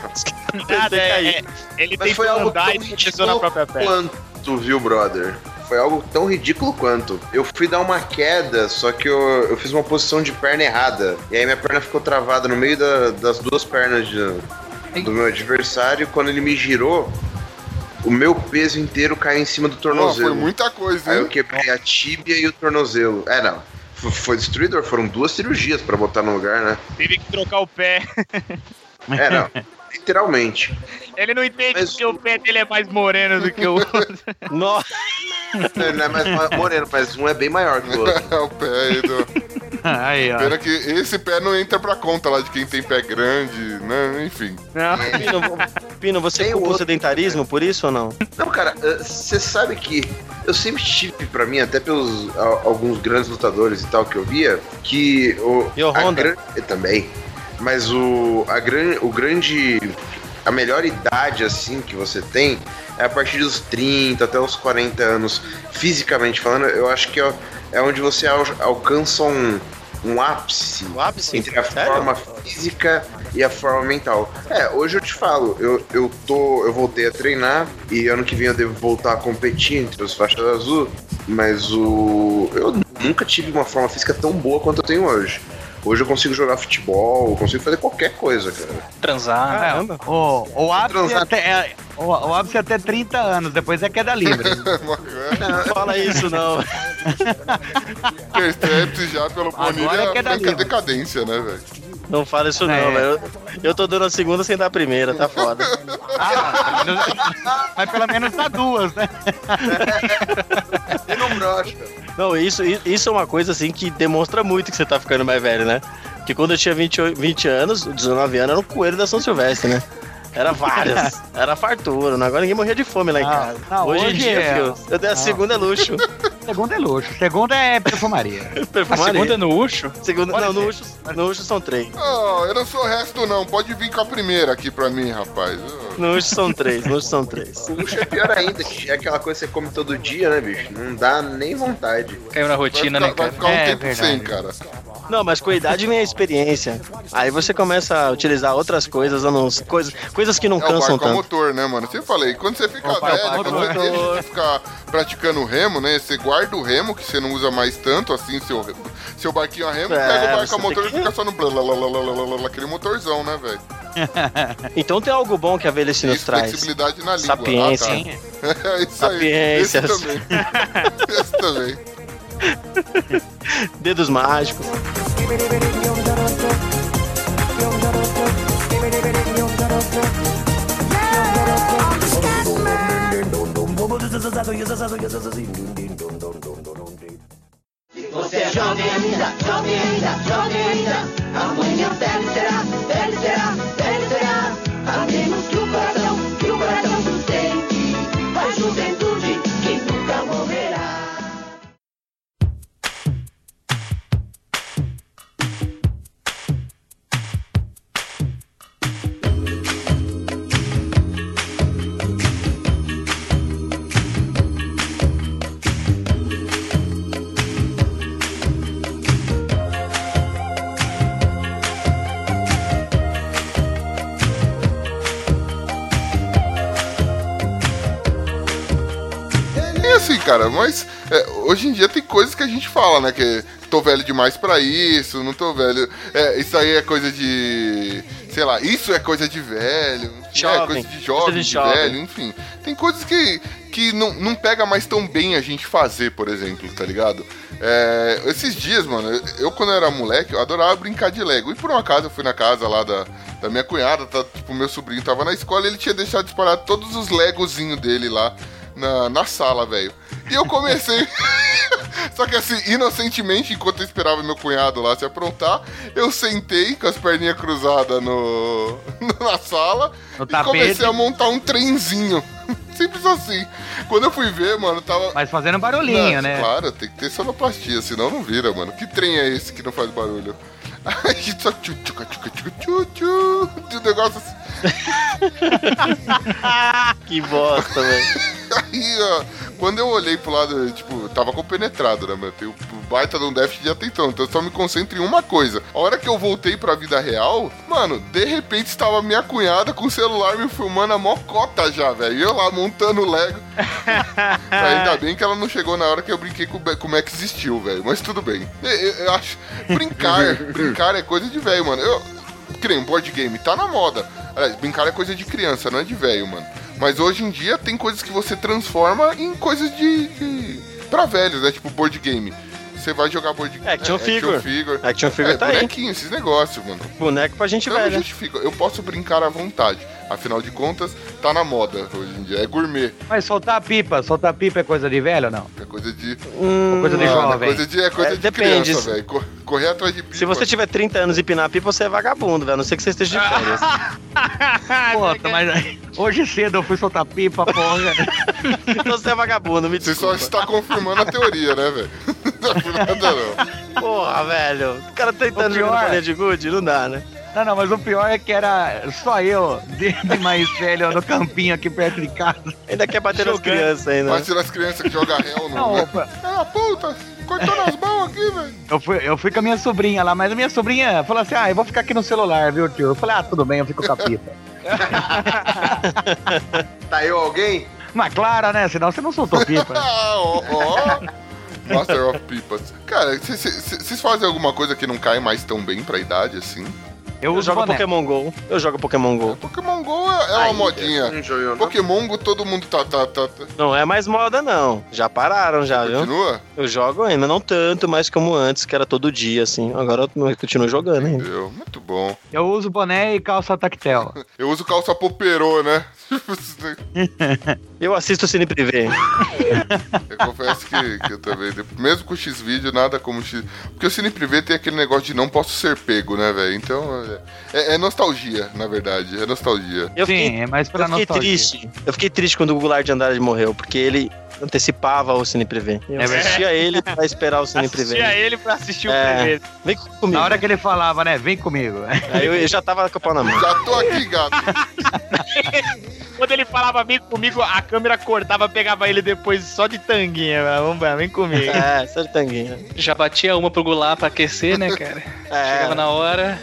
[SPEAKER 4] Nada, é, é, ele
[SPEAKER 5] Mas
[SPEAKER 4] tentou
[SPEAKER 5] foi algo
[SPEAKER 4] andar
[SPEAKER 5] tão
[SPEAKER 4] e pisou na
[SPEAKER 5] ridículo
[SPEAKER 4] própria perna.
[SPEAKER 5] quanto, viu, brother? Foi algo tão ridículo quanto. Eu fui dar uma queda, só que eu, eu fiz uma posição de perna errada. E aí minha perna ficou travada no meio da- das duas pernas de- do meu adversário. Quando ele me girou, o meu peso inteiro caiu em cima do
[SPEAKER 2] Ó, foi
[SPEAKER 5] tornozelo.
[SPEAKER 2] muita coisa,
[SPEAKER 5] Aí eu
[SPEAKER 2] hein?
[SPEAKER 5] quebrei a tíbia e o tornozelo. É, não. F- Foi destruidor, foram duas cirurgias pra botar no lugar, né?
[SPEAKER 4] Teve que trocar o pé.
[SPEAKER 5] É, não. Literalmente.
[SPEAKER 4] Ele não entende
[SPEAKER 5] Mas-
[SPEAKER 4] porque o pé dele é mais moreno do que o outro.
[SPEAKER 7] Nossa,
[SPEAKER 5] Ele não é mais ma- moreno, mas um é bem maior que o outro.
[SPEAKER 2] É o pé aí do...
[SPEAKER 6] Aí, ó.
[SPEAKER 2] Pena que esse pé não entra pra conta lá de quem tem pé grande, né? Enfim.
[SPEAKER 4] Não.
[SPEAKER 7] Pino, Pino, você
[SPEAKER 5] Tem
[SPEAKER 7] culpa o
[SPEAKER 5] outro.
[SPEAKER 7] sedentarismo por isso ou não?
[SPEAKER 5] Não, cara, eh, você sabe que eu sempre tive pra mim, até pelos a- alguns grandes lutadores e tal que eu via, que o
[SPEAKER 7] E o
[SPEAKER 5] a
[SPEAKER 7] Honda?
[SPEAKER 5] gran- eu também. Mas o a gran, o grande a melhor idade assim que você tem é a partir dos 30 até os 40 anos, fisicamente falando, eu acho que é, é onde você al- alcança um um ápice
[SPEAKER 7] O ápice?
[SPEAKER 5] entre a
[SPEAKER 7] Sério?
[SPEAKER 5] forma física e a forma mental. É, hoje eu te falo, eu, eu tô. Eu voltei a treinar e ano que vem eu devo voltar a competir entre os faixas azul, mas o. Eu nunca tive uma forma física tão boa quanto eu tenho hoje. Hoje eu consigo jogar futebol, eu consigo fazer qualquer coisa, cara.
[SPEAKER 3] Transar.
[SPEAKER 7] Caramba.
[SPEAKER 6] É, O, o, ápice
[SPEAKER 5] transar-
[SPEAKER 6] até, é, o, o ápice até 30 anos, depois é queda livre.
[SPEAKER 7] Não fala isso, não.
[SPEAKER 2] Percepts já pelo
[SPEAKER 6] Agora
[SPEAKER 2] Bonilha
[SPEAKER 6] que é da
[SPEAKER 2] fica
[SPEAKER 6] Liga.
[SPEAKER 2] decadência, né, velho?
[SPEAKER 7] Não fala isso não,
[SPEAKER 6] É.
[SPEAKER 7] velho. Eu, eu tô dando a segunda sem dar a primeira, tá foda.
[SPEAKER 6] Ah, pelo menos- mas pelo menos dá duas, né?
[SPEAKER 5] E não brocha.
[SPEAKER 7] Não, isso, i- isso é uma coisa assim que demonstra muito que você tá ficando mais velho, né? Que quando eu tinha 28 20 anos, 19 anos, era um coelho da São Silvestre, né? Era várias. Era fartura. né? Agora ninguém morria de fome lá em
[SPEAKER 6] Não,
[SPEAKER 7] casa.
[SPEAKER 6] Ah, não,
[SPEAKER 7] hoje, em
[SPEAKER 6] hoje
[SPEAKER 7] dia,
[SPEAKER 6] é-
[SPEAKER 7] filho, eu dei a
[SPEAKER 6] não.
[SPEAKER 7] segunda é luxo.
[SPEAKER 6] Segunda é luxo, segunda é perfumaria.
[SPEAKER 3] A
[SPEAKER 7] Perfumaria.
[SPEAKER 3] segunda é no Ucho?
[SPEAKER 7] Segunda-
[SPEAKER 6] Olha
[SPEAKER 7] não, no
[SPEAKER 6] aí.
[SPEAKER 7] luxo, no luxo são três.
[SPEAKER 2] Ah, eu não sou o resto, não. Pode vir com a primeira aqui pra mim, rapaz. Ah,
[SPEAKER 7] No luxo são três, no luxo são três.
[SPEAKER 5] Puxa, é pior ainda, que é aquela coisa que você come todo dia, né, bicho? Não dá nem vontade.
[SPEAKER 3] Caiu na
[SPEAKER 2] Vai
[SPEAKER 3] rotina,
[SPEAKER 2] ficar, vai
[SPEAKER 3] né, cara?
[SPEAKER 2] ficar um
[SPEAKER 6] É,
[SPEAKER 2] tempo
[SPEAKER 6] verdade.
[SPEAKER 2] sem, cara.
[SPEAKER 7] Não, mas com a idade vem a experiência. Aí você começa a utilizar outras coisas, a não- coisas, coisas que não
[SPEAKER 2] É o
[SPEAKER 7] cansam
[SPEAKER 2] barco a
[SPEAKER 7] um tanto.
[SPEAKER 2] motor, né, mano? Sempre falei, quando você fica
[SPEAKER 6] É o barco a
[SPEAKER 2] velho, quando você
[SPEAKER 6] motor.
[SPEAKER 2] deixa de ficar praticando remo, né? Você guarda o remo, que você não usa mais tanto, assim, seu, seu barquinho a remo,
[SPEAKER 7] É,
[SPEAKER 2] pega o barco
[SPEAKER 7] você
[SPEAKER 2] a motor
[SPEAKER 7] tem
[SPEAKER 2] e
[SPEAKER 7] que-
[SPEAKER 2] fica só no... blá, blá, blá, blá, blá, blá, blá, blá, Aquele motorzão, né, velho?
[SPEAKER 7] Então tem algo bom que a velhice nos
[SPEAKER 2] Isso,
[SPEAKER 7] traz.
[SPEAKER 2] flexibilidade na língua.
[SPEAKER 7] Sapiência.
[SPEAKER 2] Ah, tá. É isso aí.
[SPEAKER 7] Sapiência.
[SPEAKER 2] Esse também. Esse também.
[SPEAKER 7] Dedos mágicos.
[SPEAKER 1] Você é jovem ainda, jovem ainda, jovem ainda. Amanhã velho será, velho será, velho será. A menos que o coração, que o coração sustente. A juventude que nunca morrerá.
[SPEAKER 2] E assim, cara, mas é, hoje em dia tem coisas que a gente fala, né? Que tô velho demais pra isso, não tô velho. É, isso aí é coisa de. Sei lá, isso é coisa de velho. é
[SPEAKER 7] Jovem,
[SPEAKER 2] coisa de
[SPEAKER 7] coisa
[SPEAKER 2] jovem,
[SPEAKER 7] de
[SPEAKER 2] de
[SPEAKER 7] jovem.
[SPEAKER 2] velho, enfim. Tem coisas que, que não, não pega mais tão bem a gente fazer, por exemplo, tá ligado? É, esses dias, mano, eu- eu quando eu era moleque, eu adorava brincar de Lego. E por um acaso eu fui na casa lá da, da minha cunhada, tá, tipo, meu sobrinho tava na escola e ele tinha deixado disparado todos os Legozinhos dele lá na, na sala, velho. E eu comecei. Só que assim, inocentemente, enquanto eu esperava meu cunhado lá se aprontar, eu sentei com as perninhas cruzadas no, na sala
[SPEAKER 6] No
[SPEAKER 2] e
[SPEAKER 6] tapete.
[SPEAKER 2] comecei a montar um trenzinho. Simples assim. Quando eu fui ver, mano, tava.
[SPEAKER 6] Mas fazendo barulhinho,
[SPEAKER 2] Não,
[SPEAKER 6] né?
[SPEAKER 2] Claro, tem que ter sonoplastia, senão não vira, mano. Que trem é esse que não faz barulho? Aí só tchu, tchuca, tchuca, tchu, tchu, tchu, de um negócio assim.
[SPEAKER 7] Que bosta, velho.
[SPEAKER 2] Aí, ó, quando eu olhei pro lado, eu, tipo, tava compenetrado, né, meu? Tem o baita de um déficit de atenção, então eu só me concentro em uma coisa. A hora que eu voltei pra vida real, mano, de repente estava minha cunhada com o celular me filmando a mocota já, velho. E eu lá montando o Lego.
[SPEAKER 7] Ah.
[SPEAKER 2] Ainda bem que ela não chegou na hora que eu brinquei com o Be- com o Max Steel, velho. Mas tudo bem. Eu, eu- eu acho. Brincar, brincar é coisa de velho, mano. Eu. Que nem board game, tá na moda. Aliás, brincar é coisa de criança, não é de velho, mano. Mas hoje em dia tem coisas que você transforma em coisas de. de pra velhos, né? Tipo board game. Você vai jogar board game. É,
[SPEAKER 7] Action figure.
[SPEAKER 2] figure.
[SPEAKER 7] Action figure
[SPEAKER 2] é,
[SPEAKER 7] tá aí.
[SPEAKER 2] bonequinho, esses negócios, mano.
[SPEAKER 7] Boneco pra gente
[SPEAKER 2] Então eu
[SPEAKER 7] velha.
[SPEAKER 2] justifico, eu posso brincar à vontade. Afinal de contas, tá na moda hoje em dia. É gourmet.
[SPEAKER 6] Mas soltar a pipa, soltar a pipa é coisa de velho ou não?
[SPEAKER 2] É coisa de.
[SPEAKER 6] Ou coisa de
[SPEAKER 2] Mano,
[SPEAKER 6] jovem?
[SPEAKER 2] Coisa de, é coisa
[SPEAKER 7] É,
[SPEAKER 2] de
[SPEAKER 7] depende.
[SPEAKER 2] criança, velho. Co- Correr atrás de pipa.
[SPEAKER 7] Se você tiver 30 anos e pinar a pipa, você é vagabundo, velho. A não ser que você esteja de férias. Ah, é
[SPEAKER 6] Puta, mas aí, hoje cedo eu fui soltar pipa, porra.
[SPEAKER 7] então você é vagabundo, me
[SPEAKER 2] Você só
[SPEAKER 7] desculpa.
[SPEAKER 2] está confirmando a teoria, né, velho? Não é nada, não.
[SPEAKER 7] Porra, velho. O cara 30
[SPEAKER 6] O
[SPEAKER 7] anos jogando
[SPEAKER 6] pior-
[SPEAKER 7] bolinha de gude? Não dá, né?
[SPEAKER 6] Não, não, mas o pior é que era só eu, desde mais velho, no campinho aqui perto de casa.
[SPEAKER 7] Ainda quer bater nas
[SPEAKER 4] Jogando.
[SPEAKER 7] crianças ainda. né?
[SPEAKER 2] Mas tira as crianças que jogam réu no.
[SPEAKER 6] Não,
[SPEAKER 2] Não,
[SPEAKER 6] opa.
[SPEAKER 2] Ah, puta! Cortou nas mãos aqui, velho.
[SPEAKER 6] Eu fui, eu fui com a minha sobrinha lá, mas a minha sobrinha falou assim: ah, eu vou ficar aqui no celular, viu, tio? Eu falei: ah, tudo bem, eu fico com a pipa.
[SPEAKER 5] Tá eu alguém?
[SPEAKER 6] mas claro, né? Senão você não soltou pipa.
[SPEAKER 2] Ah, ó, ó. é Master of Pipas. Cara, vocês- vocês vocês fazem alguma coisa que não cai mais tão bem pra idade, assim?
[SPEAKER 6] Eu
[SPEAKER 7] Eu
[SPEAKER 6] uso
[SPEAKER 7] jogo
[SPEAKER 6] boné.
[SPEAKER 7] Pokémon GO. Eu jogo Pokémon GO.
[SPEAKER 2] Pokémon GO é, é uma
[SPEAKER 5] Aí,
[SPEAKER 2] modinha.
[SPEAKER 5] um
[SPEAKER 7] é.
[SPEAKER 5] jogo, né?
[SPEAKER 2] Pokémon GO todo mundo tá, tá, tá, tá-
[SPEAKER 7] Não é mais moda, não. Já pararam, já, viu?
[SPEAKER 2] Continua?
[SPEAKER 7] Eu jogo ainda, não tanto mais como antes, que era todo dia, assim. Agora eu continuo jogando ainda.
[SPEAKER 2] Entendeu? Muito bom.
[SPEAKER 6] Eu uso boné e calça tactel.
[SPEAKER 2] Eu uso calça poperô, né?
[SPEAKER 7] Eu assisto Cine Privé.
[SPEAKER 2] Eu confesso que, que eu também, mesmo com o X-Video, nada como X. Porque o Cine Privé tem aquele negócio de não posso ser pego, né, velho? Então, é, é nostalgia, na verdade. É nostalgia.
[SPEAKER 7] Eu fiquei,
[SPEAKER 6] Sim, é mais pra
[SPEAKER 7] eu fiquei
[SPEAKER 6] nostalgia.
[SPEAKER 7] triste. Eu fiquei triste quando o Goulart de Andrade morreu, porque ele antecipava o Cine Privé. Eu
[SPEAKER 6] É verdade.
[SPEAKER 7] assistia ele pra esperar o Cine Privé.
[SPEAKER 4] Assistia ele pra assistir
[SPEAKER 7] É.
[SPEAKER 4] o primeiro.
[SPEAKER 7] Vem comigo.
[SPEAKER 6] Na hora que ele falava, né? Vem comigo.
[SPEAKER 7] Aí eu, eu já tava com o pau na mão.
[SPEAKER 2] Já tô aqui, gato.
[SPEAKER 4] Quando ele falava vem comigo, a câmera cortava, pegava ele depois só de tanguinha. mano. Vamos lá, vem comigo.
[SPEAKER 7] É, sertanguinha.
[SPEAKER 3] Já batia uma pro Goulart pra aquecer, né, cara? Chegava
[SPEAKER 7] É,
[SPEAKER 3] na hora.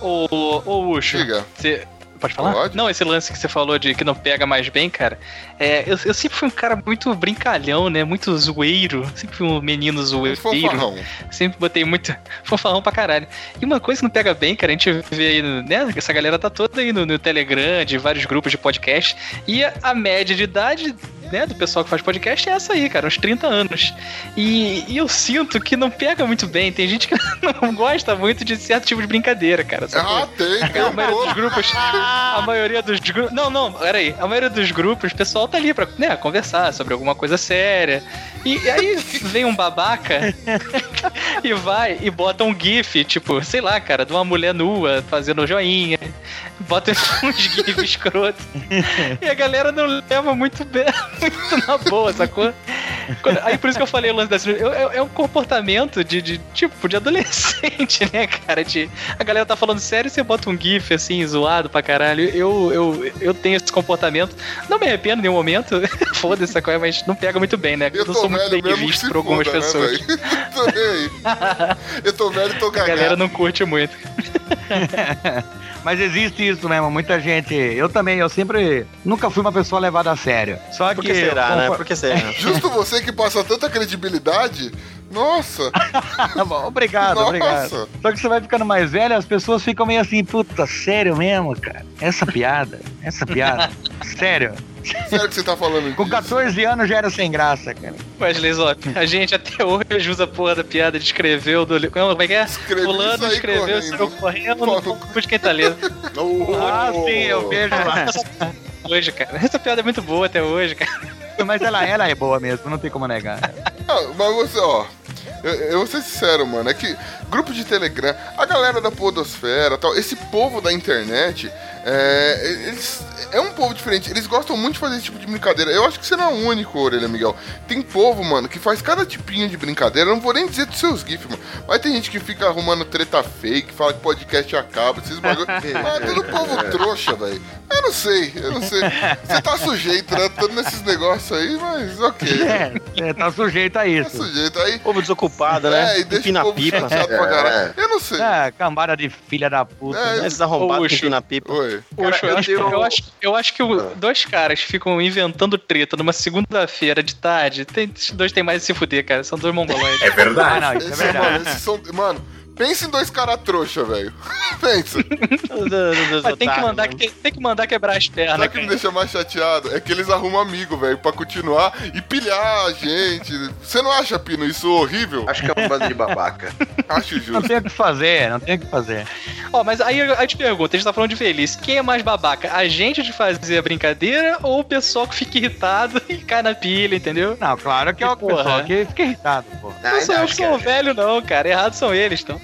[SPEAKER 3] Ô, ô, Ucho.
[SPEAKER 2] Diga.
[SPEAKER 3] Você. Pode falar?
[SPEAKER 2] Pode.
[SPEAKER 3] Não, esse lance que você falou de que não pega mais bem, cara. É, eu, eu sempre fui um cara muito brincalhão, né? Muito zoeiro. Sempre fui um menino
[SPEAKER 2] Um
[SPEAKER 3] zoeiro.
[SPEAKER 2] fanfarrão.
[SPEAKER 3] Sempre botei muito fofarrão pra caralho. E uma coisa que não pega bem, cara, a gente vê aí, né? Essa galera tá toda aí no, no Telegram, de vários grupos de podcast. E a, a média de idade, né, do pessoal que faz podcast é essa aí, cara, uns 30 anos. E, e eu sinto que não pega muito bem. Tem gente que não gosta muito de certo tipo de brincadeira, cara. sacou?
[SPEAKER 2] Ah, tem, tem
[SPEAKER 3] A
[SPEAKER 2] um
[SPEAKER 3] maioria dos
[SPEAKER 2] pouco.
[SPEAKER 3] grupos. A maioria dos grupos. Não, não, peraí. A maioria dos grupos, o pessoal tá ali pra né, conversar sobre alguma coisa séria. E, e aí vem um babaca e vai e bota um GIF, tipo, sei lá, cara, de uma mulher nua fazendo joinha. Bota uns GIFs escroto. E a galera não leva muito bem, muito na boa, sacou? Quando- aí por isso que eu falei o lance da cirurgia. Eu- eu- É um comportamento de, de, tipo, de adolescente, né, cara? De, a galera tá falando sério e você bota um gif assim, zoado pra caralho. Eu, eu, eu tenho esse comportamento. Não me arrependo em nenhum momento. Foda-se, sacou? mas não pega muito bem, né?
[SPEAKER 2] Eu
[SPEAKER 3] não
[SPEAKER 2] tô
[SPEAKER 3] sou muito
[SPEAKER 2] velho
[SPEAKER 3] bem
[SPEAKER 2] mesmo que
[SPEAKER 3] visto
[SPEAKER 2] se
[SPEAKER 3] por algumas
[SPEAKER 2] foda, né,
[SPEAKER 3] pessoas.
[SPEAKER 2] velho? Tô nem aí. Eu tô velho e tô
[SPEAKER 3] a
[SPEAKER 2] cagado.
[SPEAKER 3] galera não curte muito.
[SPEAKER 6] Mas existe isso mesmo, muita gente. Eu também, eu sempre. Nunca fui uma pessoa levada a sério. Só
[SPEAKER 7] por
[SPEAKER 6] que.
[SPEAKER 7] que será, né?
[SPEAKER 6] confor-
[SPEAKER 7] Por que será?
[SPEAKER 2] Justo você que passa tanta credibilidade. Nossa,
[SPEAKER 6] Tá bom, obrigado,
[SPEAKER 2] Nossa.
[SPEAKER 6] obrigado. Só que você vai ficando mais velho, as pessoas ficam meio assim, puta, sério mesmo, cara? Essa piada, essa piada, sério.
[SPEAKER 2] sério que você tá falando
[SPEAKER 6] Com
[SPEAKER 2] disso?
[SPEAKER 6] 14 anos já era sem graça, cara.
[SPEAKER 3] Wesley Zop, a gente até hoje usa a porra da piada de escreveu do. Como é que é?
[SPEAKER 2] Escrevi,
[SPEAKER 3] Fulano
[SPEAKER 2] saí
[SPEAKER 3] escreveu,
[SPEAKER 2] correndo.
[SPEAKER 3] saiu correndo, não
[SPEAKER 2] Falou.
[SPEAKER 3] curte quem tá lendo.
[SPEAKER 6] Ah, sim, eu vejo lá.
[SPEAKER 3] Hoje, cara. Essa piada é muito boa até hoje, cara.
[SPEAKER 6] Mas ela, ela é boa mesmo, não tem como negar.
[SPEAKER 2] Ah, mas você, ó. Eu, eu vou ser sincero, mano. É que grupo de Telegram, a galera da Podosfera tal, esse povo da internet, é, eles, é um povo diferente. Eles gostam muito de fazer esse tipo de brincadeira. Eu acho que você não é o único, Orelha Miguel. Tem povo, mano, que faz cada tipinho de brincadeira. Eu não vou nem dizer dos seus GIFs, mano. Mas tem gente que fica arrumando treta fake, fala que podcast acaba, esses bagulho. Ah, é tudo povo trouxa, velho. Eu não sei, eu não sei. Você tá sujeito, né? Tanto nesses negócios aí, mas ok.
[SPEAKER 6] É, é, tá sujeito a
[SPEAKER 2] Tá
[SPEAKER 6] isso.
[SPEAKER 2] sujeito aí.
[SPEAKER 7] Povo desocupado, né?
[SPEAKER 2] É, e deixa
[SPEAKER 7] Empina
[SPEAKER 2] o
[SPEAKER 7] a
[SPEAKER 2] povo
[SPEAKER 7] pipa.
[SPEAKER 2] chateado pra caralho. Eu não sei.
[SPEAKER 6] É, cambada de filha da puta. né?
[SPEAKER 2] É,
[SPEAKER 7] Esses arrombados que
[SPEAKER 3] Oxe.
[SPEAKER 7] empina a pipa.
[SPEAKER 2] Oi.
[SPEAKER 5] Cara,
[SPEAKER 3] Poxa, eu,
[SPEAKER 5] eu
[SPEAKER 3] acho,
[SPEAKER 5] tenho-
[SPEAKER 3] eu acho- eu acho que
[SPEAKER 2] Ah.
[SPEAKER 3] o- dois caras ficam inventando treta numa segunda-feira de tarde. Tem, esses dois tem mais de se fuder, cara. São dois mongolões.
[SPEAKER 6] Ah, não, isso é
[SPEAKER 2] Esse,
[SPEAKER 6] verdade.
[SPEAKER 2] mano, esses são, mano, pensa em dois caras trouxa, velho. pensa.
[SPEAKER 3] Mas tem que, mandar, que- tem, tem que mandar quebrar as
[SPEAKER 2] Sabe
[SPEAKER 3] pernas,
[SPEAKER 2] o que me
[SPEAKER 3] cara.
[SPEAKER 2] deixa mais chateado? É que eles arrumam amigo, velho, pra continuar e pilhar a gente. Você não acha, Pino, isso horrível?
[SPEAKER 5] Acho que é um bando de babaca.
[SPEAKER 2] Acho
[SPEAKER 6] Não
[SPEAKER 2] justo.
[SPEAKER 6] tem o que fazer, não tem o que fazer.
[SPEAKER 3] Ó, mas aí eu, aí eu te pergunto, a gente tá falando de velhice. Quem é mais babaca? A gente de fazer a brincadeira ou o pessoal que fica irritado e cai na pilha, entendeu?
[SPEAKER 6] Não, claro que é o
[SPEAKER 3] Porra.
[SPEAKER 6] pessoal que fica irritado, pô.
[SPEAKER 3] Não sou eu
[SPEAKER 5] acho
[SPEAKER 3] que é
[SPEAKER 5] que é.
[SPEAKER 3] sou velho, não, cara. Errado são eles, então.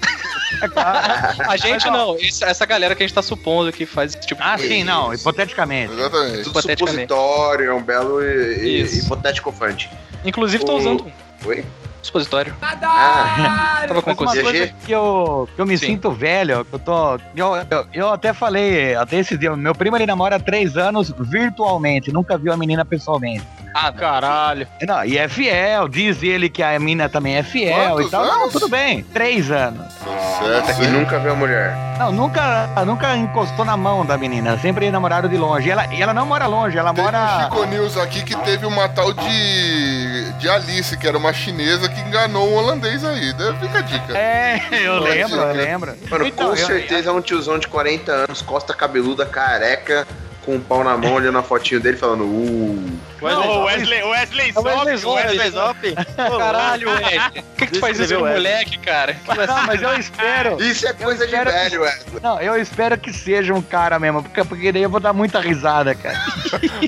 [SPEAKER 6] É claro.
[SPEAKER 3] A gente não. Essa essa galera que a gente tá supondo que faz esse tipo de
[SPEAKER 6] Ah, sim, não, hipoteticamente.
[SPEAKER 5] é
[SPEAKER 2] Exatamente.
[SPEAKER 5] tudo supositório, é um belo e, e,
[SPEAKER 3] Isso.
[SPEAKER 5] hipotético fante.
[SPEAKER 3] Inclusive, tô
[SPEAKER 5] O-
[SPEAKER 3] usando um
[SPEAKER 5] Oi?
[SPEAKER 3] supositório.
[SPEAKER 5] Ah,
[SPEAKER 3] Tava com um
[SPEAKER 6] Mas uma
[SPEAKER 3] coisa.
[SPEAKER 5] DG?
[SPEAKER 6] coisa que eu, que eu me
[SPEAKER 3] Sim.
[SPEAKER 6] sinto velho, que eu tô. Eu, eu, eu até falei, eh, até esse dia, meu primo ele namora há três anos virtualmente, nunca viu a menina pessoalmente.
[SPEAKER 3] Ah, caralho.
[SPEAKER 6] Não, e é fiel, diz ele que a menina também é fiel
[SPEAKER 2] Quantos
[SPEAKER 6] e tal. Não,
[SPEAKER 2] anos?
[SPEAKER 6] tudo bem, três anos.
[SPEAKER 5] até
[SPEAKER 2] Sucesso, né?
[SPEAKER 5] que
[SPEAKER 2] hein?
[SPEAKER 5] Tá nunca viu a mulher.
[SPEAKER 6] Não, nunca, nunca encostou na mão da menina, sempre namoraram de longe. E ela, e ela não mora longe, ela
[SPEAKER 2] Tem um
[SPEAKER 6] mora.
[SPEAKER 2] Chico News aqui que teve uma tal de. de Alice, que era uma chinesa que enganou um holandês aí. Daí Fica a dica.
[SPEAKER 9] É, eu lembro, eu lembro.
[SPEAKER 5] Mano,
[SPEAKER 9] Então,
[SPEAKER 5] com
[SPEAKER 9] eu-
[SPEAKER 5] certeza é um tiozão de 40 anos, costa cabeluda, careca, com um pau na mão, olhando a fotinho dele, falando, uh.
[SPEAKER 4] Não, o Wesley, o
[SPEAKER 6] É
[SPEAKER 4] Wesley Zop,
[SPEAKER 7] Wesley
[SPEAKER 4] o Wesley
[SPEAKER 7] Zop, Zop.
[SPEAKER 3] Caralho, Ed. Por que, que tu faz isso com o
[SPEAKER 7] Descreveu, Ed.
[SPEAKER 3] moleque, cara?
[SPEAKER 6] Não, mas eu espero.
[SPEAKER 5] Isso é coisa de
[SPEAKER 6] quero-
[SPEAKER 5] velho, Wesley.
[SPEAKER 6] Não, eu espero que seja um cara mesmo, porque, porque daí eu vou dar muita risada, cara.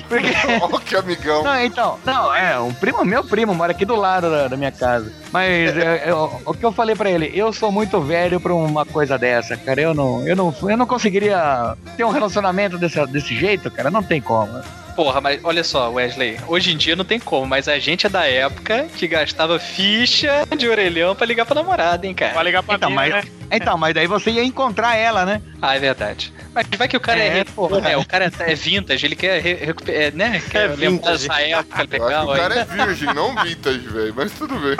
[SPEAKER 6] Porque.
[SPEAKER 2] Ó, que amigão.
[SPEAKER 6] Não, então. Não, é, um primo, meu primo, mora aqui do lado da, da minha casa. Mas é, eu- o que eu falei pra ele, eu sou muito velho pra uma coisa dessa, cara. Eu não, eu não, eu não conseguiria ter um relacionamento desse, desse jeito, cara. Não tem como.
[SPEAKER 3] Porra, mas olha só, Wesley. Hoje em dia não tem como, mas a gente é da época que gastava ficha de orelhão pra ligar pra namorada, hein, cara.
[SPEAKER 4] Vai ligar pra
[SPEAKER 6] Então,
[SPEAKER 4] mim,
[SPEAKER 6] mas-
[SPEAKER 4] né?
[SPEAKER 6] Então, mas daí você ia encontrar ela, né?
[SPEAKER 3] Ah, é verdade. Mas vai que o cara é,
[SPEAKER 6] É,
[SPEAKER 3] retrô,
[SPEAKER 6] porra.
[SPEAKER 3] né? O cara é vintage, ele quer re- recupe- é, né? Quer
[SPEAKER 7] É
[SPEAKER 3] lembrar
[SPEAKER 7] vintage.
[SPEAKER 3] dessa época
[SPEAKER 2] Eu acho que
[SPEAKER 3] legal
[SPEAKER 2] o
[SPEAKER 3] aí.
[SPEAKER 2] cara é virgem, não vintage, velho. Mas tudo bem.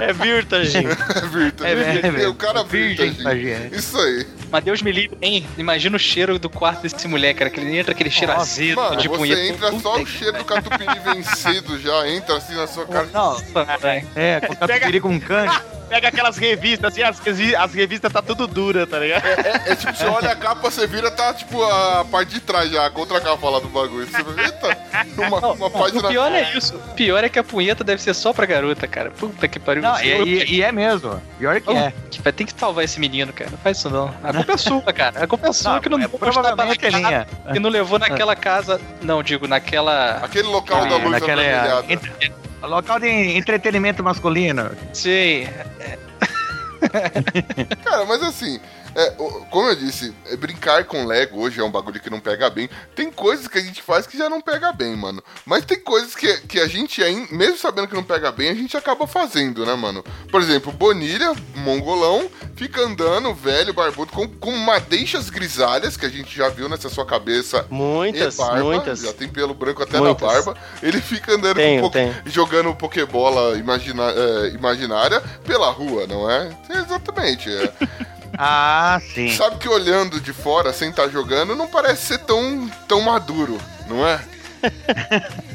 [SPEAKER 7] É virtagem.
[SPEAKER 2] É vintage.
[SPEAKER 6] É, é, é,
[SPEAKER 2] Tem o cara
[SPEAKER 6] virgem,
[SPEAKER 2] vintage.
[SPEAKER 6] virgem.
[SPEAKER 2] Isso aí.
[SPEAKER 3] Mas Deus me livre, hein? Imagina o cheiro do quarto desse moleque, cara. Que ele entra aquele cheiro
[SPEAKER 6] Nossa,
[SPEAKER 3] azedo,
[SPEAKER 2] Mano,
[SPEAKER 3] de punheta.
[SPEAKER 2] você entra só
[SPEAKER 3] Puta
[SPEAKER 2] o cheiro do catupiry vencido já. Entra assim na sua cara.
[SPEAKER 6] Não,
[SPEAKER 3] que pariu.
[SPEAKER 6] é, com catupiry com cana.
[SPEAKER 4] Pega aquelas revistas, assim, as, revi- as revistas tá tudo dura, tá ligado?
[SPEAKER 2] É, é tipo, você olha a capa, você vira, tá tipo a parte de trás já, a contracapa lá do bagulho. Você vê, eita, uma, uma
[SPEAKER 3] O
[SPEAKER 2] página.
[SPEAKER 3] pior é isso. O pior é que a punheta deve ser só pra garota, cara. Puta que pariu.
[SPEAKER 6] Não,
[SPEAKER 3] Você-
[SPEAKER 6] e, e- e é mesmo. Pior que é.
[SPEAKER 3] Que vai ter que salvar esse menino, cara. Não faz isso não. A culpa é sua, cara. A culpa é sua que não
[SPEAKER 6] é,
[SPEAKER 3] deu pra botar pra
[SPEAKER 6] provavelmente é
[SPEAKER 3] naquela-
[SPEAKER 6] minha. Ah.
[SPEAKER 3] E não levou naquela casa. Não, digo, naquela.
[SPEAKER 2] Aquele
[SPEAKER 3] Ah,
[SPEAKER 2] local da
[SPEAKER 6] É,
[SPEAKER 2] luz
[SPEAKER 6] naquela é,
[SPEAKER 2] avermelhada.
[SPEAKER 6] entre- local de entretenimento masculino.
[SPEAKER 3] Sim.
[SPEAKER 2] Cara, mas assim, é, o- como eu disse, é, brincar com Lego hoje é um bagulho que não pega bem. Tem coisas que a gente faz que já não pega bem, mano. Mas tem coisas que, que a gente, ain- mesmo sabendo que não pega bem, a gente acaba fazendo, né, mano? Por exemplo, Bonilha, um mongolão, fica andando, velho, barbudo, com, com madeixas grisalhas, que a gente já viu nessa sua cabeça.
[SPEAKER 7] Muitas,
[SPEAKER 2] e barba,
[SPEAKER 7] muitas.
[SPEAKER 2] Já tem pelo branco até
[SPEAKER 7] Muitas.
[SPEAKER 2] na barba. Ele fica andando
[SPEAKER 7] Tenho,
[SPEAKER 2] com
[SPEAKER 7] tenho.
[SPEAKER 2] jogando Pokébola imagina- é, imaginária pela rua, não é? Exatamente. é.
[SPEAKER 6] Ah, sim.
[SPEAKER 2] Sabe que olhando de fora, sem estar jogando, não parece ser tão, tão maduro, não é?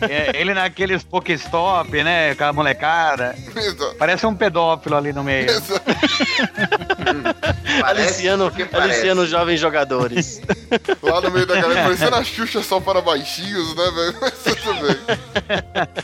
[SPEAKER 6] É, ele naqueles Pokéstop, né? Com a molecada.
[SPEAKER 2] Exa-
[SPEAKER 6] Parece um pedófilo ali no meio.
[SPEAKER 2] exa-
[SPEAKER 7] Aliciano,
[SPEAKER 5] porque parece.
[SPEAKER 7] Aliciano é Jovens Jogadores.
[SPEAKER 2] Lá no meio da galera, parecendo a Xuxa só para baixinhos, né, velho? Mas tudo bem.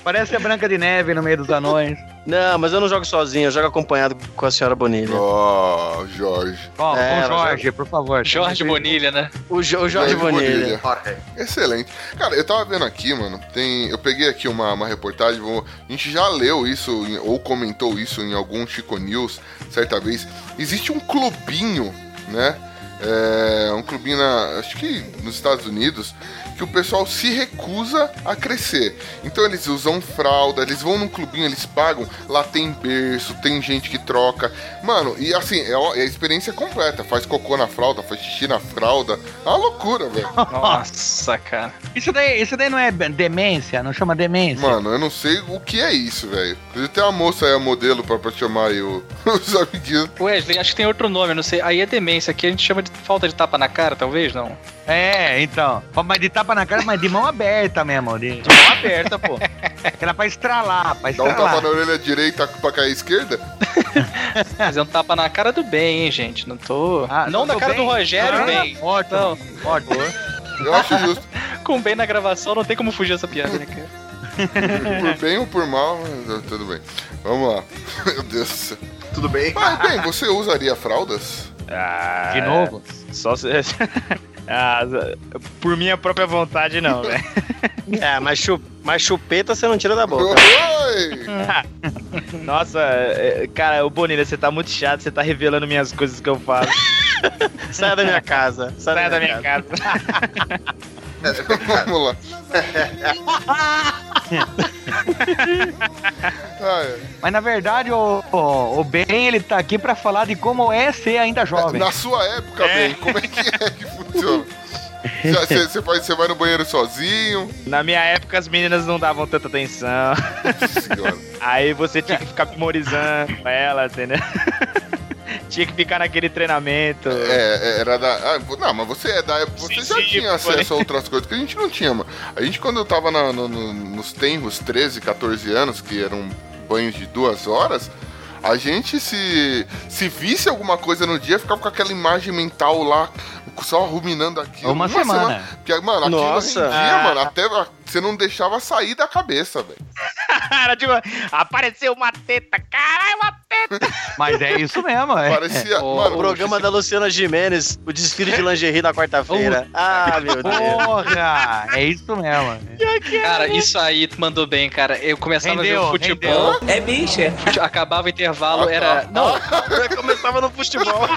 [SPEAKER 6] Parece a Branca de Neve no meio dos anões.
[SPEAKER 7] Não, mas eu não jogo sozinho, eu jogo acompanhado com a senhora Bonilha.
[SPEAKER 2] Ó, Jorge.
[SPEAKER 6] Ó,
[SPEAKER 7] É,
[SPEAKER 6] com
[SPEAKER 7] mas
[SPEAKER 6] o Jorge, por favor.
[SPEAKER 3] Jorge Bonilha, né?
[SPEAKER 7] O, Jo- o
[SPEAKER 2] Jorge
[SPEAKER 7] Jorge Bonilha.
[SPEAKER 2] Bonilha. Excelente. Cara, eu tava vendo aqui, mano, tem. Eu peguei aqui uma, uma reportagem, vou- a gente já leu isso em- ou comentou isso em algum Chico News certa vez. Existe um clubinho, né? É, um clubinho na. Acho que nos Estados Unidos, que o pessoal se recusa a crescer. Então eles usam fralda, eles vão num clubinho, eles pagam, lá tem berço, tem gente que troca. Mano, e assim, é, ó- é a experiência completa. Faz cocô na fralda, faz xixi na fralda. É uma loucura, velho.
[SPEAKER 3] Nossa, cara.
[SPEAKER 6] Isso daí, isso daí não é demência? Não chama demência?
[SPEAKER 2] Mano, eu não sei o que é isso, velho. Inclusive tem uma moça aí, a modelo, pra, pra chamar aí o- os amiguinhos.
[SPEAKER 3] Wesley, acho que tem outro nome, eu não sei. Aí é demência. Aqui a gente chama de falta de tapa na cara, talvez, não?
[SPEAKER 6] É, então. Ó, Mas de tapa na cara, mas de mão aberta mesmo. De...
[SPEAKER 4] Mão aberta, pô.
[SPEAKER 6] Aquela pra estralar, pra
[SPEAKER 2] Dá um
[SPEAKER 6] estralar.
[SPEAKER 2] tapa na orelha direita pra cair à esquerda.
[SPEAKER 3] Mas é um tapa na cara do bem, hein, gente? Não tô.
[SPEAKER 6] Ah,
[SPEAKER 3] não
[SPEAKER 6] tô
[SPEAKER 3] na cara
[SPEAKER 6] bem.
[SPEAKER 3] do Rogério,
[SPEAKER 6] Ah,
[SPEAKER 3] bem.
[SPEAKER 6] Ótimo, ótimo.
[SPEAKER 2] Eu acho justo.
[SPEAKER 3] Com bem na gravação, não tem como fugir dessa piada, né, cara?
[SPEAKER 2] por bem ou por mal, mas, ah, tudo bem. Vamos lá. Meu Deus do céu.
[SPEAKER 5] Tudo bem?
[SPEAKER 2] Mas bem, você usaria fraldas?
[SPEAKER 4] Ah,
[SPEAKER 7] É.
[SPEAKER 6] De novo?
[SPEAKER 4] Só se... Ah, por minha própria vontade, não, velho.
[SPEAKER 7] É, mas, chu- mas chupeta você não tira da boca.
[SPEAKER 2] Oi!
[SPEAKER 4] Nossa, é, cara, o Bonilha, você tá muito chato, você tá revelando minhas coisas que eu faço.
[SPEAKER 7] Sai da minha casa. Sai,
[SPEAKER 4] Sai da minha casa.
[SPEAKER 2] Vamos lá. Ah, é.
[SPEAKER 6] Mas na verdade, o, o, o Ben, ele tá aqui pra falar de como é ser ainda jovem.
[SPEAKER 2] Na sua época, bem, como é que é que funciona? Já- Você você faz- você vai no banheiro sozinho?
[SPEAKER 4] Na minha época, as meninas não davam tanta atenção.
[SPEAKER 2] Nossa senhora.
[SPEAKER 4] Aí você tinha que ficar memorizando ela, entendeu? Tinha que ficar naquele treinamento.
[SPEAKER 2] É, era da. ah, não, mas você é da época. Você já
[SPEAKER 4] Sim, sim,
[SPEAKER 2] tinha
[SPEAKER 4] pô,
[SPEAKER 2] acesso a outras coisas que a gente não tinha, mano. A gente, quando eu tava na- no- no- nos tenros 13, 14 anos, que eram banhos de duas horas, a gente se. Se visse alguma coisa no dia, ficava com aquela imagem mental lá, só ruminando aquilo.
[SPEAKER 6] Uma semana.
[SPEAKER 2] Porque, mano, aquilo
[SPEAKER 7] Nossa.
[SPEAKER 2] rendia,
[SPEAKER 4] Ah.
[SPEAKER 2] mano. Até você não deixava sair da cabeça, velho.
[SPEAKER 4] Cara, tipo, apareceu uma teta. Caralho, uma teta.
[SPEAKER 6] Mas é isso mesmo, é.
[SPEAKER 2] Parecia.
[SPEAKER 3] Ô,
[SPEAKER 2] mano,
[SPEAKER 7] O programa da Luciana Jimenez, o desfile de lingerie na quarta-feira. Ah, meu Deus.
[SPEAKER 6] Porra! É isso mesmo.
[SPEAKER 3] Cara, isso aí tu mandou bem, cara. Eu começava a ver
[SPEAKER 6] Rendeu,
[SPEAKER 3] o futebol.
[SPEAKER 1] É bicha.
[SPEAKER 3] fute- Acabava o intervalo, era. Não,
[SPEAKER 4] Começava no futebol.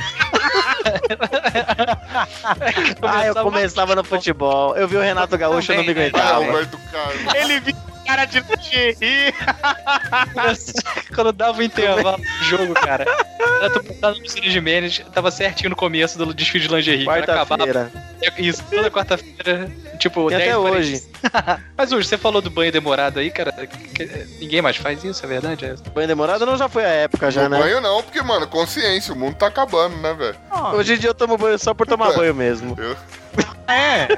[SPEAKER 7] Ah, eu começava no futebol. Eu vi o Renato Gaúcho, eu não me
[SPEAKER 3] Também,
[SPEAKER 2] Ah,
[SPEAKER 7] aguentava.
[SPEAKER 2] Alberto Carlos.
[SPEAKER 4] Ele viu o cara de lingerie.
[SPEAKER 3] quando dava o intervalo do jogo, cara. Era tu botar no Luciano Jimenez, tava certinho no começo do desfile de lingerie. Quando acabava,
[SPEAKER 7] Quarta-feira.
[SPEAKER 3] isso, toda quarta-feira, tipo,
[SPEAKER 7] E
[SPEAKER 3] 10
[SPEAKER 7] até hoje.
[SPEAKER 3] Mas hoje, você falou do banho demorado aí, cara. que- que- Ninguém mais faz isso, é verdade? É.
[SPEAKER 7] Banho demorado não já foi a época, já,
[SPEAKER 2] Não
[SPEAKER 7] né?
[SPEAKER 2] banho não, porque, mano, consciência, o mundo tá acabando, né, velho?
[SPEAKER 7] Hoje em dia eu tomo banho só por tomar banho mesmo.
[SPEAKER 6] É.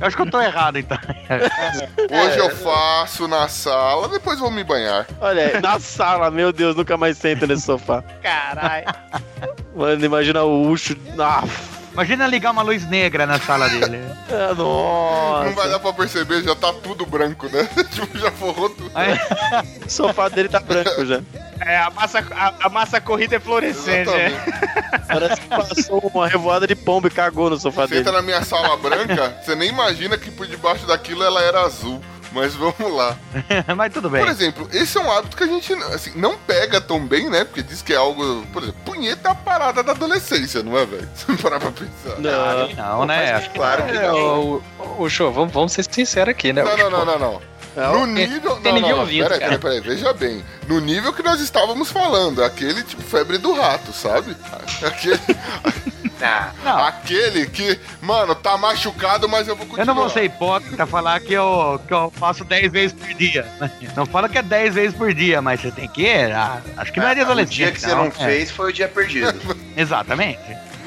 [SPEAKER 6] Eu acho que eu tô errado, então.
[SPEAKER 2] Hoje eu faço na sala, depois vou me banhar.
[SPEAKER 7] Olha, na sala, meu Deus, nunca mais sento nesse sofá.
[SPEAKER 4] Caralho.
[SPEAKER 7] Mano, imagina o Ucho. Ah,
[SPEAKER 6] Imagina ligar uma luz negra na sala dele.
[SPEAKER 7] ah,
[SPEAKER 2] Não vai
[SPEAKER 7] nossa.
[SPEAKER 2] dar pra perceber, já tá tudo branco, né? tipo, já forrou tudo.
[SPEAKER 6] Aí,
[SPEAKER 7] O sofá dele tá branco já.
[SPEAKER 4] É, a massa, a, a massa corrida é fluorescente, né?
[SPEAKER 2] Exatamente.
[SPEAKER 7] Parece que passou uma revoada de pombo e cagou no sofá
[SPEAKER 2] Você entra
[SPEAKER 7] dele.
[SPEAKER 2] na minha sala branca, você nem imagina que por debaixo daquilo ela era azul. Mas vamos lá.
[SPEAKER 6] mas tudo bem.
[SPEAKER 2] Por exemplo, esse é um hábito que a gente assim, não pega tão bem, né? Porque diz que é algo. Por exemplo, punheta é a parada da adolescência, não é, velho? Se não parar pra pensar.
[SPEAKER 7] Não.
[SPEAKER 6] Não, né?
[SPEAKER 2] Claro que
[SPEAKER 3] É,
[SPEAKER 2] não.
[SPEAKER 3] o, o show, vamos, vamos ser sinceros aqui,
[SPEAKER 6] É,
[SPEAKER 3] né?
[SPEAKER 2] Não, não, não, não,
[SPEAKER 6] tipo,
[SPEAKER 2] não. No nível.
[SPEAKER 3] tem
[SPEAKER 2] não,
[SPEAKER 3] ninguém
[SPEAKER 2] não,
[SPEAKER 3] ouvindo,
[SPEAKER 2] Peraí,
[SPEAKER 3] cara.
[SPEAKER 2] peraí, peraí, veja bem. No nível que nós estávamos falando, aquele tipo febre do rato, sabe? Aquele,
[SPEAKER 6] Não.
[SPEAKER 2] aquele que, mano, tá machucado, mas eu vou continuar.
[SPEAKER 6] Eu não vou ser hipócrita falar que eu, que eu faço 10 vezes por dia. Não fala que é 10 vezes por dia, mas você tem que. ah, acho que não é de
[SPEAKER 5] O
[SPEAKER 6] adolescente.
[SPEAKER 5] um dia que você não
[SPEAKER 6] É,
[SPEAKER 5] fez foi o dia perdido.
[SPEAKER 6] Exatamente.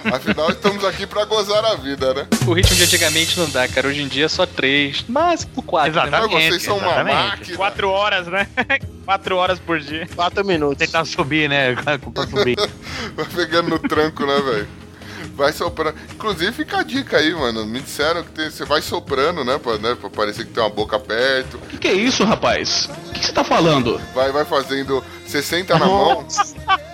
[SPEAKER 2] Afinal, estamos aqui pra gozar a vida, né?
[SPEAKER 3] O ritmo de antigamente não dá, cara. Hoje em dia é só três, mas por quatro.
[SPEAKER 6] Exatamente.
[SPEAKER 2] Mas Ah, vocês são uma
[SPEAKER 6] exatamente.
[SPEAKER 2] máquina.
[SPEAKER 4] Quatro horas, né? Quatro horas por dia.
[SPEAKER 7] Quatro minutos.
[SPEAKER 6] Tentar subir, né? Pra subir.
[SPEAKER 2] Vai pegando no tranco, né, velho? Vai soprando. Inclusive, fica a dica aí, mano. Me disseram que tem- você vai soprando, né pra, né? pra parecer que tem uma boca perto.
[SPEAKER 10] Que que é isso, rapaz? O que que você tá falando?
[SPEAKER 2] Vai, vai fazendo. Você senta na mão.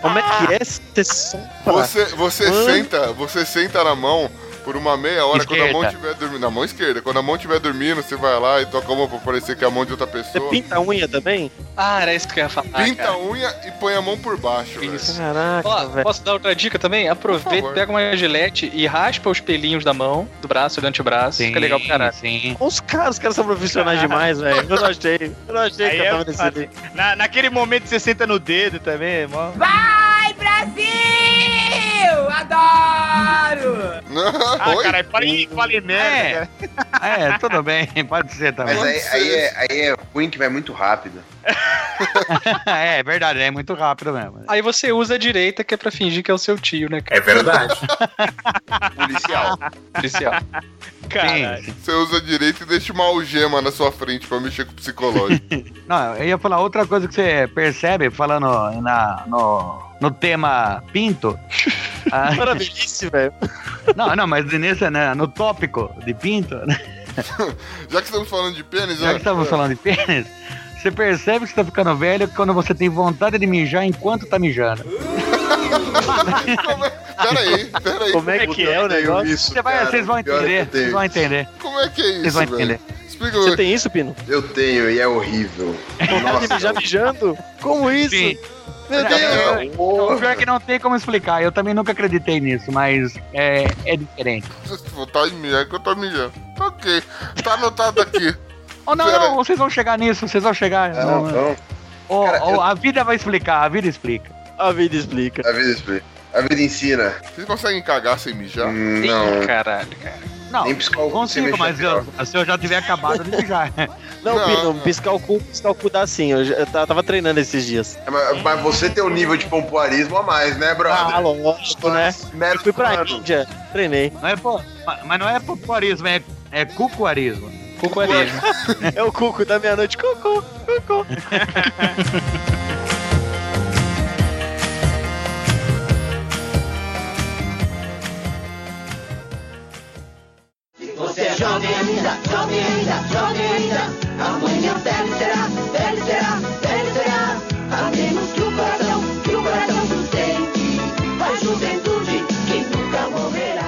[SPEAKER 7] Como é que é esse sofá?
[SPEAKER 2] Você, você
[SPEAKER 7] Mano.
[SPEAKER 2] senta, você senta na mão por uma meia hora quando a mão
[SPEAKER 6] Esquerda.
[SPEAKER 2] tiver dormindo. Na mão esquerda, quando a mão tiver dormindo, você vai lá e toca a mão pra parecer que é a mão de outra
[SPEAKER 7] Você
[SPEAKER 2] pessoa.
[SPEAKER 7] pinta a unha também?
[SPEAKER 3] Ah, era isso que eu ia falar.
[SPEAKER 2] Pinta
[SPEAKER 3] cara.
[SPEAKER 2] a unha e põe a mão por baixo, velho.
[SPEAKER 3] Isso.
[SPEAKER 7] Caraca,
[SPEAKER 3] Ó,
[SPEAKER 7] velho.
[SPEAKER 3] posso dar outra dica também?
[SPEAKER 2] Por
[SPEAKER 3] Aproveita,
[SPEAKER 2] favor.
[SPEAKER 3] pega uma gilete e raspa os pelinhos da mão, do braço, do antebraço.
[SPEAKER 6] Sim,
[SPEAKER 3] Fica legal pra caralho.
[SPEAKER 6] Sim.
[SPEAKER 7] Os caras, os caras são profissionais demais, velho. Eu não achei. Eu não achei
[SPEAKER 4] Aí
[SPEAKER 7] que eu
[SPEAKER 4] é
[SPEAKER 7] tava nesse
[SPEAKER 4] foda. Na, naquele momento você senta no dedo também, mó.
[SPEAKER 8] Vai, Brasil! Adoro!
[SPEAKER 4] Ah,
[SPEAKER 2] Oi?
[SPEAKER 4] caralho, falei, falei merda, né,
[SPEAKER 6] É.
[SPEAKER 4] cara.
[SPEAKER 6] É, tudo bem, pode ser também.
[SPEAKER 5] Mas aí, aí, é, aí é ruim que vai muito rápido.
[SPEAKER 6] é, é verdade, é muito rápido mesmo.
[SPEAKER 5] Ah,
[SPEAKER 3] Aí você usa a direita, que é pra fingir que é o seu tio, né, cara?
[SPEAKER 10] É verdade.
[SPEAKER 5] Policial.
[SPEAKER 3] Policial.
[SPEAKER 4] Caralho.
[SPEAKER 6] Sim.
[SPEAKER 2] Você usa direito e deixa uma algema na sua frente pra mexer com o psicológico.
[SPEAKER 6] Não, eu ia falar outra coisa que você percebe falando na, no, no tema pinto. Ah,
[SPEAKER 7] Era delícia, velho.
[SPEAKER 6] não, não, mas nesse, né, no tópico de pinto, né,
[SPEAKER 2] Já que estamos falando de pênis,
[SPEAKER 6] já
[SPEAKER 2] né?
[SPEAKER 6] que estamos falando de pênis, você percebe que você tá ficando velho quando você tem vontade de mijar enquanto tá mijando.
[SPEAKER 2] Pera aí, pera aí.
[SPEAKER 7] Como é que é o negócio?
[SPEAKER 5] Isso,
[SPEAKER 6] Você vai,
[SPEAKER 5] cara,
[SPEAKER 6] vocês vão
[SPEAKER 5] pior é que
[SPEAKER 6] entender,
[SPEAKER 5] eu tenho.
[SPEAKER 6] vocês vão entender,
[SPEAKER 2] Como é que é
[SPEAKER 6] vocês
[SPEAKER 2] isso,
[SPEAKER 6] vão entender.
[SPEAKER 2] velho? Explica
[SPEAKER 7] Você tem isso, Pino?
[SPEAKER 5] Eu tenho e é horrível.
[SPEAKER 7] Vontade de mijar
[SPEAKER 5] Nossa,
[SPEAKER 7] mijando? Como isso?
[SPEAKER 6] Sim.
[SPEAKER 7] Meu Deus!
[SPEAKER 5] é, porra.
[SPEAKER 6] O pior é que não tem como explicar, eu também nunca acreditei nisso, mas é, é diferente.
[SPEAKER 2] Tá em mim, é que eu tô mijando. Tá ok. Tá anotado aqui.
[SPEAKER 6] Ou Oh, não,
[SPEAKER 2] Pera.
[SPEAKER 6] não, vocês vão chegar nisso, vocês vão chegar.
[SPEAKER 5] É, Não, não,
[SPEAKER 6] Ou-
[SPEAKER 5] Cara,
[SPEAKER 6] ou
[SPEAKER 5] eu-
[SPEAKER 6] A vida vai explicar, a vida explica.
[SPEAKER 7] A vida explica.
[SPEAKER 5] a vida explica. A vida ensina.
[SPEAKER 2] Vocês conseguem cagar sem mijar?
[SPEAKER 5] Hum, Não,
[SPEAKER 2] É.
[SPEAKER 3] Ih, caralho, cara.
[SPEAKER 6] Não,
[SPEAKER 5] Nem piscar o cu você
[SPEAKER 6] consigo,
[SPEAKER 5] mexe
[SPEAKER 6] mas
[SPEAKER 5] pior.
[SPEAKER 6] eu- se eu já tiver acabado, ele já.
[SPEAKER 7] Não,
[SPEAKER 2] Não,
[SPEAKER 7] Pino,
[SPEAKER 2] não.
[SPEAKER 7] piscar o cu, piscar o cu dá sim. Eu, já- eu ta- tava treinando esses dias.
[SPEAKER 5] É, Mas, mas você tem um nível de pompoarismo a mais, né, brother?
[SPEAKER 7] Ah, lógico, né? Eu
[SPEAKER 5] Mero
[SPEAKER 7] fui pra
[SPEAKER 5] humano.
[SPEAKER 7] Índia, treinei.
[SPEAKER 6] Não é, pô, ma- mas não é popularismo, é, é cucuarismo.
[SPEAKER 3] Cucuarismo.
[SPEAKER 7] É o cuco da meia-noite. Cucu, cucu.
[SPEAKER 1] Você é jovem ainda, jovem ainda, jovem ainda. Amanhã velho será, velho será, velho será. A menos que o coração, que o coração sustente. A juventude que nunca morrerá.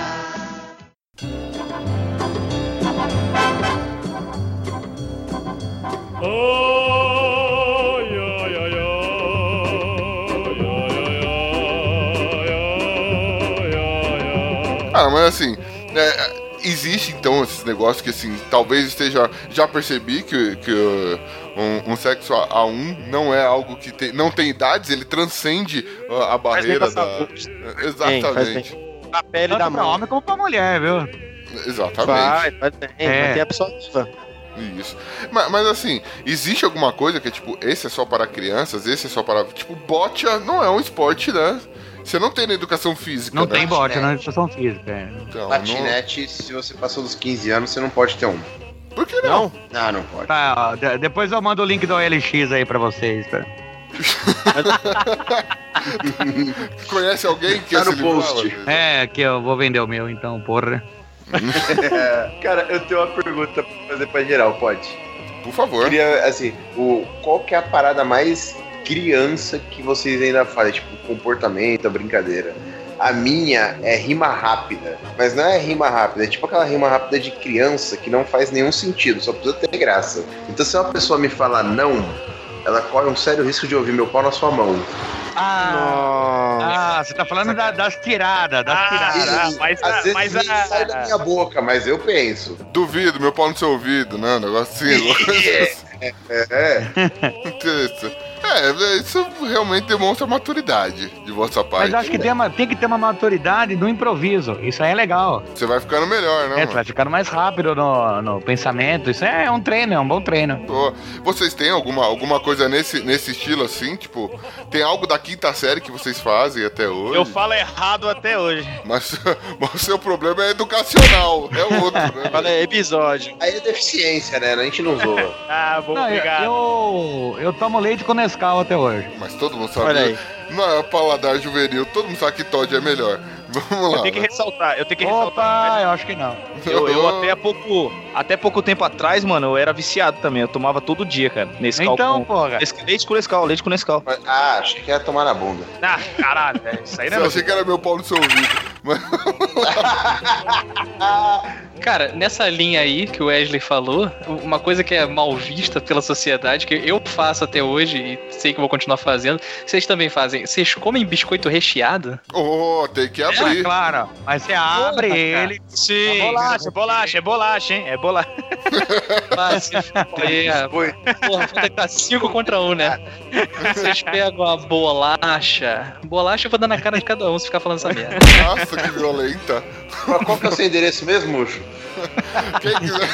[SPEAKER 2] Cara, mas assim, é, existe então esses negócios que assim, talvez esteja. Já percebi que, que uh, um, um sexo a, a um não é algo que tem. não tem idades, ele transcende uh, a
[SPEAKER 7] Faz bem
[SPEAKER 2] barreira
[SPEAKER 7] passar
[SPEAKER 2] da. É,
[SPEAKER 7] gosto. Bem, faz
[SPEAKER 2] Exatamente.
[SPEAKER 7] A pele da
[SPEAKER 6] Tanto pra
[SPEAKER 7] mão.
[SPEAKER 6] homem como pra mulher, viu?
[SPEAKER 2] Exatamente.
[SPEAKER 7] Vai, vai, tem,
[SPEAKER 6] É.
[SPEAKER 7] mas tem a pessoa viva.
[SPEAKER 2] Isso. Ma- Mas, assim, existe alguma coisa que é tipo, esse é só para crianças, esse é só para. Tipo, bocha não é um esporte, né? Você não tem na educação física,
[SPEAKER 6] Não
[SPEAKER 2] né?
[SPEAKER 6] tem bote,
[SPEAKER 5] né?
[SPEAKER 6] não é educação física. é.
[SPEAKER 2] Então, não...
[SPEAKER 5] Patinete, se você passou dos 15 anos, você não pode ter um.
[SPEAKER 2] Por que não?
[SPEAKER 5] Ah, não pode.
[SPEAKER 6] Tá, ó, de- depois eu mando o link da OLX aí pra vocês. Tá?
[SPEAKER 2] Conhece alguém que
[SPEAKER 5] Tá
[SPEAKER 2] ia se
[SPEAKER 5] no
[SPEAKER 2] livrar,
[SPEAKER 5] post.
[SPEAKER 2] Wesley?
[SPEAKER 6] É, que eu vou vender o meu então, porra.
[SPEAKER 5] É, Cara, eu tenho uma pergunta pra fazer pra geral, pode?
[SPEAKER 2] Por
[SPEAKER 5] Eu
[SPEAKER 2] favor.
[SPEAKER 5] queria, assim, o, qual que é a parada mais criança que vocês ainda fazem? Tipo, comportamento, a brincadeira. A minha é rima rápida. Mas não é rima rápida, é tipo aquela rima rápida de criança que não faz nenhum sentido, só precisa ter graça. Então se uma pessoa me falar não, ela corre um sério risco de ouvir meu pau na sua mão.
[SPEAKER 6] Ah, ah você tá falando da- das tiradas, das tiradas.
[SPEAKER 5] Ah,
[SPEAKER 4] mas
[SPEAKER 5] Às
[SPEAKER 4] a-
[SPEAKER 5] vezes
[SPEAKER 4] mas
[SPEAKER 5] nem
[SPEAKER 4] a-
[SPEAKER 5] sai da minha boca, mas eu penso.
[SPEAKER 2] Duvido, meu pau no seu ouvido, né? Um negócio assim.
[SPEAKER 5] É,
[SPEAKER 2] Interessante. é, isso realmente demonstra maturidade de vossa parte. né?
[SPEAKER 6] Mas eu acho que tem, uma- tem que ter uma maturidade no improviso. Isso aí é legal.
[SPEAKER 2] Você vai ficando melhor, né?
[SPEAKER 6] É,
[SPEAKER 2] mano?
[SPEAKER 6] tu vai ficando mais rápido no, no pensamento. Isso é um treino, é um bom treino.
[SPEAKER 2] Pô, Vocês têm alguma, alguma coisa nesse, nesse estilo assim? Tipo, tem algo da quinta série que vocês fazem até hoje?
[SPEAKER 4] Eu falo errado até hoje.
[SPEAKER 2] Mas, mas o seu problema é educacional, é outro, né?
[SPEAKER 7] Fala aí, episódio.
[SPEAKER 5] aí é deficiência, né? A gente não zoa.
[SPEAKER 4] Ah, bom,
[SPEAKER 6] Não,
[SPEAKER 4] obrigado.
[SPEAKER 6] eu, eu, eu tomo leite com Nescau até hoje.
[SPEAKER 2] Mas todo mundo sabe.
[SPEAKER 7] Olha aí.
[SPEAKER 2] Não é paladar juvenil, todo mundo sabe que Todd é melhor. Vamos
[SPEAKER 4] Eu
[SPEAKER 2] lá.
[SPEAKER 4] tenho que
[SPEAKER 2] né?
[SPEAKER 4] ressaltar, eu tenho que ressaltar.
[SPEAKER 6] Opa, eu acho que não.
[SPEAKER 4] Eu, eu até pouco, até pouco tempo atrás, mano, eu era viciado também. Eu tomava todo dia, cara. Nescau
[SPEAKER 6] Então,
[SPEAKER 4] com...
[SPEAKER 6] porra.
[SPEAKER 4] Nesse- Leite com Nescau, leite com Nescau.
[SPEAKER 5] Mas- ah, achei que ia tomar na bunda.
[SPEAKER 4] Ah, caralho, velho. Isso aí não é
[SPEAKER 2] Eu achei que era meu pau no seu ouvido.
[SPEAKER 3] Cara, nessa linha aí que o Wesley falou, uma coisa que é mal vista pela sociedade, que eu faço até hoje e sei que vou continuar fazendo, vocês também fazem. Vocês comem biscoito recheado?
[SPEAKER 2] Oh, tem que
[SPEAKER 6] Ah,
[SPEAKER 2] abrir.
[SPEAKER 6] claro. Mas você abre
[SPEAKER 4] cara.
[SPEAKER 6] ele.
[SPEAKER 4] Sim, é bolacha, é bolacha, é bolacha, hein? É bolacha.
[SPEAKER 3] Vai se fuder, rapaz.
[SPEAKER 5] Foi.
[SPEAKER 3] porra, vai tá 5 contra 1, um, né? Vocês pegam a bolacha. Bolacha eu vou dar na cara de cada um se ficar falando essa merda.
[SPEAKER 2] Nossa, que violenta.
[SPEAKER 5] Mas Qual que é o seu endereço mesmo, Muxo?
[SPEAKER 2] Quem quiser.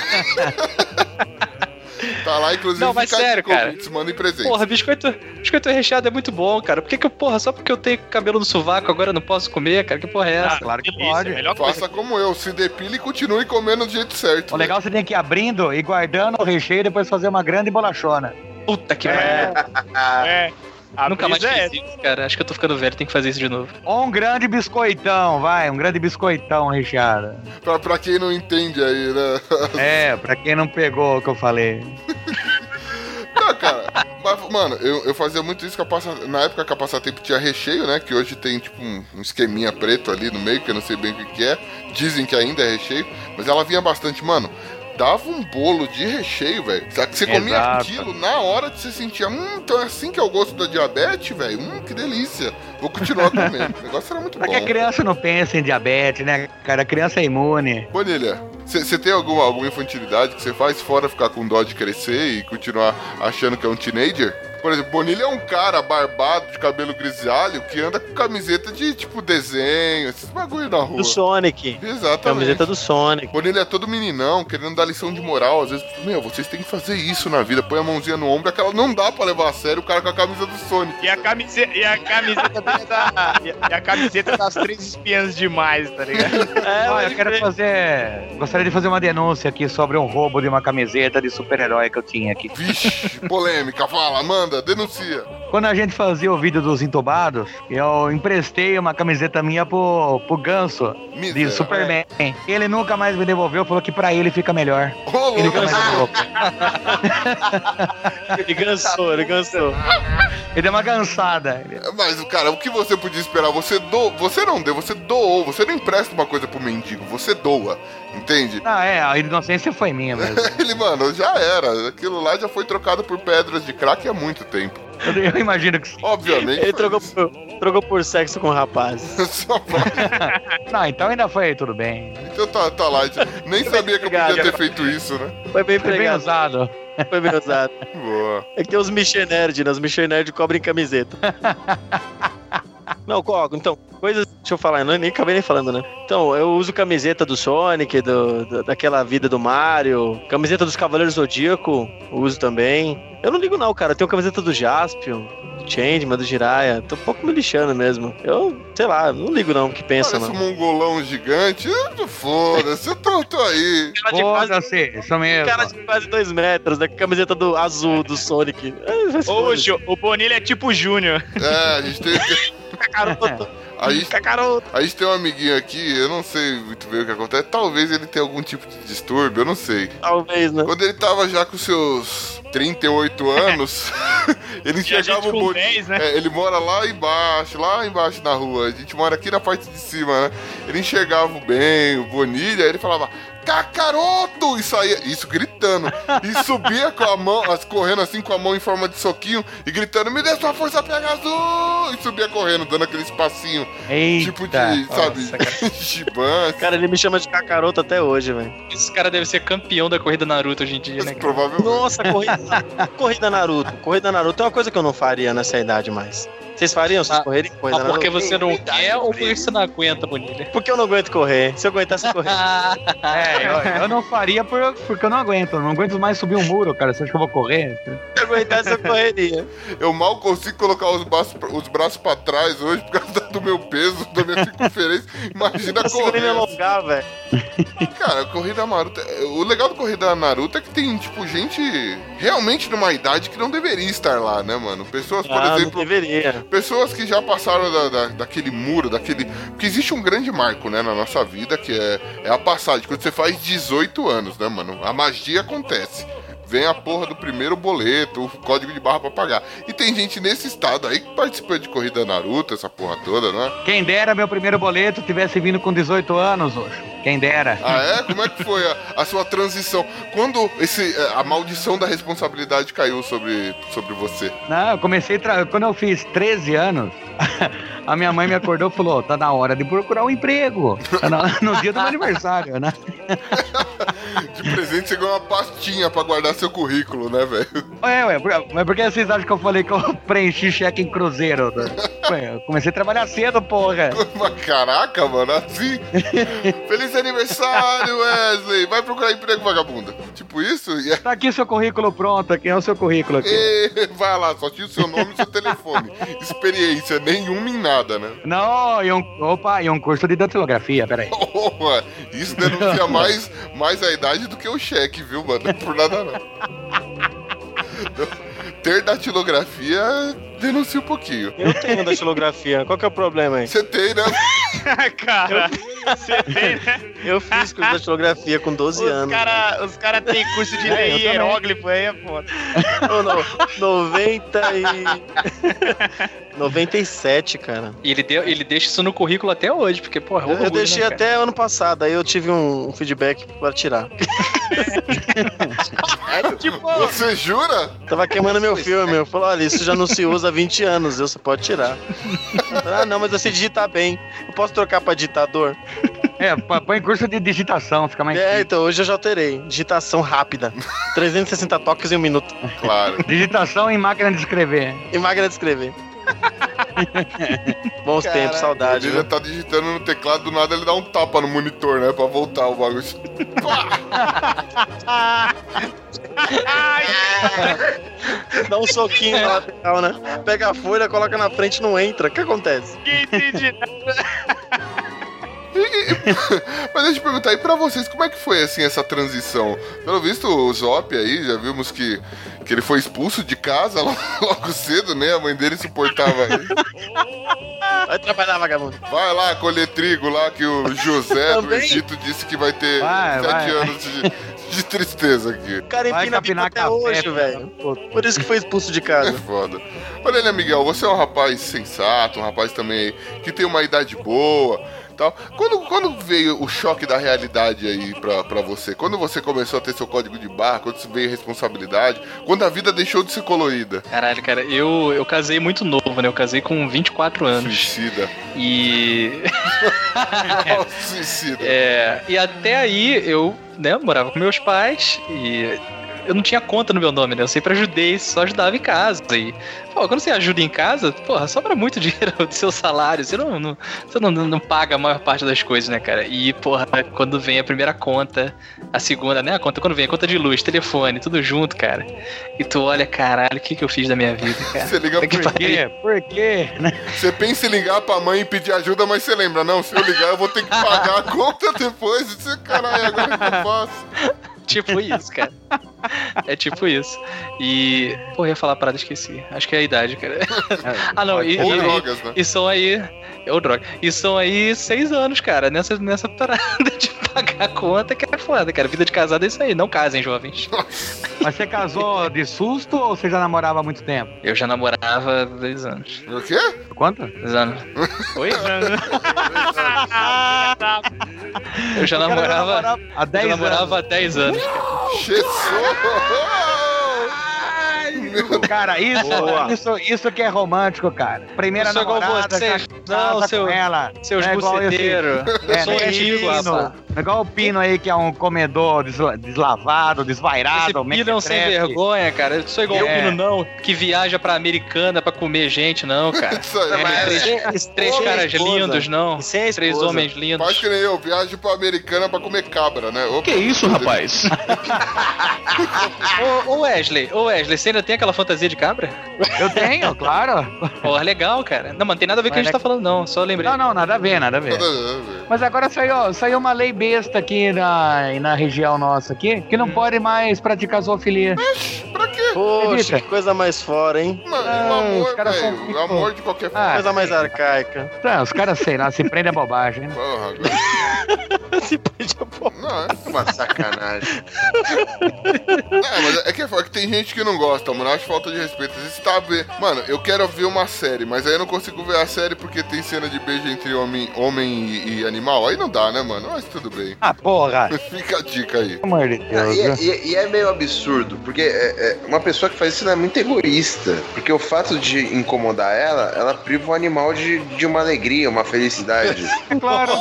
[SPEAKER 2] tá lá, inclusive,
[SPEAKER 3] Não, mas
[SPEAKER 2] fica
[SPEAKER 3] sério,
[SPEAKER 2] de convite,
[SPEAKER 3] cara.
[SPEAKER 2] se Mandem presente.
[SPEAKER 3] Porra, biscoito, biscoito recheado é muito bom, cara. Por que que eu, porra, só porque eu tenho cabelo no sovaco agora eu não posso comer, cara? Que porra é essa?
[SPEAKER 6] claro que
[SPEAKER 4] delícia,
[SPEAKER 6] pode.
[SPEAKER 4] é a melhor coisa.
[SPEAKER 2] Faça como eu, se depile e continue comendo do jeito certo. né?
[SPEAKER 6] O legal é você tem que ir abrindo e guardando o recheio e depois fazer uma grande bolachona.
[SPEAKER 3] Puta que
[SPEAKER 4] É,
[SPEAKER 3] pariu.
[SPEAKER 4] é. A
[SPEAKER 3] Nunca mais
[SPEAKER 4] brisa é
[SPEAKER 3] fiz isso, cara. Acho que eu tô ficando velho, tenho que fazer isso de novo.
[SPEAKER 6] Ou um grande biscoitão, vai, um grande biscoitão recheado.
[SPEAKER 2] Pra, pra quem não entende aí, né?
[SPEAKER 6] É, pra quem não pegou o que eu falei.
[SPEAKER 2] Não, cara. Mas, mano, eu, eu fazia muito isso com a passa... na época que a Passatempo tinha recheio, né? Que hoje tem, tipo, um, um esqueminha preto ali no meio, que eu não sei bem o que, que é. Dizem que ainda é recheio, mas ela vinha bastante, mano. Dava um bolo de recheio, velho. Sabe que você comia
[SPEAKER 6] Exato.
[SPEAKER 2] aquilo na hora que você sentia, hum, então é assim que é o gosto da diabetes, velho. Hum, que delícia. Vou continuar comendo. O negócio era muito
[SPEAKER 6] Pra que a
[SPEAKER 2] bom.
[SPEAKER 6] criança não pensa em diabetes, né? Cara, a criança é imune.
[SPEAKER 2] Bonilha, você tem alguma, alguma infantilidade que você faz fora ficar com dó de crescer e continuar achando que é um teenager? Por exemplo, Bonilha é um cara barbado, de cabelo grisalho, que anda com camiseta de, tipo, desenho, esses bagulho na rua.
[SPEAKER 7] Do Sonic.
[SPEAKER 2] Exatamente.
[SPEAKER 7] Camiseta do Sonic.
[SPEAKER 2] Bonilha é todo meninão, querendo dar lição de moral. Às vezes, meu, vocês têm que fazer isso na vida. Põe a mãozinha no ombro, aquela não dá pra levar a sério o cara com a camisa do Sonic.
[SPEAKER 4] E a camiseta, e a camiseta dele da. E a- e a camiseta das três espiãs demais, tá ligado?
[SPEAKER 7] É,
[SPEAKER 6] Olha, eu quero fazer. Gostaria de fazer uma denúncia aqui sobre um roubo de uma camiseta de super-herói que eu tinha aqui.
[SPEAKER 2] Vixe, polêmica, fala, manda, denuncia.
[SPEAKER 6] Quando a gente fazia o vídeo dos entubados, eu emprestei uma camiseta minha pro, pro Ganso de
[SPEAKER 2] Miserável.
[SPEAKER 6] Superman. Ele nunca mais me devolveu, falou que pra ele fica melhor.
[SPEAKER 2] Ô, louco.
[SPEAKER 6] Ele nunca mais me devolveu.
[SPEAKER 7] Ele cansou, ele cansou.
[SPEAKER 6] Ele deu uma gansada.
[SPEAKER 2] Mas, cara, o que você podia esperar? Você do... você não deu, você doou, você não empresta uma coisa pro mendigo, você doa, entende?
[SPEAKER 6] Ah, é, a inocência foi minha mesmo.
[SPEAKER 2] Ele, mano, já era. Aquilo lá já foi trocado por pedras de crack há muito tempo.
[SPEAKER 6] Eu, eu imagino que.
[SPEAKER 2] Obviamente. foi
[SPEAKER 7] Ele trocou
[SPEAKER 2] isso.
[SPEAKER 7] por, trocou por sexo com o rapaz.
[SPEAKER 2] Só pra-
[SPEAKER 6] Não, então ainda foi tudo bem.
[SPEAKER 2] Então tá, tá lá. já- Nem sabia que eu podia ter feito isso, né?
[SPEAKER 7] Foi bem
[SPEAKER 6] Foi bem
[SPEAKER 7] pregado,
[SPEAKER 6] usado.
[SPEAKER 7] foi bem usado.
[SPEAKER 2] Boa.
[SPEAKER 7] É que tem os Michel Nerd, né? Os Michel Nerd cobrem camiseta. Não, Coco, então, coisas. Deixa eu falar, eu nem acabei nem falando, né? Então, eu uso camiseta do Sonic, do, da- daquela vida do Mario, camiseta dos Cavaleiros Zodíaco, uso também. Eu não ligo, não, cara. Eu tenho camiseta do Jaspion, do Changeman, do Jiraiya. Tô um pouco me lixando mesmo. Eu, sei lá, não ligo, não, o que pensa,
[SPEAKER 2] Parece um
[SPEAKER 7] não.
[SPEAKER 2] mongolão gigante. Ah, Foda-se, eu tô, tô aí.
[SPEAKER 7] um Cara de quase-
[SPEAKER 6] Foda-se, isso mesmo.
[SPEAKER 7] cara de quase dois metros, né? Com Camiseta do azul do Sonic. É, vai se
[SPEAKER 4] Ô,
[SPEAKER 7] foder.
[SPEAKER 4] Gil, o Bonilha é tipo o Júnior.
[SPEAKER 2] É, a gente tem.
[SPEAKER 7] Cacaroto.
[SPEAKER 2] A gente
[SPEAKER 7] Cacaroto.
[SPEAKER 2] A gente tem um amiguinho aqui, eu não sei muito bem o que acontece. Talvez ele tenha algum tipo de distúrbio, eu não sei.
[SPEAKER 7] Talvez, né?
[SPEAKER 2] Quando ele tava já com seus 38 anos, ele
[SPEAKER 4] E a
[SPEAKER 2] enxergava
[SPEAKER 4] gente
[SPEAKER 2] o
[SPEAKER 4] com
[SPEAKER 2] bonde.
[SPEAKER 4] 10, né?
[SPEAKER 2] É, ele mora lá embaixo, lá embaixo na rua. A gente mora aqui na parte de cima, né? Ele enxergava o bem, o Bonilha, aí ele falava, cacaroto! E saía, isso gritando. E subia com a mão, as- correndo assim com a mão em forma de soquinho e gritando, me dê sua força, pega azul! E subia correndo, dando aquele espacinho,
[SPEAKER 6] Eita.
[SPEAKER 2] tipo de, sabe, gibã,
[SPEAKER 7] Cara, ele me chama de cacaroto até hoje, velho.
[SPEAKER 3] Esse cara deve ser campeão da corrida Naruto hoje em dia, né? cara?
[SPEAKER 2] Provavelmente.
[SPEAKER 7] Nossa, corrida, corrida Naruto. Corrida Naruto é uma coisa que eu não faria nessa idade mais. Vocês fariam? Vocês
[SPEAKER 3] Ah,
[SPEAKER 7] correriam corrida
[SPEAKER 3] Ah,
[SPEAKER 7] Naruto?
[SPEAKER 3] porque você não
[SPEAKER 5] Verdade,
[SPEAKER 3] quer ou porque
[SPEAKER 5] incrível.
[SPEAKER 3] você não aguenta, Bonilha?
[SPEAKER 7] Porque eu não aguento correr. Se eu aguentasse eu correr.
[SPEAKER 6] É, eu, eu não faria por- porque eu não aguento. Eu não aguento mais subir um muro, cara. Você acha que eu vou correr?
[SPEAKER 7] Se eu aguentasse, eu correria.
[SPEAKER 2] Eu mal consigo colocar os, braços pra- os braços pra trás hoje por causa do meu peso, da minha circunferência.
[SPEAKER 7] Não
[SPEAKER 2] Imagina
[SPEAKER 7] consigo nem me
[SPEAKER 2] correr.
[SPEAKER 7] alongar, velho.
[SPEAKER 2] Cara, corrida Naruto. O legal do corrida Naruto é que tem, tipo, gente realmente numa idade que não deveria estar lá, né, mano? Pessoas, por
[SPEAKER 7] Ah, não
[SPEAKER 2] exemplo.
[SPEAKER 7] deveria.
[SPEAKER 2] Pessoas que já passaram da, da- daquele muro, daquele. Porque existe um grande marco, né, na nossa vida, que é, é a passagem. Quando você faz 18 anos, né, mano? A magia acontece. Vem a porra do primeiro boleto, o código de barra pra pagar. E tem gente nesse estado aí que participou de corrida Naruto, essa porra toda, não é?
[SPEAKER 6] Quem dera meu primeiro boleto tivesse vindo com 18 anos hoje. Quem dera.
[SPEAKER 2] Ah, é? Como é que foi a, a sua transição? Quando esse, eh, a maldição da responsabilidade caiu sobre, sobre você?
[SPEAKER 6] Não, eu comecei. tra- Quando eu fiz 13 anos, a minha mãe me acordou e falou: tá na hora de procurar um emprego. Tá na- no dia do meu aniversário, né?
[SPEAKER 2] De presente você ganhou uma pastinha pra guardar seu currículo, né, velho?
[SPEAKER 6] Ué, É, ué, por- mas por que vocês acham que eu falei que eu preenchi cheque em cruzeiro? né? Ué, eu comecei a trabalhar cedo, porra.
[SPEAKER 2] Mas Caraca, mano, assim. Feliz aniversário, Wesley! Vai procurar emprego, vagabunda. Tipo isso? E
[SPEAKER 6] Tá aqui seu currículo pronto, aqui é o seu currículo aqui.
[SPEAKER 2] aí, vai lá, só tinha o seu nome e seu telefone. Experiência nenhuma em nada, né?
[SPEAKER 6] Não, e um, opa, e um curso de datilografia, peraí.
[SPEAKER 2] Porra, isso denuncia mais, mais a idade do que o cheque, viu, mano? Por nada não. Ter datilografia denuncia um pouquinho.
[SPEAKER 7] Eu tenho datilografia. Qual que é o problema aí?
[SPEAKER 2] Você tem, né?
[SPEAKER 4] cara, você tem, né?
[SPEAKER 7] Eu fiz curso de datilografia com 12
[SPEAKER 4] Os
[SPEAKER 7] anos. né?
[SPEAKER 4] caras os cara tem curso de
[SPEAKER 6] É, eu
[SPEAKER 4] lei
[SPEAKER 6] também.
[SPEAKER 4] hieróglifo aí, é foda.
[SPEAKER 7] Não, não. 90 e... 97, cara.
[SPEAKER 3] E ele, deu, ele deixa isso no currículo até hoje, porque, porra, é um
[SPEAKER 7] Eu, eu
[SPEAKER 3] orgulho,
[SPEAKER 7] deixei
[SPEAKER 3] né, cara?
[SPEAKER 7] até ano passado, aí eu tive um feedback pra tirar.
[SPEAKER 2] Você jura?
[SPEAKER 7] Tava queimando meu filme, eu falei, olha, isso já não se usa há 20 anos, eu só pode tirar. Eu falei, ah, não, mas eu sei digitar bem. Eu posso trocar pra ditador?
[SPEAKER 6] É, pô- põe curso de digitação, fica mais.
[SPEAKER 7] É, então hoje eu já alterei. Digitação rápida. 360 toques em um minuto.
[SPEAKER 2] Claro.
[SPEAKER 6] Digitação em máquina de escrever.
[SPEAKER 7] E máquina de escrever. Bons
[SPEAKER 5] Caralho,
[SPEAKER 7] tempos, saudade.
[SPEAKER 2] Ele
[SPEAKER 7] viu?
[SPEAKER 2] já tá digitando no teclado, do nada ele dá um tapa no monitor, né? Pra voltar o bagulho.
[SPEAKER 7] Dá um soquinho na lateral, né? Pega a folha, coloca na frente e não entra. O que acontece?
[SPEAKER 2] Mas deixa eu perguntar aí pra vocês, como é que foi, assim, essa transição? Pelo visto, o Zop aí, já vimos que, que ele foi expulso de casa lo- logo cedo, né? A mãe dele suportava ele.
[SPEAKER 7] Vai trabalhar, vagabundo.
[SPEAKER 2] Vai lá colher trigo lá, que o José do
[SPEAKER 7] Também?
[SPEAKER 2] Egito disse que vai ter
[SPEAKER 6] Vai,
[SPEAKER 2] sete
[SPEAKER 6] vai.
[SPEAKER 2] anos de, de tristeza aqui.
[SPEAKER 7] O cara
[SPEAKER 6] Vai
[SPEAKER 7] empina bico
[SPEAKER 6] capinar
[SPEAKER 7] até
[SPEAKER 6] café,
[SPEAKER 7] hoje,
[SPEAKER 6] filho
[SPEAKER 7] velho. Por isso que foi expulso de
[SPEAKER 2] É
[SPEAKER 7] casa.
[SPEAKER 2] foda. Olha ele, Miguel, você é um rapaz sensato, um rapaz também que tem uma idade boa tal. Quando, quando veio o choque da realidade aí pra, pra você? Quando você começou a ter seu código de barra? Quando veio a responsabilidade? Quando a vida deixou de ser colorida?
[SPEAKER 3] Caralho, cara, eu, eu casei muito novo, né? Eu casei com 24 anos.
[SPEAKER 2] Suicida.
[SPEAKER 3] E.
[SPEAKER 2] Suicida.
[SPEAKER 3] É, e até aí eu, né, morava com meus pais e eu não tinha conta no meu nome, né? Eu sempre ajudei, só ajudava em casa. E, pô, quando você ajuda em casa, porra, sobra muito dinheiro do seu salário. Você não, não- você não, não paga a maior parte das coisas, né, cara? E, porra, quando vem a primeira conta, a segunda, né? A conta, quando vem a conta de luz, telefone, tudo junto, cara. E tu olha, caralho, o que, que eu fiz da minha vida, cara?
[SPEAKER 2] Você liga
[SPEAKER 3] Puta que
[SPEAKER 2] pra...
[SPEAKER 6] Por quê? Por quê?
[SPEAKER 2] Você pensa em ligar pra mãe e pedir ajuda, mas você lembra, não, se eu ligar eu vou ter que pagar a conta depois. Você, caralho, agora o que eu faço?
[SPEAKER 3] Tipo isso, cara. É tipo isso. E. Pô, eu ia falar a parada, esqueci. Acho que é a idade, cara. Ah, não, e,
[SPEAKER 2] Ou
[SPEAKER 3] e-
[SPEAKER 2] drogas, né?
[SPEAKER 3] e são aí. Ou droga. E são aí seis anos, cara, nessa, nessa parada de pagar a conta que é foda, cara. Vida de casado é isso aí. Não casem, jovens.
[SPEAKER 6] Mas você casou de susto ou você já namorava há muito tempo?
[SPEAKER 3] Eu já namorava há dois anos.
[SPEAKER 2] O quê?
[SPEAKER 6] Quanto?
[SPEAKER 3] Dois anos. Oi? Ah, Eu já namorava.
[SPEAKER 6] Há
[SPEAKER 3] Eu
[SPEAKER 6] 10 anos.
[SPEAKER 3] namorava há 10 anos.
[SPEAKER 2] Jesus!
[SPEAKER 6] Cara, isso,
[SPEAKER 4] Boa.
[SPEAKER 6] isso, isso que é romântico, cara. Primeira
[SPEAKER 3] Eu sou é igual
[SPEAKER 6] namorada,
[SPEAKER 3] você.
[SPEAKER 6] já
[SPEAKER 3] Não,
[SPEAKER 6] casa
[SPEAKER 3] seu-
[SPEAKER 6] com ela.
[SPEAKER 3] Seus
[SPEAKER 6] É igual esse-
[SPEAKER 3] buceteiros. Eu
[SPEAKER 6] É,
[SPEAKER 3] sou
[SPEAKER 6] não é
[SPEAKER 3] rico, rapaz.
[SPEAKER 6] Não é igual o Pino aí, que é um comedor desla- deslavado,
[SPEAKER 3] Esse
[SPEAKER 6] desvairado,
[SPEAKER 3] pino é um sem
[SPEAKER 6] mequetrefe.
[SPEAKER 3] vergonha, cara. Eu sou igual o
[SPEAKER 6] Ah, É.
[SPEAKER 3] pino, não, que viaja pra americana pra comer gente, não, cara.
[SPEAKER 2] Isso aí.
[SPEAKER 3] É, Três, três
[SPEAKER 7] Sem a
[SPEAKER 3] caras
[SPEAKER 7] esposa.
[SPEAKER 3] lindos, não.
[SPEAKER 7] E Sem a
[SPEAKER 3] Três
[SPEAKER 7] esposa.
[SPEAKER 3] homens
[SPEAKER 2] Faz
[SPEAKER 3] lindos.
[SPEAKER 2] que nem eu, viajo pra Americana pra comer cabra, né? Opa,
[SPEAKER 10] Que isso, rapaz?
[SPEAKER 3] Ô, ô Wesley, ô Wesley, você ainda tem aquela fantasia de cabra?
[SPEAKER 6] Eu tenho, claro.
[SPEAKER 3] Porra, legal, cara. Não, mas não tem nada a ver com o que a gente
[SPEAKER 6] Mas
[SPEAKER 3] tá
[SPEAKER 7] é
[SPEAKER 3] falando, não. Só lembrei.
[SPEAKER 6] Não, não, nada a ver, nada a ver.
[SPEAKER 2] nada a ver.
[SPEAKER 6] Mas agora saiu, saiu uma lei besta aqui na, na região nossa aqui, que não pode mais praticar zoofilia.
[SPEAKER 2] Pra quê?
[SPEAKER 7] Poxa,
[SPEAKER 6] Acredita?
[SPEAKER 7] que coisa mais fora, hein?
[SPEAKER 2] Mano,
[SPEAKER 6] Ah,
[SPEAKER 2] o amor,
[SPEAKER 6] os caras são
[SPEAKER 2] velho. O
[SPEAKER 6] muito-
[SPEAKER 2] amor de qualquer forma.
[SPEAKER 6] Ah,
[SPEAKER 7] Coisa mais arcaica.
[SPEAKER 6] tá, os caras, sei lá, se prendem a bobagem. né?
[SPEAKER 2] Porra, agora-
[SPEAKER 7] Se pede a porra.
[SPEAKER 2] Não, é.
[SPEAKER 5] Uma sacanagem.
[SPEAKER 2] É, mas é que é foda, que tem gente que não gosta, mano. Eu acho falta de respeito. Às vezes tá ver. Mano, eu quero ver uma série, mas aí eu não consigo ver a série porque tem cena de beijo entre homem, homem e, e animal. Aí não dá, né, mano? Mas tudo bem.
[SPEAKER 6] Ah, porra!
[SPEAKER 2] Fica a dica aí.
[SPEAKER 6] Pelo amor de
[SPEAKER 5] E,
[SPEAKER 6] Deus.
[SPEAKER 5] é- e é- e é meio absurdo, porque é- é- uma pessoa que faz isso ela é muito egoísta. Porque o fato de incomodar ela, ela priva o animal de, de uma alegria, uma felicidade.
[SPEAKER 6] viu? Claro,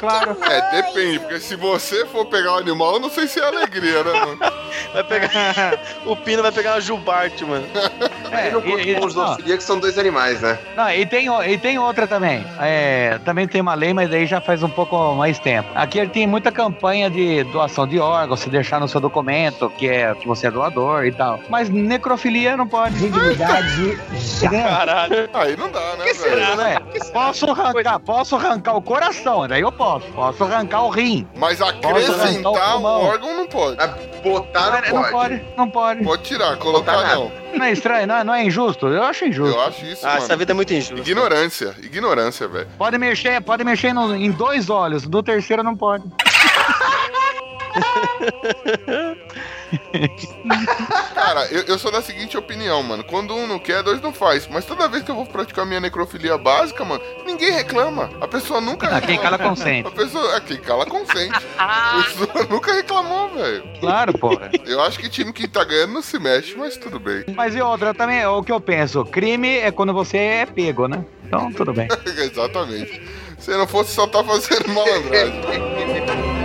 [SPEAKER 6] claro.
[SPEAKER 2] É, depende, porque se você for pegar o animal, eu não sei se é alegria, né, mano?
[SPEAKER 7] Vai pegar. o Pino vai pegar uma Jubarte, mano.
[SPEAKER 6] É,
[SPEAKER 5] Eu não
[SPEAKER 6] e-
[SPEAKER 5] conto
[SPEAKER 6] e-
[SPEAKER 5] com os zoofilia, que são dois animais, né?
[SPEAKER 6] Não, e tem, o- e tem outra também. É, também tem uma lei, mas aí já faz um pouco mais tempo. Aqui tem muita campanha de doação de órgãos, se deixar no seu documento que é que você é doador e tal. Mas necrofilia não pode. Dignidade já.
[SPEAKER 4] Caralho.
[SPEAKER 2] Aí não dá, né, velho?
[SPEAKER 4] será?
[SPEAKER 6] é. Posso arrancar, posso arrancar o coração, daí eu posso. Posso arrancar o rim.
[SPEAKER 2] Mas
[SPEAKER 6] Posso arrancar
[SPEAKER 2] acrescentar
[SPEAKER 6] o
[SPEAKER 2] um
[SPEAKER 6] pulmão.
[SPEAKER 2] órgão não pode.
[SPEAKER 5] Ah, Botar
[SPEAKER 6] Mas
[SPEAKER 5] não pode.
[SPEAKER 6] não pode, não pode.
[SPEAKER 2] Pode tirar, colocar
[SPEAKER 5] Botar
[SPEAKER 2] não.
[SPEAKER 6] Não é estranho, não é, não é injusto. Eu acho injusto.
[SPEAKER 2] Eu acho isso,
[SPEAKER 7] Ah,
[SPEAKER 2] mano.
[SPEAKER 7] essa vida é muito injusta.
[SPEAKER 2] Ignorância, ignorância, velho.
[SPEAKER 6] Pode mexer, pode mexer no- em dois olhos, no terceiro não pode.
[SPEAKER 2] Cara, eu, eu sou da seguinte opinião, mano. Quando um não quer, dois não faz. Mas toda vez que eu vou praticar minha necrofilia básica, mano, ninguém reclama. A pessoa nunca
[SPEAKER 6] Ah,
[SPEAKER 2] reclama.
[SPEAKER 6] quem cala consente.
[SPEAKER 2] A pessoa. É, quem cala consente. A pessoa nunca reclamou, velho.
[SPEAKER 6] Claro, porra.
[SPEAKER 2] Eu acho que time que tá ganhando não se mexe, mas tudo bem.
[SPEAKER 6] Mas e outra também, é o que eu penso, crime é quando você é pego, né? Então, tudo bem.
[SPEAKER 2] Exatamente. Se não fosse, só tá fazendo malandragem.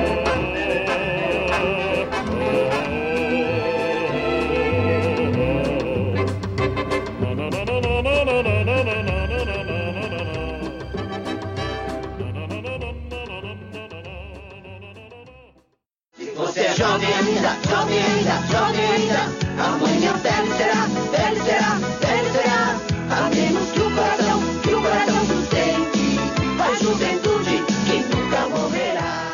[SPEAKER 1] Você é jovem ainda, jovem ainda, jovem ainda. Amanhã velho será, velho será, velho será. A menos que o coração, que o coração sustente. A juventude que nunca morrerá.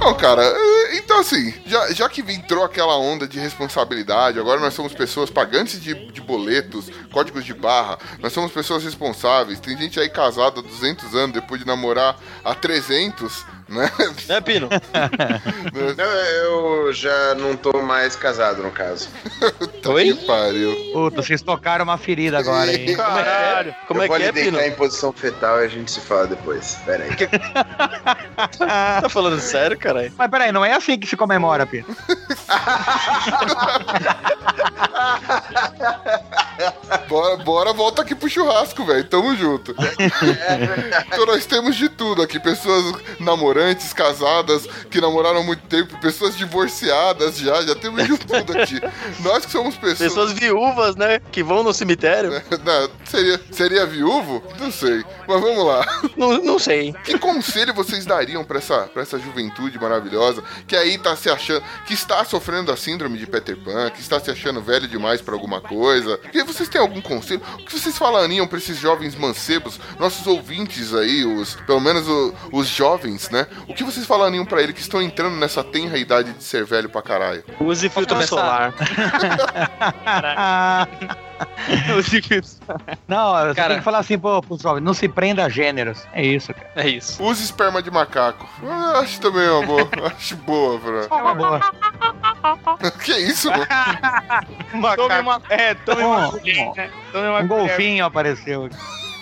[SPEAKER 2] Não, cara, é, então assim, já, já que entrou aquela onda de responsabilidade, agora nós somos pessoas pagantes de, de boletos, códigos de barra, nós somos pessoas responsáveis. Tem gente aí casada há 200 anos, depois de namorar há 300, né?
[SPEAKER 7] Né, Pino?
[SPEAKER 5] Não, eu já não tô mais casado, no caso.
[SPEAKER 7] Oi?
[SPEAKER 2] Tá Que pariu.
[SPEAKER 6] Puta, vocês tocaram uma ferida agora, hein?
[SPEAKER 4] Caralho.
[SPEAKER 7] Como
[SPEAKER 5] eu
[SPEAKER 7] é que
[SPEAKER 5] vou
[SPEAKER 7] é,
[SPEAKER 5] lhe deitar
[SPEAKER 7] Pino?
[SPEAKER 5] em posição fetal e a gente se fala depois. Pera aí.
[SPEAKER 7] Tá falando sério, caralho?
[SPEAKER 6] Mas peraí, não é assim que se comemora, Pedro.
[SPEAKER 2] Bora, bora, volta aqui pro churrasco, velho. Tamo junto. então nós temos de tudo aqui. Pessoas namorantes, casadas, que namoraram há muito tempo, pessoas divorciadas já, já temos de tudo aqui. Nós que somos
[SPEAKER 7] Pessoas viúvas, né? Que vão no cemitério?
[SPEAKER 2] Não, né, seria, seria viúvo? Não sei. Mas vamos lá.
[SPEAKER 7] Não, não sei.
[SPEAKER 2] Que conselho vocês dariam pra essa, pra essa juventude maravilhosa que aí tá se achando, que está sofrendo a síndrome de Peter Pan, que está se achando velho demais pra alguma coisa? E vocês têm algum conselho? O que vocês falariam pra esses jovens mancebos, nossos ouvintes aí, os pelo menos o- os jovens, né? O que vocês falariam pra ele que estão entrando nessa tenra idade de ser velho pra caralho?
[SPEAKER 7] Use filtro
[SPEAKER 6] começar?
[SPEAKER 7] solar.
[SPEAKER 6] Ah, não, você
[SPEAKER 3] Cara.
[SPEAKER 6] tem que falar assim pro, pro jovem, não se prenda a gêneros. É isso, cara.
[SPEAKER 3] É isso.
[SPEAKER 2] Use esperma de macaco. Ah, acho também uma boa. Acho boa, Fran.
[SPEAKER 6] Uma boa.
[SPEAKER 2] Que isso, mano?
[SPEAKER 4] Tome uma. É, tome uma.
[SPEAKER 6] Bom,
[SPEAKER 4] colher, né? Tome uma
[SPEAKER 6] Um
[SPEAKER 4] colher.
[SPEAKER 6] golfinho apareceu.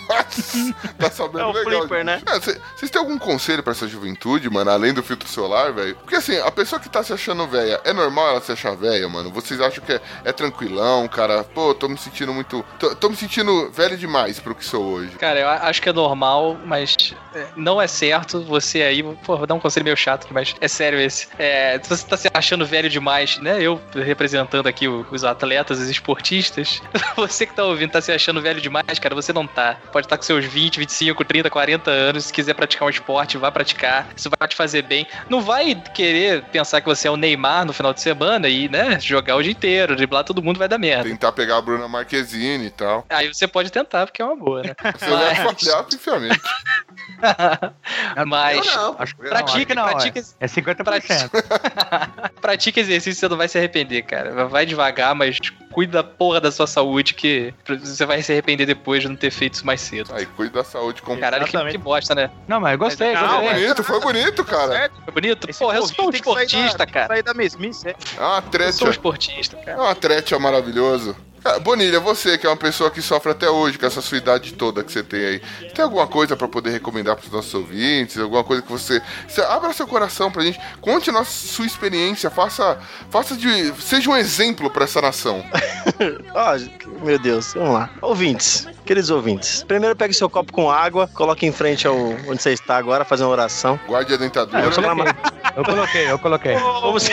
[SPEAKER 2] tá sabendo
[SPEAKER 7] É o
[SPEAKER 2] legal.
[SPEAKER 7] flipper, né?
[SPEAKER 2] É, cê- Vocês têm algum conselho pra essa juventude, mano, além do filtro solar, velho? Porque assim, a pessoa que tá se achando velha, é normal ela se achar velha, mano? Vocês acham que é, é tranquilão, cara? Pô, tô me sentindo muito. Tô, tô me sentindo velho demais pro que sou hoje.
[SPEAKER 3] Cara, eu a- acho que é normal, mas é, não é certo você aí. Pô, vou dar um conselho meio chato aqui, mas é sério esse. É, se você tá se achando velho demais, né? Eu representando aqui o- os atletas, os esportistas. Você que tá ouvindo, tá se achando velho demais, cara, você não tá. Pode estar com seus 20, 25, 30, 40 anos. Se quiser praticar um esporte, vá praticar. Isso vai te fazer bem. Não vai querer pensar que você é o Neymar no final de semana e, né, jogar o dia inteiro, driblar todo mundo vai dar merda.
[SPEAKER 2] Tentar pegar a Bruna Marquezine e tal.
[SPEAKER 3] Aí você pode tentar, porque é uma boa, né?
[SPEAKER 2] Você vai
[SPEAKER 3] Mas-
[SPEAKER 2] falhar, obviamente.
[SPEAKER 3] Mas
[SPEAKER 6] Acho que
[SPEAKER 3] pratica,
[SPEAKER 6] não, acho que
[SPEAKER 3] pratica,
[SPEAKER 6] não, é. É 50%.
[SPEAKER 3] pratica é. exercício, você não vai se arrepender, cara. Vai devagar, mas cuida da porra da sua saúde, que você vai se arrepender depois de não ter feito isso mais cedo.
[SPEAKER 2] Aí, cuida da saúde. Com...
[SPEAKER 3] Caralho, que,
[SPEAKER 4] Exatamente.
[SPEAKER 3] que bosta, né?
[SPEAKER 6] Não, mas eu gostei,
[SPEAKER 4] Mas-
[SPEAKER 2] Foi
[SPEAKER 4] Não,
[SPEAKER 6] gostei.
[SPEAKER 2] bonito, foi bonito, cara.
[SPEAKER 3] Foi bonito?
[SPEAKER 4] Esse
[SPEAKER 3] Porra, eu sou um
[SPEAKER 4] gordinho tem que sair da-
[SPEAKER 3] esportista,
[SPEAKER 4] tem que
[SPEAKER 3] cara.
[SPEAKER 4] Sair da mesmice, é.
[SPEAKER 2] Ah,
[SPEAKER 3] Eu sou um
[SPEAKER 2] treta.
[SPEAKER 3] esportista,
[SPEAKER 2] É
[SPEAKER 3] cara.
[SPEAKER 2] uma trecha maravilhoso. Ah, Bonilha, você que é uma pessoa que sofre até hoje com essa sua idade toda que você tem aí, tem alguma coisa pra poder recomendar pros nossos ouvintes? Alguma coisa que você. você abra seu coração pra gente, conte a nossa, sua experiência, faça, faça de. Seja um exemplo pra essa nação.
[SPEAKER 7] Ó, meu Deus, vamos lá. Ouvintes, queridos ouvintes. Primeiro pegue seu copo com água, coloque em frente ao onde você está agora, fazer uma oração.
[SPEAKER 2] Guarde a dentadura.
[SPEAKER 7] Vamos clamar,
[SPEAKER 6] Eu coloquei, eu coloquei.
[SPEAKER 7] vamos,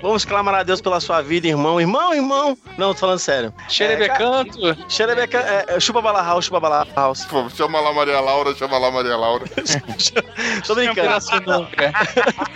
[SPEAKER 7] vamos clamar a Deus pela sua vida, irmão. Irmão, irmão! Não, tô falando sério.
[SPEAKER 4] É,
[SPEAKER 3] Xerebecanto.
[SPEAKER 7] Xerebeca, é, é, chupa bala house, chupa bala house.
[SPEAKER 2] Pô, Chama lá Maria Laura, chama lá Maria Laura.
[SPEAKER 7] Tô brincando.
[SPEAKER 3] Não, não, cara.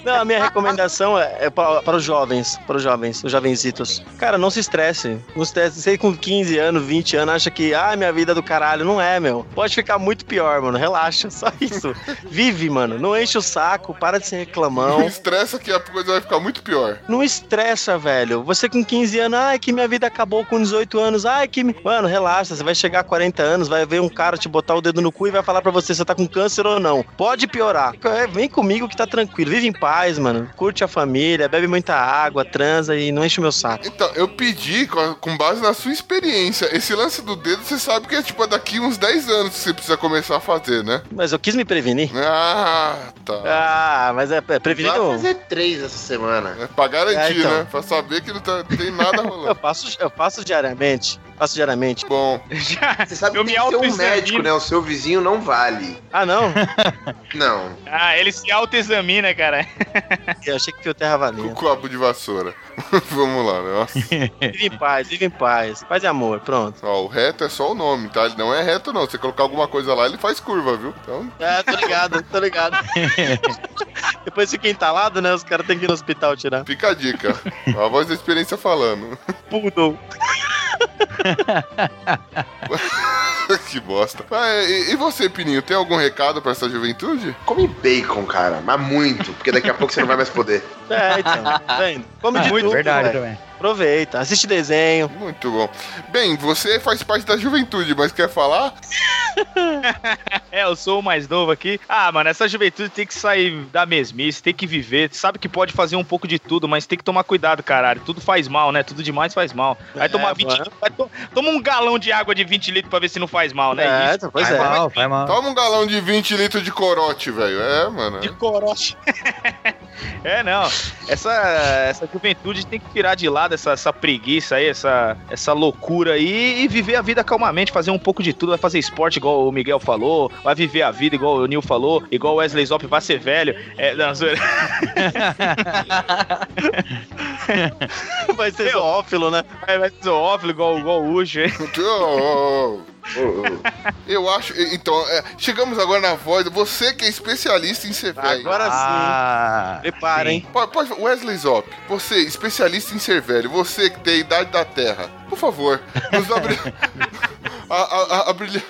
[SPEAKER 7] Não, a minha recomendação é, é para, para os jovens, para os jovens, os jovenzitos. Cara, não se estresse. Não se estresse. Você com 15 anos, 20 anos, acha que, ah, minha vida é do caralho. Não é, meu. Pode ficar muito pior, mano. Relaxa, só isso. Vive, mano. Não enche o saco, para de ser reclamão. não.
[SPEAKER 2] Estressa que a coisa vai ficar muito pior.
[SPEAKER 7] Não estressa, velho. Você com 15 anos, ai, que minha vida acabou com 18 anos, ai, que. mi-" Mano, relaxa, você vai chegar a 40 anos, vai ver um cara te botar o dedo no cu e vai falar pra você se você tá com câncer ou não. Pode piorar. É, vem comigo que tá tranquilo. Vive em paz, mano. Curte a família, bebe muita água, transa e não enche o meu saco.
[SPEAKER 2] Então, eu pedi com, com base na sua experiência. Esse lance do dedo, você sabe que é tipo é daqui uns 10 anos que você precisa começar a fazer, né?
[SPEAKER 7] Mas eu quis me prevenir.
[SPEAKER 2] Ah, tá.
[SPEAKER 7] Ah, mas é, é prevenir
[SPEAKER 5] Vai
[SPEAKER 7] não.
[SPEAKER 5] fazer três essa semana.
[SPEAKER 2] É pra garantir,
[SPEAKER 7] É, então.
[SPEAKER 2] né? Pra saber que não tá- tem nada
[SPEAKER 7] Eu
[SPEAKER 2] rolando. Tá
[SPEAKER 7] faço, eu faço diariamente. Faço diariamente.
[SPEAKER 2] Bom,
[SPEAKER 5] Você sabe
[SPEAKER 4] Eu
[SPEAKER 5] que
[SPEAKER 4] me
[SPEAKER 5] tem que ser um
[SPEAKER 4] autoexamino.
[SPEAKER 5] médico, né? O seu vizinho não vale.
[SPEAKER 7] Ah, não?
[SPEAKER 5] Não.
[SPEAKER 4] Ah, ele se autoexamina, cara.
[SPEAKER 7] Eu achei que fio terra
[SPEAKER 2] com o
[SPEAKER 7] valia.
[SPEAKER 2] copo de vassoura. Vamos lá, né? Nossa.
[SPEAKER 7] Vive em paz, vive em paz. Paz e amor, pronto.
[SPEAKER 2] Ó, o reto é só o nome, tá? Ele não é reto, não. Se você colocar alguma coisa lá, ele faz curva, viu? Então,
[SPEAKER 7] É, tô ligado, tô ligado. Depois fica entalado, né? Os caras têm que ir no hospital tirar.
[SPEAKER 2] fica a dica. A voz da experiência falando.
[SPEAKER 7] Poodle.
[SPEAKER 2] que bosta. Ah, e, e você, Pininho, tem algum recado pra essa juventude?
[SPEAKER 5] Come bacon, cara. Mas muito. Porque daqui a pouco você não vai mais poder.
[SPEAKER 7] É, então. Tá vendo? Come de tudo,
[SPEAKER 6] Ah, verdade
[SPEAKER 7] velho.
[SPEAKER 6] também.
[SPEAKER 7] Aproveita, assiste desenho.
[SPEAKER 2] Muito bom. Bem, você faz parte da juventude, mas quer falar?
[SPEAKER 4] É, eu sou o mais novo aqui. Ah, mano, essa juventude tem que sair da mesmice, tem que viver. Sabe que pode fazer um pouco de tudo, mas tem que tomar cuidado, caralho. Tudo faz mal, né? Tudo demais faz mal. Vai
[SPEAKER 7] É,
[SPEAKER 4] tomar 20
[SPEAKER 7] mano.
[SPEAKER 4] vai to- Toma um galão de água de 20 litros pra ver se não faz mal, né?
[SPEAKER 7] É,
[SPEAKER 4] Isso.
[SPEAKER 7] então, pois
[SPEAKER 6] vai
[SPEAKER 7] é.
[SPEAKER 6] mal, vai mal.
[SPEAKER 2] Toma um galão de 20 litros de corote, velho. É, mano.
[SPEAKER 4] De corote. é, não. Essa, essa juventude tem que tirar de lado essa, essa preguiça aí, essa, essa loucura aí e viver a vida calmamente, fazer um pouco de tudo. Vai fazer esporte igual o Miguel falou, vai viver a vida igual o Nil falou, igual o Wesley Zop vai ser velho. É, não, zoeira.
[SPEAKER 7] Vai ser zoófilo, né?
[SPEAKER 4] vai, vai ser zoófilo igual, igual o Ujo. hein?
[SPEAKER 2] Ô, ô, ô.
[SPEAKER 5] Ô,
[SPEAKER 2] Eu acho. e- Então, é, chegamos agora na voz. Você que é especialista em ser velho.
[SPEAKER 7] Agora sim.
[SPEAKER 6] Ah,
[SPEAKER 7] Prepara,
[SPEAKER 6] sim.
[SPEAKER 7] hein?
[SPEAKER 2] Po- pode- Wesley Zop, você, especialista em ser velho, você que tem a idade da terra, por favor, nos abri... a, a- a- a brilha-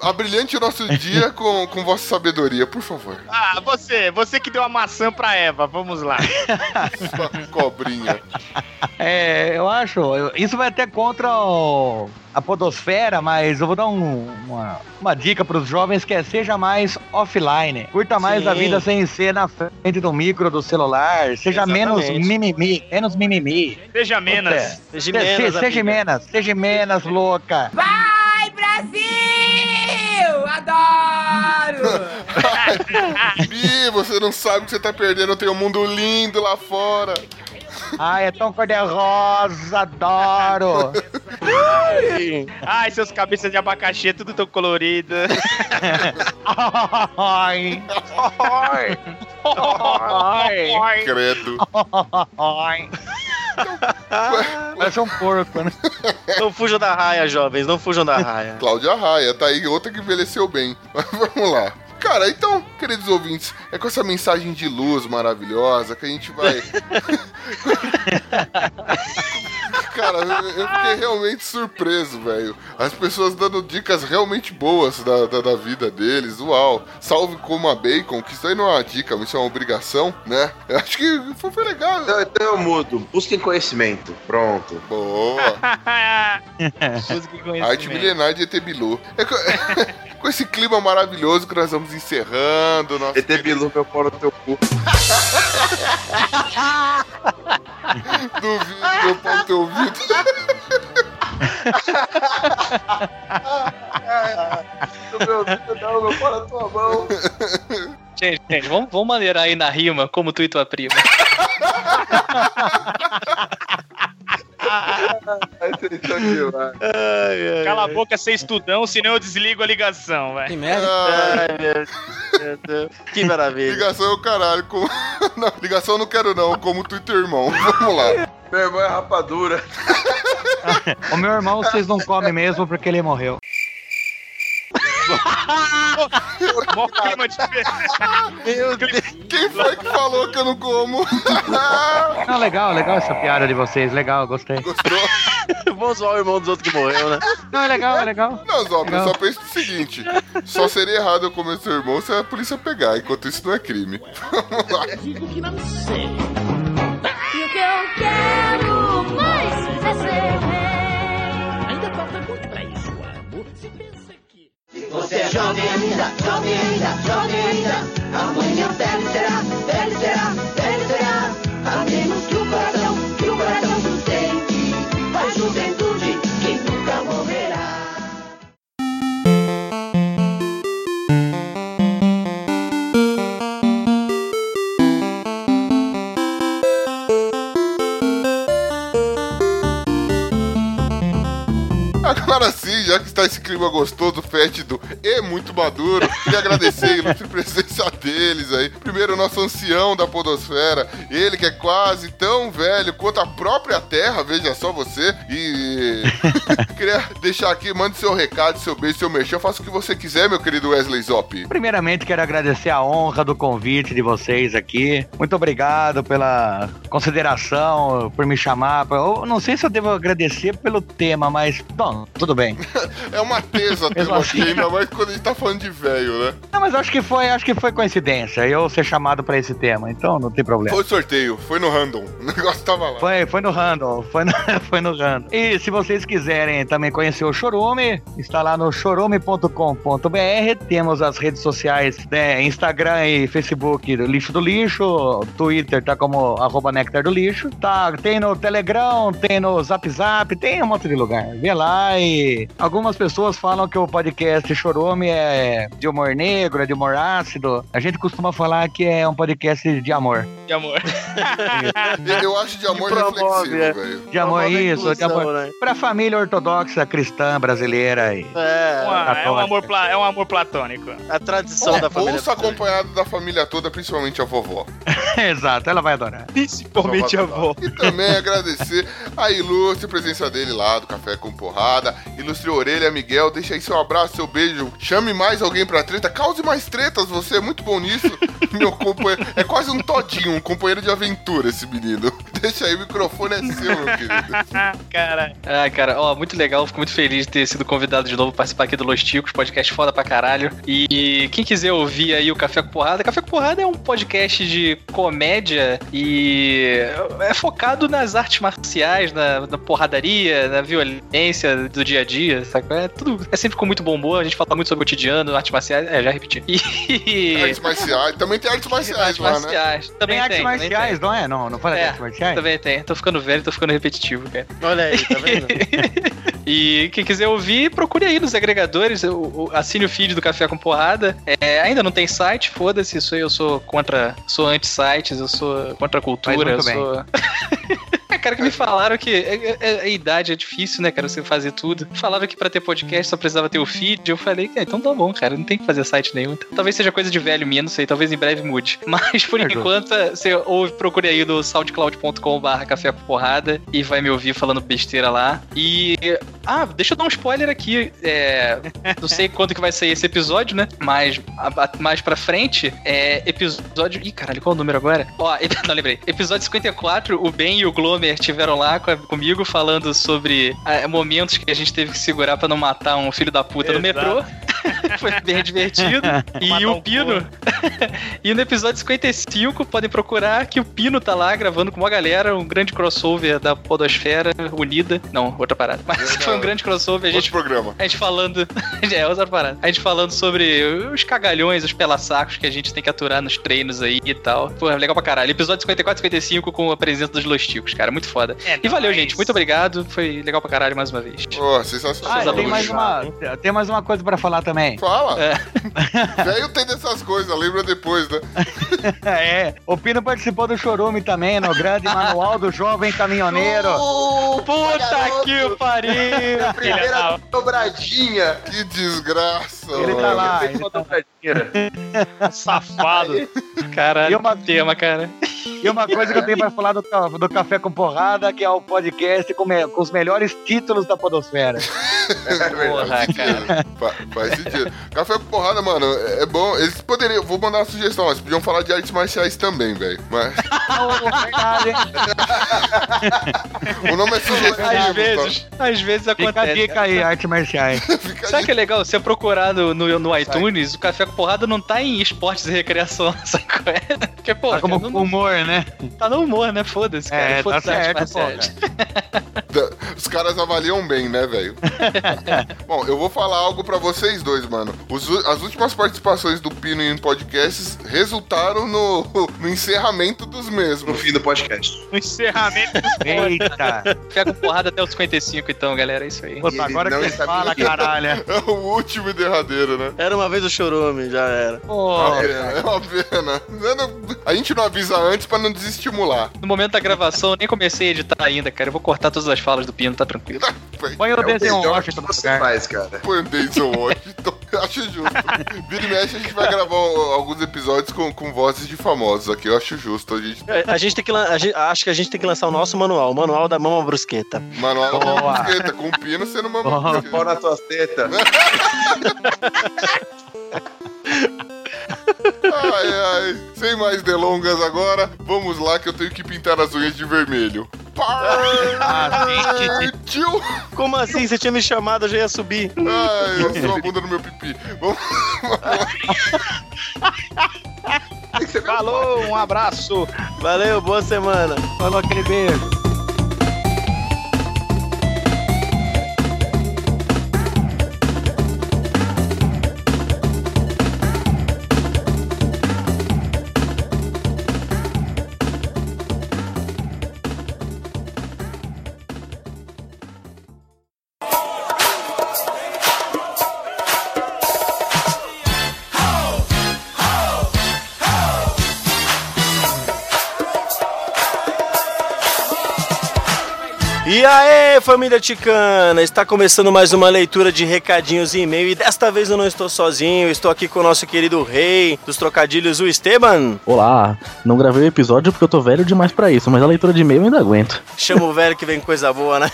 [SPEAKER 2] abrilhante o nosso dia com, com vossa sabedoria, por favor.
[SPEAKER 4] Ah, você, você que deu a maçã pra Eva, vamos lá.
[SPEAKER 2] Sua cobrinha.
[SPEAKER 6] É, eu acho. eu- isso vai até contra o- a podosfera, mas eu vou dar um- uma, uma dica para os jovens que é seja mais offline. Curta mais
[SPEAKER 7] Sim.
[SPEAKER 6] a vida sem ser na frente do micro, do celular. Seja menos
[SPEAKER 7] Exatamente.
[SPEAKER 6] mimimi, menos mimimi.
[SPEAKER 4] Seja
[SPEAKER 6] É.
[SPEAKER 4] menos.
[SPEAKER 7] Seja
[SPEAKER 6] Se-
[SPEAKER 7] menos,
[SPEAKER 6] seja
[SPEAKER 7] amiga.
[SPEAKER 6] menos, seja menos louca.
[SPEAKER 8] Vai, Brasil! Adoro!
[SPEAKER 6] Ah.
[SPEAKER 2] Bi, você não sabe o que você tá perdendo, tem um mundo lindo lá fora.
[SPEAKER 6] Ai, é tão cor de rosa, adoro.
[SPEAKER 4] Ai, seus cabeças de abacaxi, é tudo tão colorido.
[SPEAKER 6] Ai,
[SPEAKER 5] Oi.
[SPEAKER 6] ai,
[SPEAKER 2] Credo.
[SPEAKER 6] ai. Parece um porco, né?
[SPEAKER 7] Não fujam da raia, jovens, não fujam da raia.
[SPEAKER 2] Cláudia Raia, tá aí outra que envelheceu bem. Mas vamos lá. Cara, então, queridos ouvintes, é com essa mensagem de luz maravilhosa que a gente vai. Cara, eu eu fiquei realmente surpreso, velho. As pessoas dando dicas realmente boas da, da, da vida deles. Uau! Salve como a bacon, que isso aí não é uma dica, isso é uma obrigação, né? Eu acho que foi, foi legal.
[SPEAKER 5] Então, então eu mudo. Busquem conhecimento. Pronto.
[SPEAKER 2] Boa!
[SPEAKER 4] Música e conhecimento.
[SPEAKER 2] Arte milenar de ET Bilu. É co- com esse clima maravilhoso que nós vamos encerrando. o Nosso
[SPEAKER 5] ET Bilu, meu pau no teu cu.
[SPEAKER 2] Duvido, meu pau teu ouvido.
[SPEAKER 5] Meu Deus, não, meu pau na tua mão.
[SPEAKER 3] Gente, gente, vamos, vamos maneirar aí na rima como tu e tua prima.
[SPEAKER 5] Aí você tá demais.
[SPEAKER 4] Cala a
[SPEAKER 6] é.
[SPEAKER 4] boca, sem estudão, senão eu desligo a ligação, vai.
[SPEAKER 2] Ah,
[SPEAKER 7] Ai, meu Deus. Que maravilha.
[SPEAKER 2] ligação é o caralho. Como... Não, ligação eu não quero não, como tu e teu irmão. Vamos lá.
[SPEAKER 5] Meu irmão é rapadura.
[SPEAKER 6] O meu irmão vocês não comem mesmo porque ele morreu.
[SPEAKER 4] Mó clima de
[SPEAKER 7] Meu Deus.
[SPEAKER 2] Quem foi que falou que eu não como?
[SPEAKER 6] Não, legal, legal essa piada de vocês. Legal, gostei.
[SPEAKER 2] Gostou?
[SPEAKER 7] Vou zoar o irmão dos outros que morreu, né?
[SPEAKER 6] Não, é legal, é legal.
[SPEAKER 2] Não, Zob, eu
[SPEAKER 6] Não.
[SPEAKER 2] só penso o seguinte: só seria errado eu comer seu irmão se a polícia pegar, enquanto isso não é crime. Vamos lá.
[SPEAKER 1] E o que eu quero mais é ser rei. Ainda falta muito pra isso, amor. Se pensa que. Você é jovem ainda, jovem ainda, jovem ainda. Amanhã velho será, velho será, velho será. A menos que o coração, que o coração sustente. A juventude que nunca morrerá.
[SPEAKER 2] Agora sim, já que está esse clima gostoso, fétido e muito maduro, queria agradecer a ilustre presença deles aí. Primeiro, o nosso ancião da Podosfera, ele que é quase tão velho quanto a própria Terra, veja só você. E queria deixar aqui, mande seu recado, seu beijo, seu merchan, faça o que você quiser, meu querido Wesley Zop.
[SPEAKER 6] Primeiramente, quero agradecer a honra do convite de vocês aqui. Muito obrigado pela consideração, por me chamar. Eu não sei se eu devo agradecer pelo tema, mas, bom, tudo bem.
[SPEAKER 2] É uma tesa,
[SPEAKER 6] Mesmo
[SPEAKER 2] tema
[SPEAKER 6] assim.
[SPEAKER 2] aqui, ainda mais quando a gente tá falando de velho, né?
[SPEAKER 6] Não, mas acho que foi, acho que foi coincidência eu ser chamado pra esse tema, então não tem problema.
[SPEAKER 2] Foi sorteio, foi no random, o negócio tava lá.
[SPEAKER 6] Foi, foi no Randall, foi no, foi no Randall. E se vocês quiserem também conhecer o Chorume, está lá no chorume.com.br. Temos as redes sociais, né, Instagram e Facebook do Lixo do Lixo, Twitter tá como arroba Nectar do Lixo. Tá, tem no Telegram, tem no Zap Zap, tem um monte de lugar. Vê lá e algumas pessoas falam que o podcast Chorume é de humor negro, é de humor ácido. A gente costuma falar que é um podcast de amor.
[SPEAKER 4] de amor.
[SPEAKER 2] Eu, eu acho de amor
[SPEAKER 7] promove, é.
[SPEAKER 2] reflexivo, velho.
[SPEAKER 6] De amor
[SPEAKER 7] Promove a
[SPEAKER 6] isso, de amor
[SPEAKER 7] inclusão, né?
[SPEAKER 6] pra família ortodoxa cristã brasileira aí.
[SPEAKER 4] Uma- é,
[SPEAKER 7] É,
[SPEAKER 4] um
[SPEAKER 6] Platônica.
[SPEAKER 4] amor pla- é um amor platônico.
[SPEAKER 7] a tradição da família.
[SPEAKER 2] Ouça acompanhado da família toda, principalmente a vovó.
[SPEAKER 6] Exato, ela vai adorar.
[SPEAKER 4] Principalmente
[SPEAKER 2] Vovó
[SPEAKER 4] avô.
[SPEAKER 2] E também agradecer a ilustre presença dele lá do Café com Porrada, ilustre orelha Miguel, deixa aí seu abraço, seu beijo, chame mais alguém pra treta, cause mais tretas, você é muito bom nisso, meu companheiro. É quase um todinho, um companheiro de aventura esse menino. Deixa aí, o microfone é seu, meu querido.
[SPEAKER 4] Cara,
[SPEAKER 3] Ah, cara, ó, muito legal, fico muito feliz de ter sido convidado de novo participar aqui do Los Ticos, podcast foda pra caralho. E quem quiser ouvir aí o Café com Porrada, Café com Porrada é um podcast de comédia e é focado nas artes marciais, na, na porradaria, na violência do dia a dia, saca? É tudo, é sempre com muito bom humor, a gente fala muito sobre o cotidiano, artes marciais, é, já repeti. E...
[SPEAKER 2] Artes marciais, também tem artes marciais lá, né?
[SPEAKER 3] também
[SPEAKER 6] Tem artes
[SPEAKER 3] tem, também
[SPEAKER 6] marciais, não é? Não, não fala de
[SPEAKER 3] É,
[SPEAKER 6] artes marciais?
[SPEAKER 3] Também tem, tô ficando velho, tô ficando repetitivo, cara.
[SPEAKER 7] Olha aí, tá vendo?
[SPEAKER 3] E quem quiser ouvir, procure aí nos agregadores, o, o- assine o feed do Café com Porrada. É, ainda não tem site, foda-se, isso aí eu sou contra, sou anti-sites, eu sou contra a cultura, eu
[SPEAKER 6] Faz muito
[SPEAKER 3] sou... É, Cara, que me falaram que é- é- é- a idade é difícil, né, cara? Você fazer tudo. Falaram que pra ter podcast só precisava ter o feed. Eu falei, é, então tá bom, cara. Não tem que fazer site nenhum. então Talvez seja coisa de velho minha, não sei. Talvez em breve mude. Mas por
[SPEAKER 6] É justo.
[SPEAKER 3] enquanto, você ouve, procure aí no soundcloud.com/barra café com porrada e vai me ouvir falando besteira lá. E. Ah, deixa eu dar um spoiler aqui. É, não sei quando que vai sair esse episódio, né? Mas a- a- mais pra frente, é episódio. Ih, caralho, qual o número agora? Ó, ep- não lembrei. Episódio 54, o Ben e o Glomer tiveram lá com a- comigo falando sobre ah, momentos que a gente teve que segurar pra não matar um filho da puta no metrô.
[SPEAKER 4] Exato.
[SPEAKER 3] Foi bem divertido. e
[SPEAKER 4] Matar
[SPEAKER 3] o
[SPEAKER 4] um
[SPEAKER 3] Pino. e no episódio 55, podem procurar que o Pino tá lá gravando com uma galera, um grande crossover da Podosfera Unida. Não, outra parada. Mas
[SPEAKER 2] Verdade.
[SPEAKER 3] foi um grande crossover, a gente
[SPEAKER 2] Outro programa.
[SPEAKER 3] a gente falando. é, outra parada. A gente falando sobre os cagalhões, os pelassacos que a gente tem que aturar nos treinos aí e tal. Pô, é legal pra caralho. Episódio 54 55 com a presença dos Losticos, cara. Muito foda.
[SPEAKER 4] É
[SPEAKER 3] E valeu,
[SPEAKER 4] nóis.
[SPEAKER 3] gente. Muito obrigado. Foi legal pra caralho mais uma vez.
[SPEAKER 2] Ó,
[SPEAKER 6] Ah,
[SPEAKER 2] sensacional.
[SPEAKER 6] e tem mais, uma, tem mais uma coisa pra falar também.
[SPEAKER 2] Fala. Velho tem dessas coisas, lembra depois, né?
[SPEAKER 6] É, o Pino participou do Chorume também, no grande manual do jovem caminhoneiro.
[SPEAKER 3] Puta
[SPEAKER 5] garoto.
[SPEAKER 3] que pariu!
[SPEAKER 5] Primeira
[SPEAKER 4] da-
[SPEAKER 5] dobradinha.
[SPEAKER 2] Que desgraça,
[SPEAKER 6] Ele tá
[SPEAKER 2] mano.
[SPEAKER 6] lá.
[SPEAKER 5] Fez
[SPEAKER 6] ele
[SPEAKER 5] uma
[SPEAKER 6] tá-
[SPEAKER 5] dobradinha.
[SPEAKER 4] safado.
[SPEAKER 3] Caralho,
[SPEAKER 2] é
[SPEAKER 6] E uma-
[SPEAKER 3] que tema, cara.
[SPEAKER 6] E uma coisa que eu tenho pra falar do, ca- do Café com Porrada, que é o podcast com, me- com os melhores títulos da Podosfera.
[SPEAKER 2] É verdade,
[SPEAKER 3] Porra,
[SPEAKER 2] faz sentido. Fa- faz sentido. Café com porrada, mano, é é bom. Eles poderiam. Vou mandar uma sugestão, eles podiam falar de artes marciais também, velho. Mas o nome é sugestivo.
[SPEAKER 3] Às vezes, às vezes
[SPEAKER 6] Fica
[SPEAKER 2] né?
[SPEAKER 6] a
[SPEAKER 3] acontece.
[SPEAKER 6] dica aí, arte marciais.
[SPEAKER 2] Fica
[SPEAKER 3] Sabe que é legal? Você procurar no, no, no iTunes, o Café com Porrada não tá em esportes e recreação, sabe qual é? Porque, pô,
[SPEAKER 6] Tá como
[SPEAKER 3] cara, não-
[SPEAKER 6] humor, né?
[SPEAKER 3] tá no humor, né? Foda-se, cara.
[SPEAKER 6] É, tá
[SPEAKER 3] Foda-se as
[SPEAKER 6] certo,
[SPEAKER 3] artes
[SPEAKER 6] pô,
[SPEAKER 3] marciais.
[SPEAKER 2] Da- Os caras avaliam bem, né, velho? Bom, eu vou falar algo pra vocês dois, mano. Os u- as últimas participações do Pino em podcasts resultaram no, no encerramento dos
[SPEAKER 5] No
[SPEAKER 2] mesmos.
[SPEAKER 5] fim do podcast. É
[SPEAKER 4] No encerramento.
[SPEAKER 6] Eita.
[SPEAKER 3] Pega porrada até os 55, então, galera. É isso aí.
[SPEAKER 6] Puta, agora
[SPEAKER 5] não
[SPEAKER 6] que você
[SPEAKER 5] está
[SPEAKER 6] fala,
[SPEAKER 5] bem.
[SPEAKER 6] caralho.
[SPEAKER 2] É o último e derradeiro, né?
[SPEAKER 7] Era uma vez o chorume, já era.
[SPEAKER 6] Pô,
[SPEAKER 2] É, é uma pena. Eu não- a gente não avisa antes pra não desestimular.
[SPEAKER 3] No momento da gravação, eu nem comecei a editar ainda, cara. Eu vou cortar todas as falas do Pino, tá tranquilo.
[SPEAKER 6] põe o
[SPEAKER 5] É o
[SPEAKER 6] desenho
[SPEAKER 3] um
[SPEAKER 5] melhor
[SPEAKER 6] Washington
[SPEAKER 5] que
[SPEAKER 6] no
[SPEAKER 5] você
[SPEAKER 6] lugar.
[SPEAKER 5] faz, cara.
[SPEAKER 2] Põe o Denzel Washington. então Acho justo. Vira e mexe, a gente vai gravar o- alguns episódios com, com vozes de famosos aqui. Eu acho justo. A gente...
[SPEAKER 7] É, A, a gente tem que. lan- a gente- acho que a gente tem que lançar o nosso manual, o manual da mama brusqueta.
[SPEAKER 2] Manual da
[SPEAKER 6] Boa.
[SPEAKER 2] Mambusqueta, com o Pino sendo uma
[SPEAKER 6] Boa.
[SPEAKER 2] mambusqueta.
[SPEAKER 5] Pau na tua teta.
[SPEAKER 2] Ai, ai. Sem mais delongas agora, vamos lá que eu tenho que pintar as unhas de vermelho. Partiu!
[SPEAKER 7] Como assim? Você tinha me chamado, eu já ia subir.
[SPEAKER 2] Ai, eu sou a bunda no meu pipi. Vamos...
[SPEAKER 4] Falou, um abraço.
[SPEAKER 7] Valeu, boa semana.
[SPEAKER 6] Falou aquele beijo.
[SPEAKER 7] E aí, família ticana! Está começando mais uma leitura de recadinhos e e-mail. E desta vez eu não estou sozinho, estou aqui com o nosso querido rei dos trocadilhos, o Esteban.
[SPEAKER 11] Olá, não gravei o episódio porque eu tô velho demais pra isso, mas a leitura de e-mail eu ainda aguento.
[SPEAKER 7] Chama o velho que vem coisa boa, né?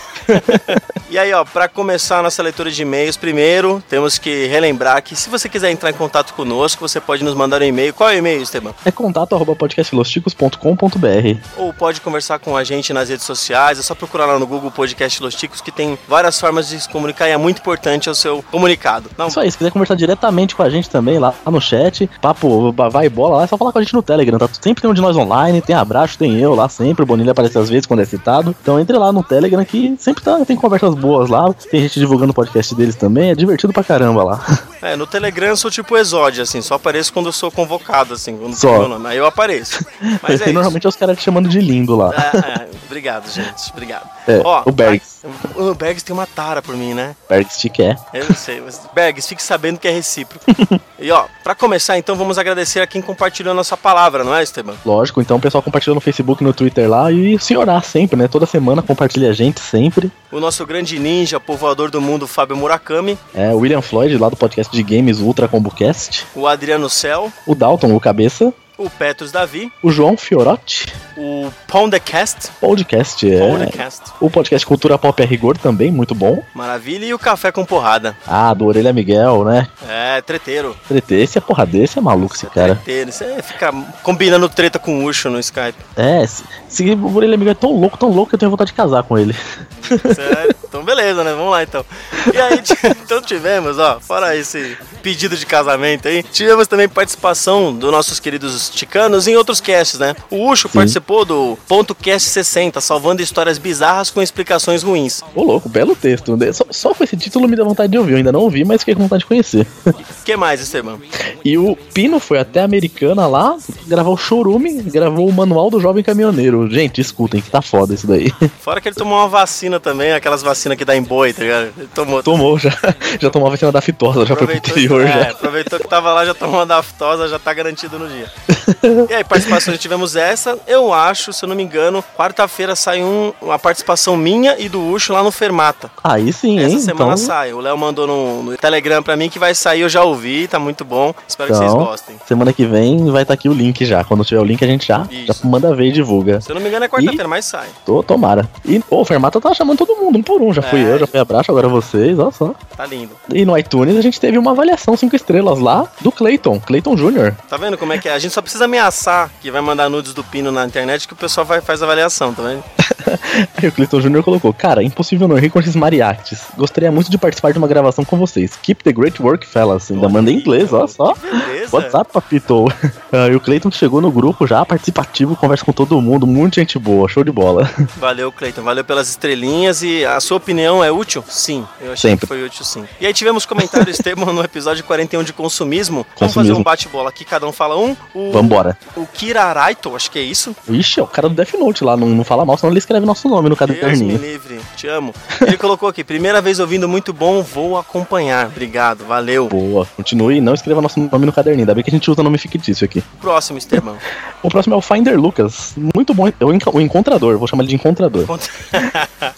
[SPEAKER 7] e aí, ó, para começar a nossa leitura de e-mails, primeiro temos que relembrar que se você quiser entrar em contato conosco, você pode nos mandar um e-mail. Qual é o e-mail, Esteban?
[SPEAKER 11] É contato arroba podcastlosticos.com.br.
[SPEAKER 7] Ou pode conversar com a gente nas redes sociais, é só procurar lá no Google Podcast Los Ticos, que tem várias formas de se comunicar e é muito importante o seu comunicado. Não,
[SPEAKER 11] Isso aí, se quiser conversar diretamente com a gente também lá no chat, papo, ba- vai e bola lá, é só falar com a gente no Telegram, tá? Sempre tem um de nós online, tem abraço, tem eu lá sempre, o Bonilha aparece às vezes quando é citado. Então entre lá no Telegram que sempre tá- tem conversas boas lá, tem gente divulgando o podcast deles também, é divertido pra caramba lá.
[SPEAKER 7] É, no Telegram eu sou tipo exódio, assim, só apareço quando eu sou convocado, assim, quando
[SPEAKER 11] Só.
[SPEAKER 7] tem meu nome. Aí eu apareço. Mas
[SPEAKER 11] tem
[SPEAKER 7] é isso.
[SPEAKER 11] normalmente é os caras te chamando de lindo lá.
[SPEAKER 7] É, é, obrigado, gente. Obrigado.
[SPEAKER 11] É,
[SPEAKER 7] Ó,
[SPEAKER 11] o Bergs.
[SPEAKER 7] O Bergs tem uma tara por mim, né?
[SPEAKER 11] Bergs te quer.
[SPEAKER 7] Eu não sei, mas Bergs, fique sabendo que é recíproco. E ó, pra começar, então, vamos agradecer a quem compartilhou a nossa palavra, não é, Esteban?
[SPEAKER 11] Lógico, então o pessoal compartilha no Facebook, no Twitter lá e o senhorar sempre, né? Toda semana compartilha a gente sempre.
[SPEAKER 7] O nosso grande ninja, povoador do mundo, Fábio Murakami,
[SPEAKER 11] É, o William Floyd, lá do podcast de games Ultra Combocast.
[SPEAKER 7] o Adriano Cel,
[SPEAKER 11] O Dalton, o Cabeça.
[SPEAKER 7] o Petrus Davi,
[SPEAKER 11] O João Fiorotti,
[SPEAKER 7] o Pondecast,
[SPEAKER 11] podcast, é.
[SPEAKER 7] Pondecast,
[SPEAKER 11] O podcast Cultura Pop é Rigor também, muito bom.
[SPEAKER 7] maravilha, e o Café com Porrada.
[SPEAKER 11] Ah, do Orelha Miguel, né?
[SPEAKER 7] É, treteiro.
[SPEAKER 11] Trete, esse é porra desse, é maluco esse cara.
[SPEAKER 7] Treteiro. Você fica combinando treta com o Ucho no Skype.
[SPEAKER 11] É, se, se o Orelha Miguel é tão louco, tão louco que eu tenho vontade de casar com ele.
[SPEAKER 7] Sério? então beleza, né? Vamos lá então. E aí, t- então tivemos, ó, fora esse pedido de casamento aí, tivemos também participação dos nossos queridos ticanos em outros casts, né? O Ucho participou do Ponto Cast 60, salvando histórias bizarras com explicações ruins.
[SPEAKER 11] Ô louco, belo texto. né? Só, só com esse título me dá vontade de ouvir, eu ainda não ouvi, mas fiquei com vontade de conhecer.
[SPEAKER 7] O que mais, Esteban?
[SPEAKER 11] E o Pino foi até a Americana lá gravar o Chorume, gravou o Manual do Jovem Caminhoneiro. Gente, escutem que tá foda isso daí.
[SPEAKER 7] Fora que ele tomou uma vacina também, aquelas vacinas que dá em boi, tá ligado? Ele tomou.
[SPEAKER 11] Tomou já, já tomou a vacina da fitosa, já foi pro interior
[SPEAKER 7] é,
[SPEAKER 11] já.
[SPEAKER 7] aproveitou que tava lá, já tomou uma daftosa, já tá garantido no dia. e aí, participações tivemos essa, eu acho, se eu não me engano, quarta-feira sai um, uma participação minha e do Ucho lá no Fermata.
[SPEAKER 11] Aí sim, hein?
[SPEAKER 7] Essa semana
[SPEAKER 11] então,
[SPEAKER 7] sai. O Léo mandou no, no Telegram pra mim que vai sair, eu já ouvi, tá muito bom. Espero que
[SPEAKER 11] Então.
[SPEAKER 7] vocês gostem.
[SPEAKER 11] semana que vem vai estar aqui o link já. Quando tiver o link, a gente já, já
[SPEAKER 7] Isso.
[SPEAKER 11] manda ver e divulga.
[SPEAKER 7] Se eu não me engano, é quarta-feira, mas sai.
[SPEAKER 11] Tô, tomara. E ô, o Fermata tava chamando todo mundo, um por um,
[SPEAKER 7] Então, já fui
[SPEAKER 11] É.
[SPEAKER 7] eu, já fui abraço, agora vocês, olha só.
[SPEAKER 11] Tá lindo.
[SPEAKER 7] E no iTunes a gente teve uma avaliação 5 estrelas lá do Clayton, Clayton Jr.
[SPEAKER 11] Tá vendo como é que é? A gente só precisa ameaçar que vai mandar nudes do pino na internet que o pessoal vai, faz avaliação, tá vendo?
[SPEAKER 7] Aí o Clayton Jr. colocou: Cara, impossível não rir com esses mariachis. Gostaria muito de participar de uma gravação com vocês. Keep the great work, fellas. Ainda manda em inglês, olha só.
[SPEAKER 11] Beleza?
[SPEAKER 7] WhatsApp, papito. Ah, e o Clayton chegou no grupo já, participativo, conversa com todo mundo, muita gente boa, show de bola.
[SPEAKER 11] Valeu, Cleiton. Valeu pelas estrelinhas. E a sua opinião é útil? Sim. Eu achei que
[SPEAKER 7] Sempre.
[SPEAKER 11] foi útil, sim. E aí tivemos comentário, Esteban, no episódio 41 de consumismo. Vamos fazer
[SPEAKER 7] Consumismo.
[SPEAKER 11] um bate-bola aqui, cada um fala um. O,
[SPEAKER 7] Vambora.
[SPEAKER 11] O Kira Raito, acho que é isso.
[SPEAKER 7] Ixi, é o cara do Death Note lá, não, não fala mal, senão ele escreve nosso nome no
[SPEAKER 11] Deus me
[SPEAKER 7] caderninho.
[SPEAKER 11] livre, te amo. Ele colocou aqui, primeira vez ouvindo, muito bom, vou acompanhar. Obrigado, valeu.
[SPEAKER 7] Boa, continue e não escreva nosso nome no caderninho, ainda bem que a gente usa nome fictício aqui.
[SPEAKER 11] Próximo, Esteban.
[SPEAKER 7] O próximo é o Finder Lucas. Muito bom, é o enca- o encontrador, vou chamar ele de encontrador.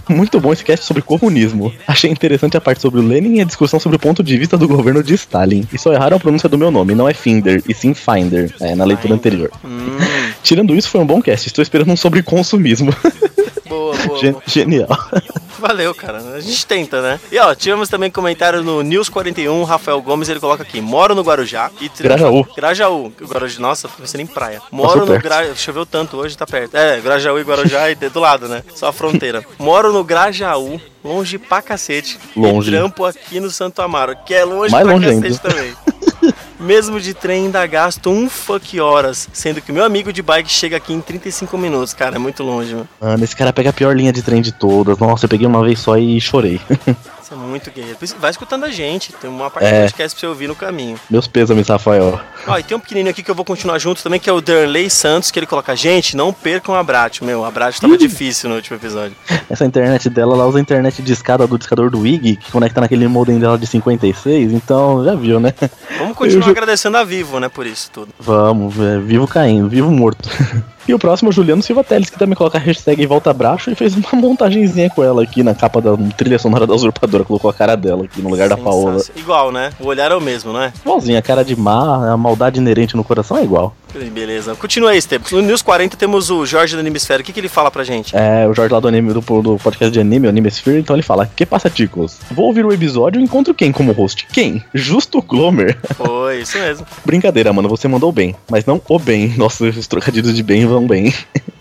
[SPEAKER 7] Muito bom esse cast sobre comunismo. Achei interessante a parte sobre o Lenin e a discussão sobre o ponto de vista do governo de Stalin. E só erraram a pronúncia do meu nome, não é Finder, e sim Finder, é, na leitura anterior.
[SPEAKER 11] Hum.
[SPEAKER 7] Tirando isso, foi um bom cast. Estou esperando um sobre consumismo.
[SPEAKER 11] Boa, boa,
[SPEAKER 7] Gen-
[SPEAKER 11] boa.
[SPEAKER 7] Genial.
[SPEAKER 11] Valeu, cara. A gente tenta, né? E ó, tivemos também comentário no News 41, Rafael Gomes, ele coloca aqui, moro no Guarujá e
[SPEAKER 7] Grajaú.
[SPEAKER 11] Grajaú. Guarujá, nossa, pensei nem praia.
[SPEAKER 7] Passou
[SPEAKER 11] Moro no
[SPEAKER 7] perto.
[SPEAKER 11] Grajaú. Choveu tanto hoje, tá perto. É, Grajaú e Guarujá e do lado, né? Só a fronteira. Moro no Grajaú, longe pra cacete.
[SPEAKER 7] Longe.
[SPEAKER 11] E trampo aqui no Santo Amaro, que é longe
[SPEAKER 7] Mais
[SPEAKER 11] pra
[SPEAKER 7] longe
[SPEAKER 11] cacete
[SPEAKER 7] ainda.
[SPEAKER 11] também. Mesmo de trem ainda gasto um fuck horas, sendo que meu amigo de bike chega aqui em 35 minutos, cara, é muito longe, mano.
[SPEAKER 7] Mano, esse cara pega a pior linha de trem de todas. Nossa, eu peguei uma vez só e chorei.
[SPEAKER 11] Você é muito guerreiro. Por isso, Vai escutando a gente. Tem uma parte
[SPEAKER 7] É.
[SPEAKER 11] do podcast pra você ouvir no caminho.
[SPEAKER 7] Meus pêsames, Rafael.
[SPEAKER 11] Ó, e tem um pequenininho aqui que eu vou continuar junto também, que é o Derley Santos, que ele coloca: Gente, não percam a Brat. Meu, a Brat tava difícil no último episódio.
[SPEAKER 7] Essa internet dela, ela usa a internet de escada do discador do IG, que conecta naquele modem dela de 56, então já viu, né?
[SPEAKER 11] Vamos continuar
[SPEAKER 7] Eu ju-
[SPEAKER 11] agradecendo a Vivo, né, por isso tudo.
[SPEAKER 7] Vamos, é, vivo caindo, vivo morto. E o próximo é o Juliano Silva Teles, que também coloca a hashtag Volta Braço e fez uma montagenzinha com ela aqui na capa da trilha sonora da usurpadora. Colocou a cara dela aqui no lugar da Paola.
[SPEAKER 11] Sensacional. Igual, né? O olhar é o mesmo, não é?
[SPEAKER 7] Igualzinha, a cara de má, a maldade inerente no coração é igual.
[SPEAKER 11] Beleza. Continua aí, Esteban. No News 40 temos o Jorge do Animesfera. O que, que ele fala pra gente?
[SPEAKER 7] É, o Jorge lá do, anime, do, do podcast de anime, o Anime Sphere, então ele fala: Que passa, ticos? Vou ouvir o episódio e encontro quem como host? Quem? Justo o Glomer.
[SPEAKER 11] Foi, isso mesmo.
[SPEAKER 7] Brincadeira, mano, você mandou bem. Mas não o bem. Nossa, os trocadilhos de bem vão bem.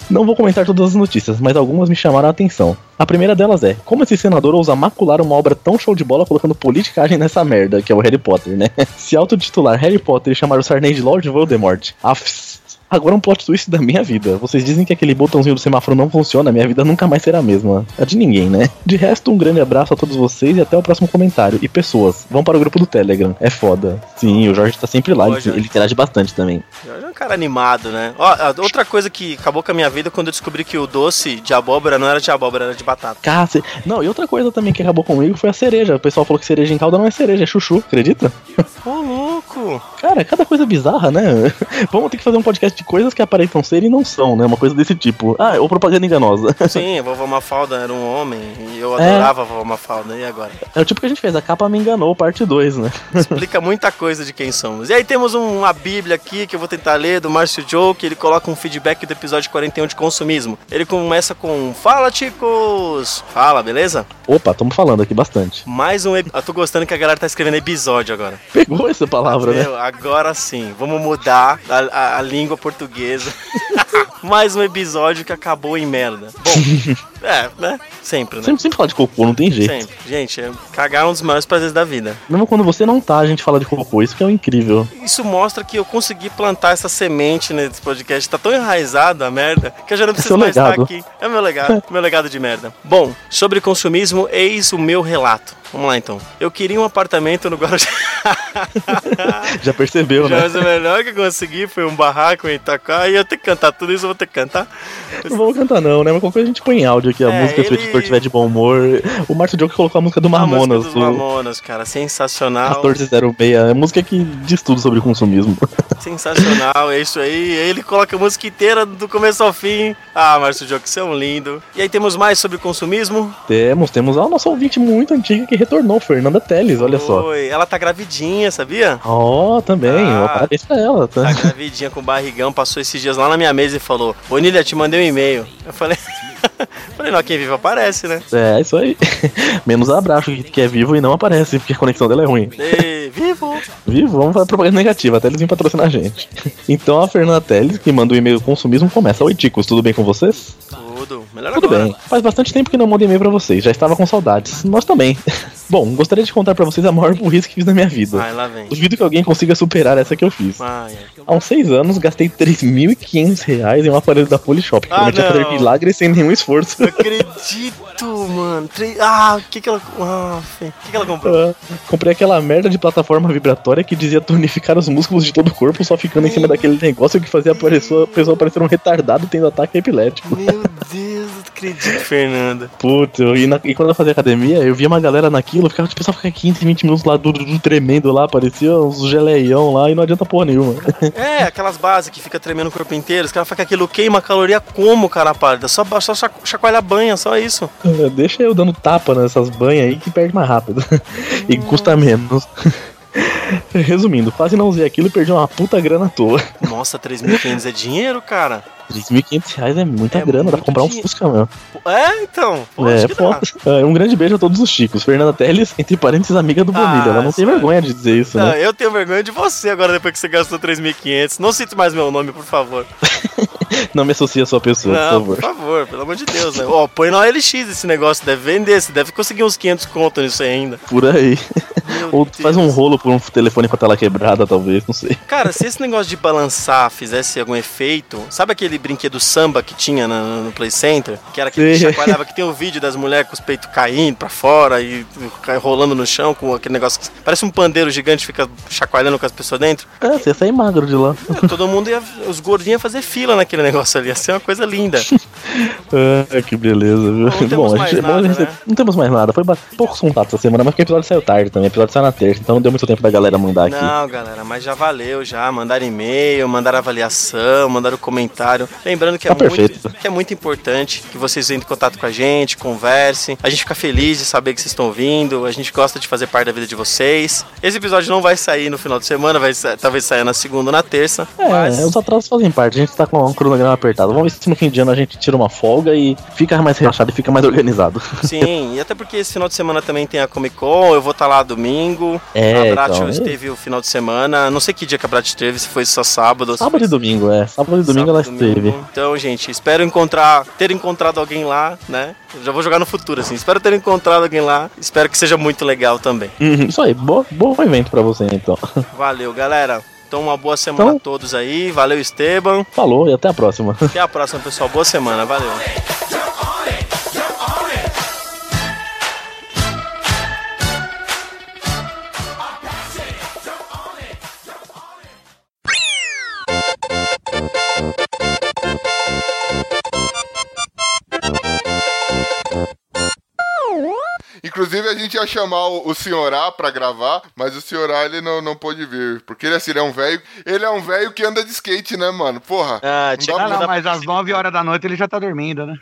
[SPEAKER 7] Não vou comentar todas as notícias, mas algumas me chamaram a atenção. A primeira delas é: como esse senador ousa macular uma obra tão show de bola colocando politicagem nessa merda, que é o Harry Potter, né? Se autotitular Harry Potter e chamar o Sarney de Lord Voldemort. Afs. Agora um plot twist da minha vida. Vocês dizem que aquele botãozinho do semáforo não funciona, minha vida nunca mais será a mesma. A de ninguém, né? De resto, um grande abraço a todos vocês e até o próximo comentário. E pessoas, vão para o grupo do Telegram. É foda. Sim, o Jorge tá sempre lá,
[SPEAKER 11] Boa,
[SPEAKER 7] ele,
[SPEAKER 11] Jorge.
[SPEAKER 7] ele interage bastante também.
[SPEAKER 11] Jorge é um cara animado, né? Ó, a- outra coisa que acabou com a minha vida quando eu descobri que o doce de abóbora não era de abóbora, era de batata.
[SPEAKER 7] Cacete. Não, e outra coisa também que acabou comigo foi a cereja. O pessoal falou que cereja em calda não é cereja, é chuchu, acredita?
[SPEAKER 11] Ô, louco!
[SPEAKER 7] Cara, é cada coisa bizarra, né? Vamos ter que fazer um podcast de coisas que aparentam ser e não são, né? Uma coisa desse tipo. Ah, ou propaganda enganosa.
[SPEAKER 11] Sim, a vovó Mafalda era um homem e eu
[SPEAKER 7] É.
[SPEAKER 11] adorava a vovó Mafalda. E agora?
[SPEAKER 7] É o tipo que a gente fez, a capa me enganou, parte 2, né?
[SPEAKER 11] Explica muita coisa de quem somos. E aí temos um- uma bíblia aqui que eu vou tentar ler, do Márcio Joe, que ele coloca um feedback do episódio 41 de consumismo. Ele começa com, fala, ticos! Fala, beleza?
[SPEAKER 7] Opa, estamos falando aqui bastante.
[SPEAKER 11] Mais um... ep- Eu tô gostando que a galera tá escrevendo episódio agora.
[SPEAKER 7] Pegou essa palavra, né?
[SPEAKER 11] Meu, agora sim, vamos mudar a, a- a língua portuguesa. Mais um episódio que acabou em merda. Bom, é, né? Sempre, né?
[SPEAKER 7] Sempre, sempre fala de cocô, não tem jeito.
[SPEAKER 11] Sempre. Gente, é- cagar é um dos maiores prazeres da vida.
[SPEAKER 7] Mesmo quando você não tá, a gente fala de cocô, isso que é o incrível.
[SPEAKER 11] Isso mostra que eu consegui plantar essa semente nesse podcast. Tá tão enraizada a merda que eu já não preciso
[SPEAKER 7] seu
[SPEAKER 11] mais
[SPEAKER 7] legado.
[SPEAKER 11] estar aqui. É meu legado, meu legado de merda. Bom, sobre consumismo, eis o meu relato. Vamos lá então. Eu queria um apartamento no Guarujá.
[SPEAKER 7] Já percebeu,
[SPEAKER 11] Já,
[SPEAKER 7] né?
[SPEAKER 11] mas o melhor que eu consegui foi um barraco em Itacá e eu ter que cantar tudo isso, eu vou ter que cantar.
[SPEAKER 7] Não vamos cantar não, né? Mas qualquer coisa a gente põe em áudio aqui, a
[SPEAKER 11] É,
[SPEAKER 7] música, se o
[SPEAKER 11] ele-
[SPEAKER 7] editor tiver de bom humor. O Márcio Diogo colocou a música do
[SPEAKER 11] A música
[SPEAKER 7] Mamonas,
[SPEAKER 11] dos
[SPEAKER 7] do
[SPEAKER 11] Mamonas, cara, sensacional.
[SPEAKER 7] 1406. É música que diz tudo sobre consumismo.
[SPEAKER 11] Sensacional, é isso aí. Ele coloca a música inteira do começo ao fim. Ah, Márcio Diogo, você é um lindo. E aí temos mais sobre consumismo.
[SPEAKER 7] temos, temos a nossa ouvinte muito antiga que retornou, Fernanda Teles, olha só.
[SPEAKER 11] Oi, ela tá gravidinha, sabia?
[SPEAKER 7] Ó, também,
[SPEAKER 11] Ah.
[SPEAKER 7] ó, parabéns pra ela, tá?
[SPEAKER 11] Tá gravidinha com barrigão, passou esses dias lá na minha mesa e falou: Bonilha, te mandei um e-mail. Eu falei. Falei, não, quem vive aparece, né?
[SPEAKER 7] É, isso aí. Menos abraço que é vivo e não aparece, porque a conexão dela é ruim.
[SPEAKER 11] Ei, vivo!
[SPEAKER 7] Vivo, vamos fazer propaganda negativa, até eles vêm patrocinar a gente. Então a Fernanda Teles, que manda o e-mail consumismo, começa. Oi, Ticos, tudo bem com vocês?
[SPEAKER 11] Tudo. Melhor
[SPEAKER 7] Tudo
[SPEAKER 11] agora.
[SPEAKER 7] bem. Faz bastante tempo que não mando e-mail pra vocês, já estava com saudades. Nós também. Bom, gostaria de contar pra vocês a maior burrice que fiz na minha vida.
[SPEAKER 11] Ai, lá vem.
[SPEAKER 7] Duvido que alguém consiga superar essa que eu fiz.
[SPEAKER 11] Ai, ai.
[SPEAKER 7] Há uns seis anos, gastei 3.500 reais em um aparelho da Polishop, que é
[SPEAKER 11] Ah,
[SPEAKER 7] prometia fazer
[SPEAKER 11] não.
[SPEAKER 7] milagres sem nenhum esforço.
[SPEAKER 11] Acredito, mano. Tre- Ah, o que que ela... Ah, fe- o que que ela comprou?
[SPEAKER 7] Ah, Comprei aquela merda de plataforma vibratória que dizia tonificar os músculos de todo o corpo só ficando em cima daquele negócio que fazia a pessoa, a pessoa parecer um retardado tendo ataque epilético.
[SPEAKER 11] Meu Deus, não acredito, Fernanda.
[SPEAKER 7] Puta, eu- e, na- e quando eu fazia academia, eu via uma galera naquilo, eu ficava tipo, só ficar 15, 20 minutos lá, duro, duro, tremendo lá, parecia uns geleião lá e não adianta porra nenhuma.
[SPEAKER 11] É, aquelas bases que fica tremendo o corpo inteiro, os caras falam que aquilo queima caloria como, cara, pálida? Só, ba- só chaco- chacoalha a banha, só isso.
[SPEAKER 7] Deixa eu dando tapa nessas banhas aí que perde mais rápido. e custa menos. Resumindo, quase não usei aquilo e perdi uma puta grana à toa.
[SPEAKER 11] Nossa, 3.500 é dinheiro, cara?
[SPEAKER 7] 3.500 reais é muita grana, dá pra comprar um Fusca mesmo.
[SPEAKER 11] É, então. Pô, acho
[SPEAKER 7] é,
[SPEAKER 11] que
[SPEAKER 7] foda.
[SPEAKER 11] dá.
[SPEAKER 7] É, um grande beijo a todos os chicos. Fernanda Teles, entre parênteses, amiga do Bonilha. Ela não tem
[SPEAKER 11] Ah,
[SPEAKER 7] vergonha de dizer isso,
[SPEAKER 11] Não,
[SPEAKER 7] né?
[SPEAKER 11] eu tenho vergonha de você agora depois que você gastou 3.500. Não cite mais meu nome, por favor.
[SPEAKER 7] Não me associa à sua pessoa,
[SPEAKER 11] Não,
[SPEAKER 7] por
[SPEAKER 11] por
[SPEAKER 7] favor.
[SPEAKER 11] favor, pelo amor de Deus, né? Ó, põe na OLX esse negócio, deve vender, você deve conseguir uns 500 conto nisso aí ainda.
[SPEAKER 7] Por aí. Ou faz um rolo por um telefone com a tela quebrada, talvez, não sei.
[SPEAKER 11] Cara, se esse negócio de balançar fizesse algum efeito, sabe aquele brinquedo samba que tinha na- no, no Play Center? Que era aquele que
[SPEAKER 7] Sim.
[SPEAKER 11] chacoalhava, que tem o vídeo das mulheres com os peitos caindo pra fora e cai- rolando no chão com aquele negócio que parece um pandeiro gigante fica chacoalhando com as pessoas dentro.
[SPEAKER 7] É, você ia sair magro de lá.
[SPEAKER 11] É, Todo mundo ia, os gordinhos iam fazer fila naquele negócio ali, ia ser uma coisa linda.
[SPEAKER 7] Ah, que beleza, viu?
[SPEAKER 11] temos
[SPEAKER 7] Bom, a
[SPEAKER 11] mais
[SPEAKER 7] gente, bom, a
[SPEAKER 11] nada,
[SPEAKER 7] gente-
[SPEAKER 11] né?
[SPEAKER 7] não temos mais nada. Foi ba- poucos contatos essa semana, mas porque o episódio saiu tarde também. O episódio saiu na terça, então não deu muito tempo da galera mandar aqui.
[SPEAKER 11] Não, galera, mas já valeu já. Mandaram e-mail, mandaram avaliação, mandaram comentário. Lembrando que,
[SPEAKER 7] Tá
[SPEAKER 11] é muito,
[SPEAKER 7] perfeito.
[SPEAKER 11] que é muito importante que vocês entrem em contato com a gente, conversem. A gente fica feliz de saber que vocês estão vindo. A gente gosta de fazer parte da vida de vocês. Esse episódio não vai sair no final de semana, vai sa- talvez saia na segunda ou na terça.
[SPEAKER 7] É, os atrasos fazem parte, a gente tá com um cronograma apertado. Vamos ver se no fim de ano a gente tira uma folga e fica mais relaxado e fica mais organizado.
[SPEAKER 11] Sim, e até porque esse final de semana também tem a Comic Con, eu vou estar lá domingo.
[SPEAKER 7] É,
[SPEAKER 11] a Brat
[SPEAKER 7] então, é.
[SPEAKER 11] esteve o final de semana. Não sei que dia que a Brat esteve, se foi só sábado ou se
[SPEAKER 7] Sábado e domingo, é. Sábado e domingo ela esteve.
[SPEAKER 11] Então, gente, espero encontrar, ter encontrado alguém lá, né? Eu já vou jogar no futuro, assim. Espero ter encontrado alguém lá. Espero que seja muito legal também.
[SPEAKER 7] Uhum, Isso aí, bo- bom evento pra você então.
[SPEAKER 11] Valeu, galera. Então, uma boa semana a todos aí. Valeu, Esteban.
[SPEAKER 7] Falou e até a próxima.
[SPEAKER 11] Até a próxima, pessoal. Boa semana. Valeu.
[SPEAKER 2] Inclusive, a gente ia chamar o, o senhor A pra gravar, mas o senhor A ele não, não pôde vir. Porque ele, assim, ele é um velho. Ele é um velho que anda de skate, né, mano? Porra.
[SPEAKER 11] Ah,
[SPEAKER 6] Ah, não, mas às 9 horas da noite ele já tá dormindo, né?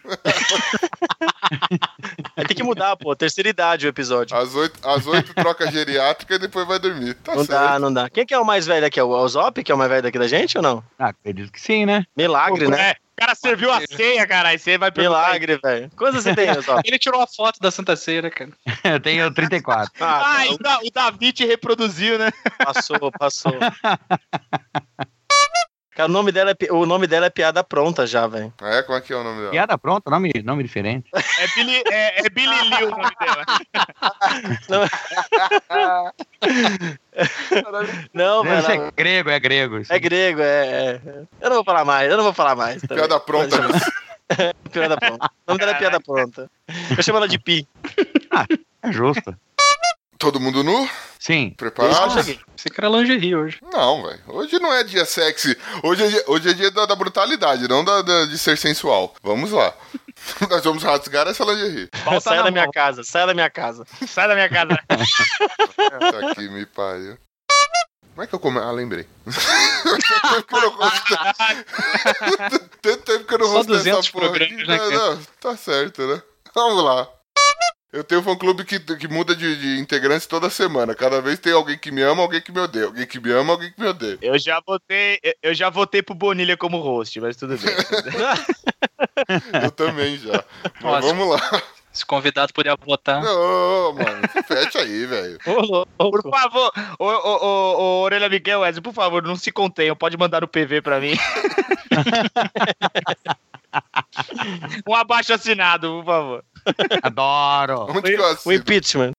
[SPEAKER 11] Vai ter que mudar, pô. Terceira idade o episódio.
[SPEAKER 2] Às oito, às oito troca geriátrica e depois vai dormir.
[SPEAKER 6] Ah,
[SPEAKER 2] Tá
[SPEAKER 11] não
[SPEAKER 2] certo.
[SPEAKER 11] dá, não dá. Quem que é o mais velho aqui? É o é o Zop, que é o mais velho daqui da gente ou não?
[SPEAKER 6] Ah, acredito que sim, né?
[SPEAKER 11] Milagre,
[SPEAKER 6] Pô,
[SPEAKER 11] né?
[SPEAKER 6] é.
[SPEAKER 4] O cara serviu a ceia, cara. Aí você vai perguntar.
[SPEAKER 11] Milagre, velho. Quantos você tem, Zop?
[SPEAKER 3] Ele tirou a foto da Santa Ceia, né, cara.
[SPEAKER 6] Eu tenho 34.
[SPEAKER 11] Ah,
[SPEAKER 4] Ah, e o Da- o Davi te reproduziu, né?
[SPEAKER 11] Passou, passou. Cara, o nome dela é, pi- o nome dela é piada pronta já, velho.
[SPEAKER 2] É, como é que é o nome dela?
[SPEAKER 6] Piada pronta, nome, nome diferente.
[SPEAKER 4] É Billy, é, é Billy Liu o nome dela.
[SPEAKER 11] Não, velho.
[SPEAKER 6] Esse
[SPEAKER 11] ela-
[SPEAKER 6] é grego, é grego.
[SPEAKER 11] É grego, é, é. Eu não vou falar mais, eu não vou falar mais. tá também.
[SPEAKER 2] Piada pronta. né?
[SPEAKER 11] Piada pronta. O nome dela é piada pronta. Eu chamo ela de Pi.
[SPEAKER 6] É justo.
[SPEAKER 2] Todo mundo nu?
[SPEAKER 6] Sim.
[SPEAKER 2] Preparado?
[SPEAKER 11] Desde É que eu cheguei.
[SPEAKER 3] Você que era lingerie hoje.
[SPEAKER 2] Não, velho. Hoje não é dia sexy. Hoje é dia, hoje é dia da, da brutalidade, não da, da- de ser sensual. Vamos lá. Nós vamos rasgar essa lingerie.
[SPEAKER 4] Volta
[SPEAKER 11] sai
[SPEAKER 4] na
[SPEAKER 11] da minha
[SPEAKER 4] mão.
[SPEAKER 11] casa, sai da minha casa.
[SPEAKER 4] Sai da minha casa.
[SPEAKER 2] Tá aqui, me pariu. Como é que eu come... Ah, lembrei. Tanto tempo que eu não rosto- Tanto tempo que eu não
[SPEAKER 3] Só
[SPEAKER 2] rosto
[SPEAKER 3] 200
[SPEAKER 2] essa porra aqui.
[SPEAKER 3] programas, né,
[SPEAKER 2] Não, não, tá certo, né? Vamos lá. Eu tenho um fã-clube que, que muda de, de integrantes toda semana. Cada vez tem alguém que me ama, alguém que me odeia. Alguém que me ama, alguém que me odeia.
[SPEAKER 4] Eu já votei, eu já votei pro Bonilha como host, mas tudo bem.
[SPEAKER 2] Eu também já. Mas
[SPEAKER 3] Nossa.
[SPEAKER 2] vamos lá.
[SPEAKER 3] Se o convidado puder votar.
[SPEAKER 2] Não, mano. Fecha aí, velho.
[SPEAKER 4] Por favor, ô, ô, ô, ô, Orelha Miguel Wesley, por favor, não se contenham. Pode mandar o PV pra mim. um abaixo assinado, por favor.
[SPEAKER 6] Adoro.
[SPEAKER 4] O- o
[SPEAKER 7] O impeachment.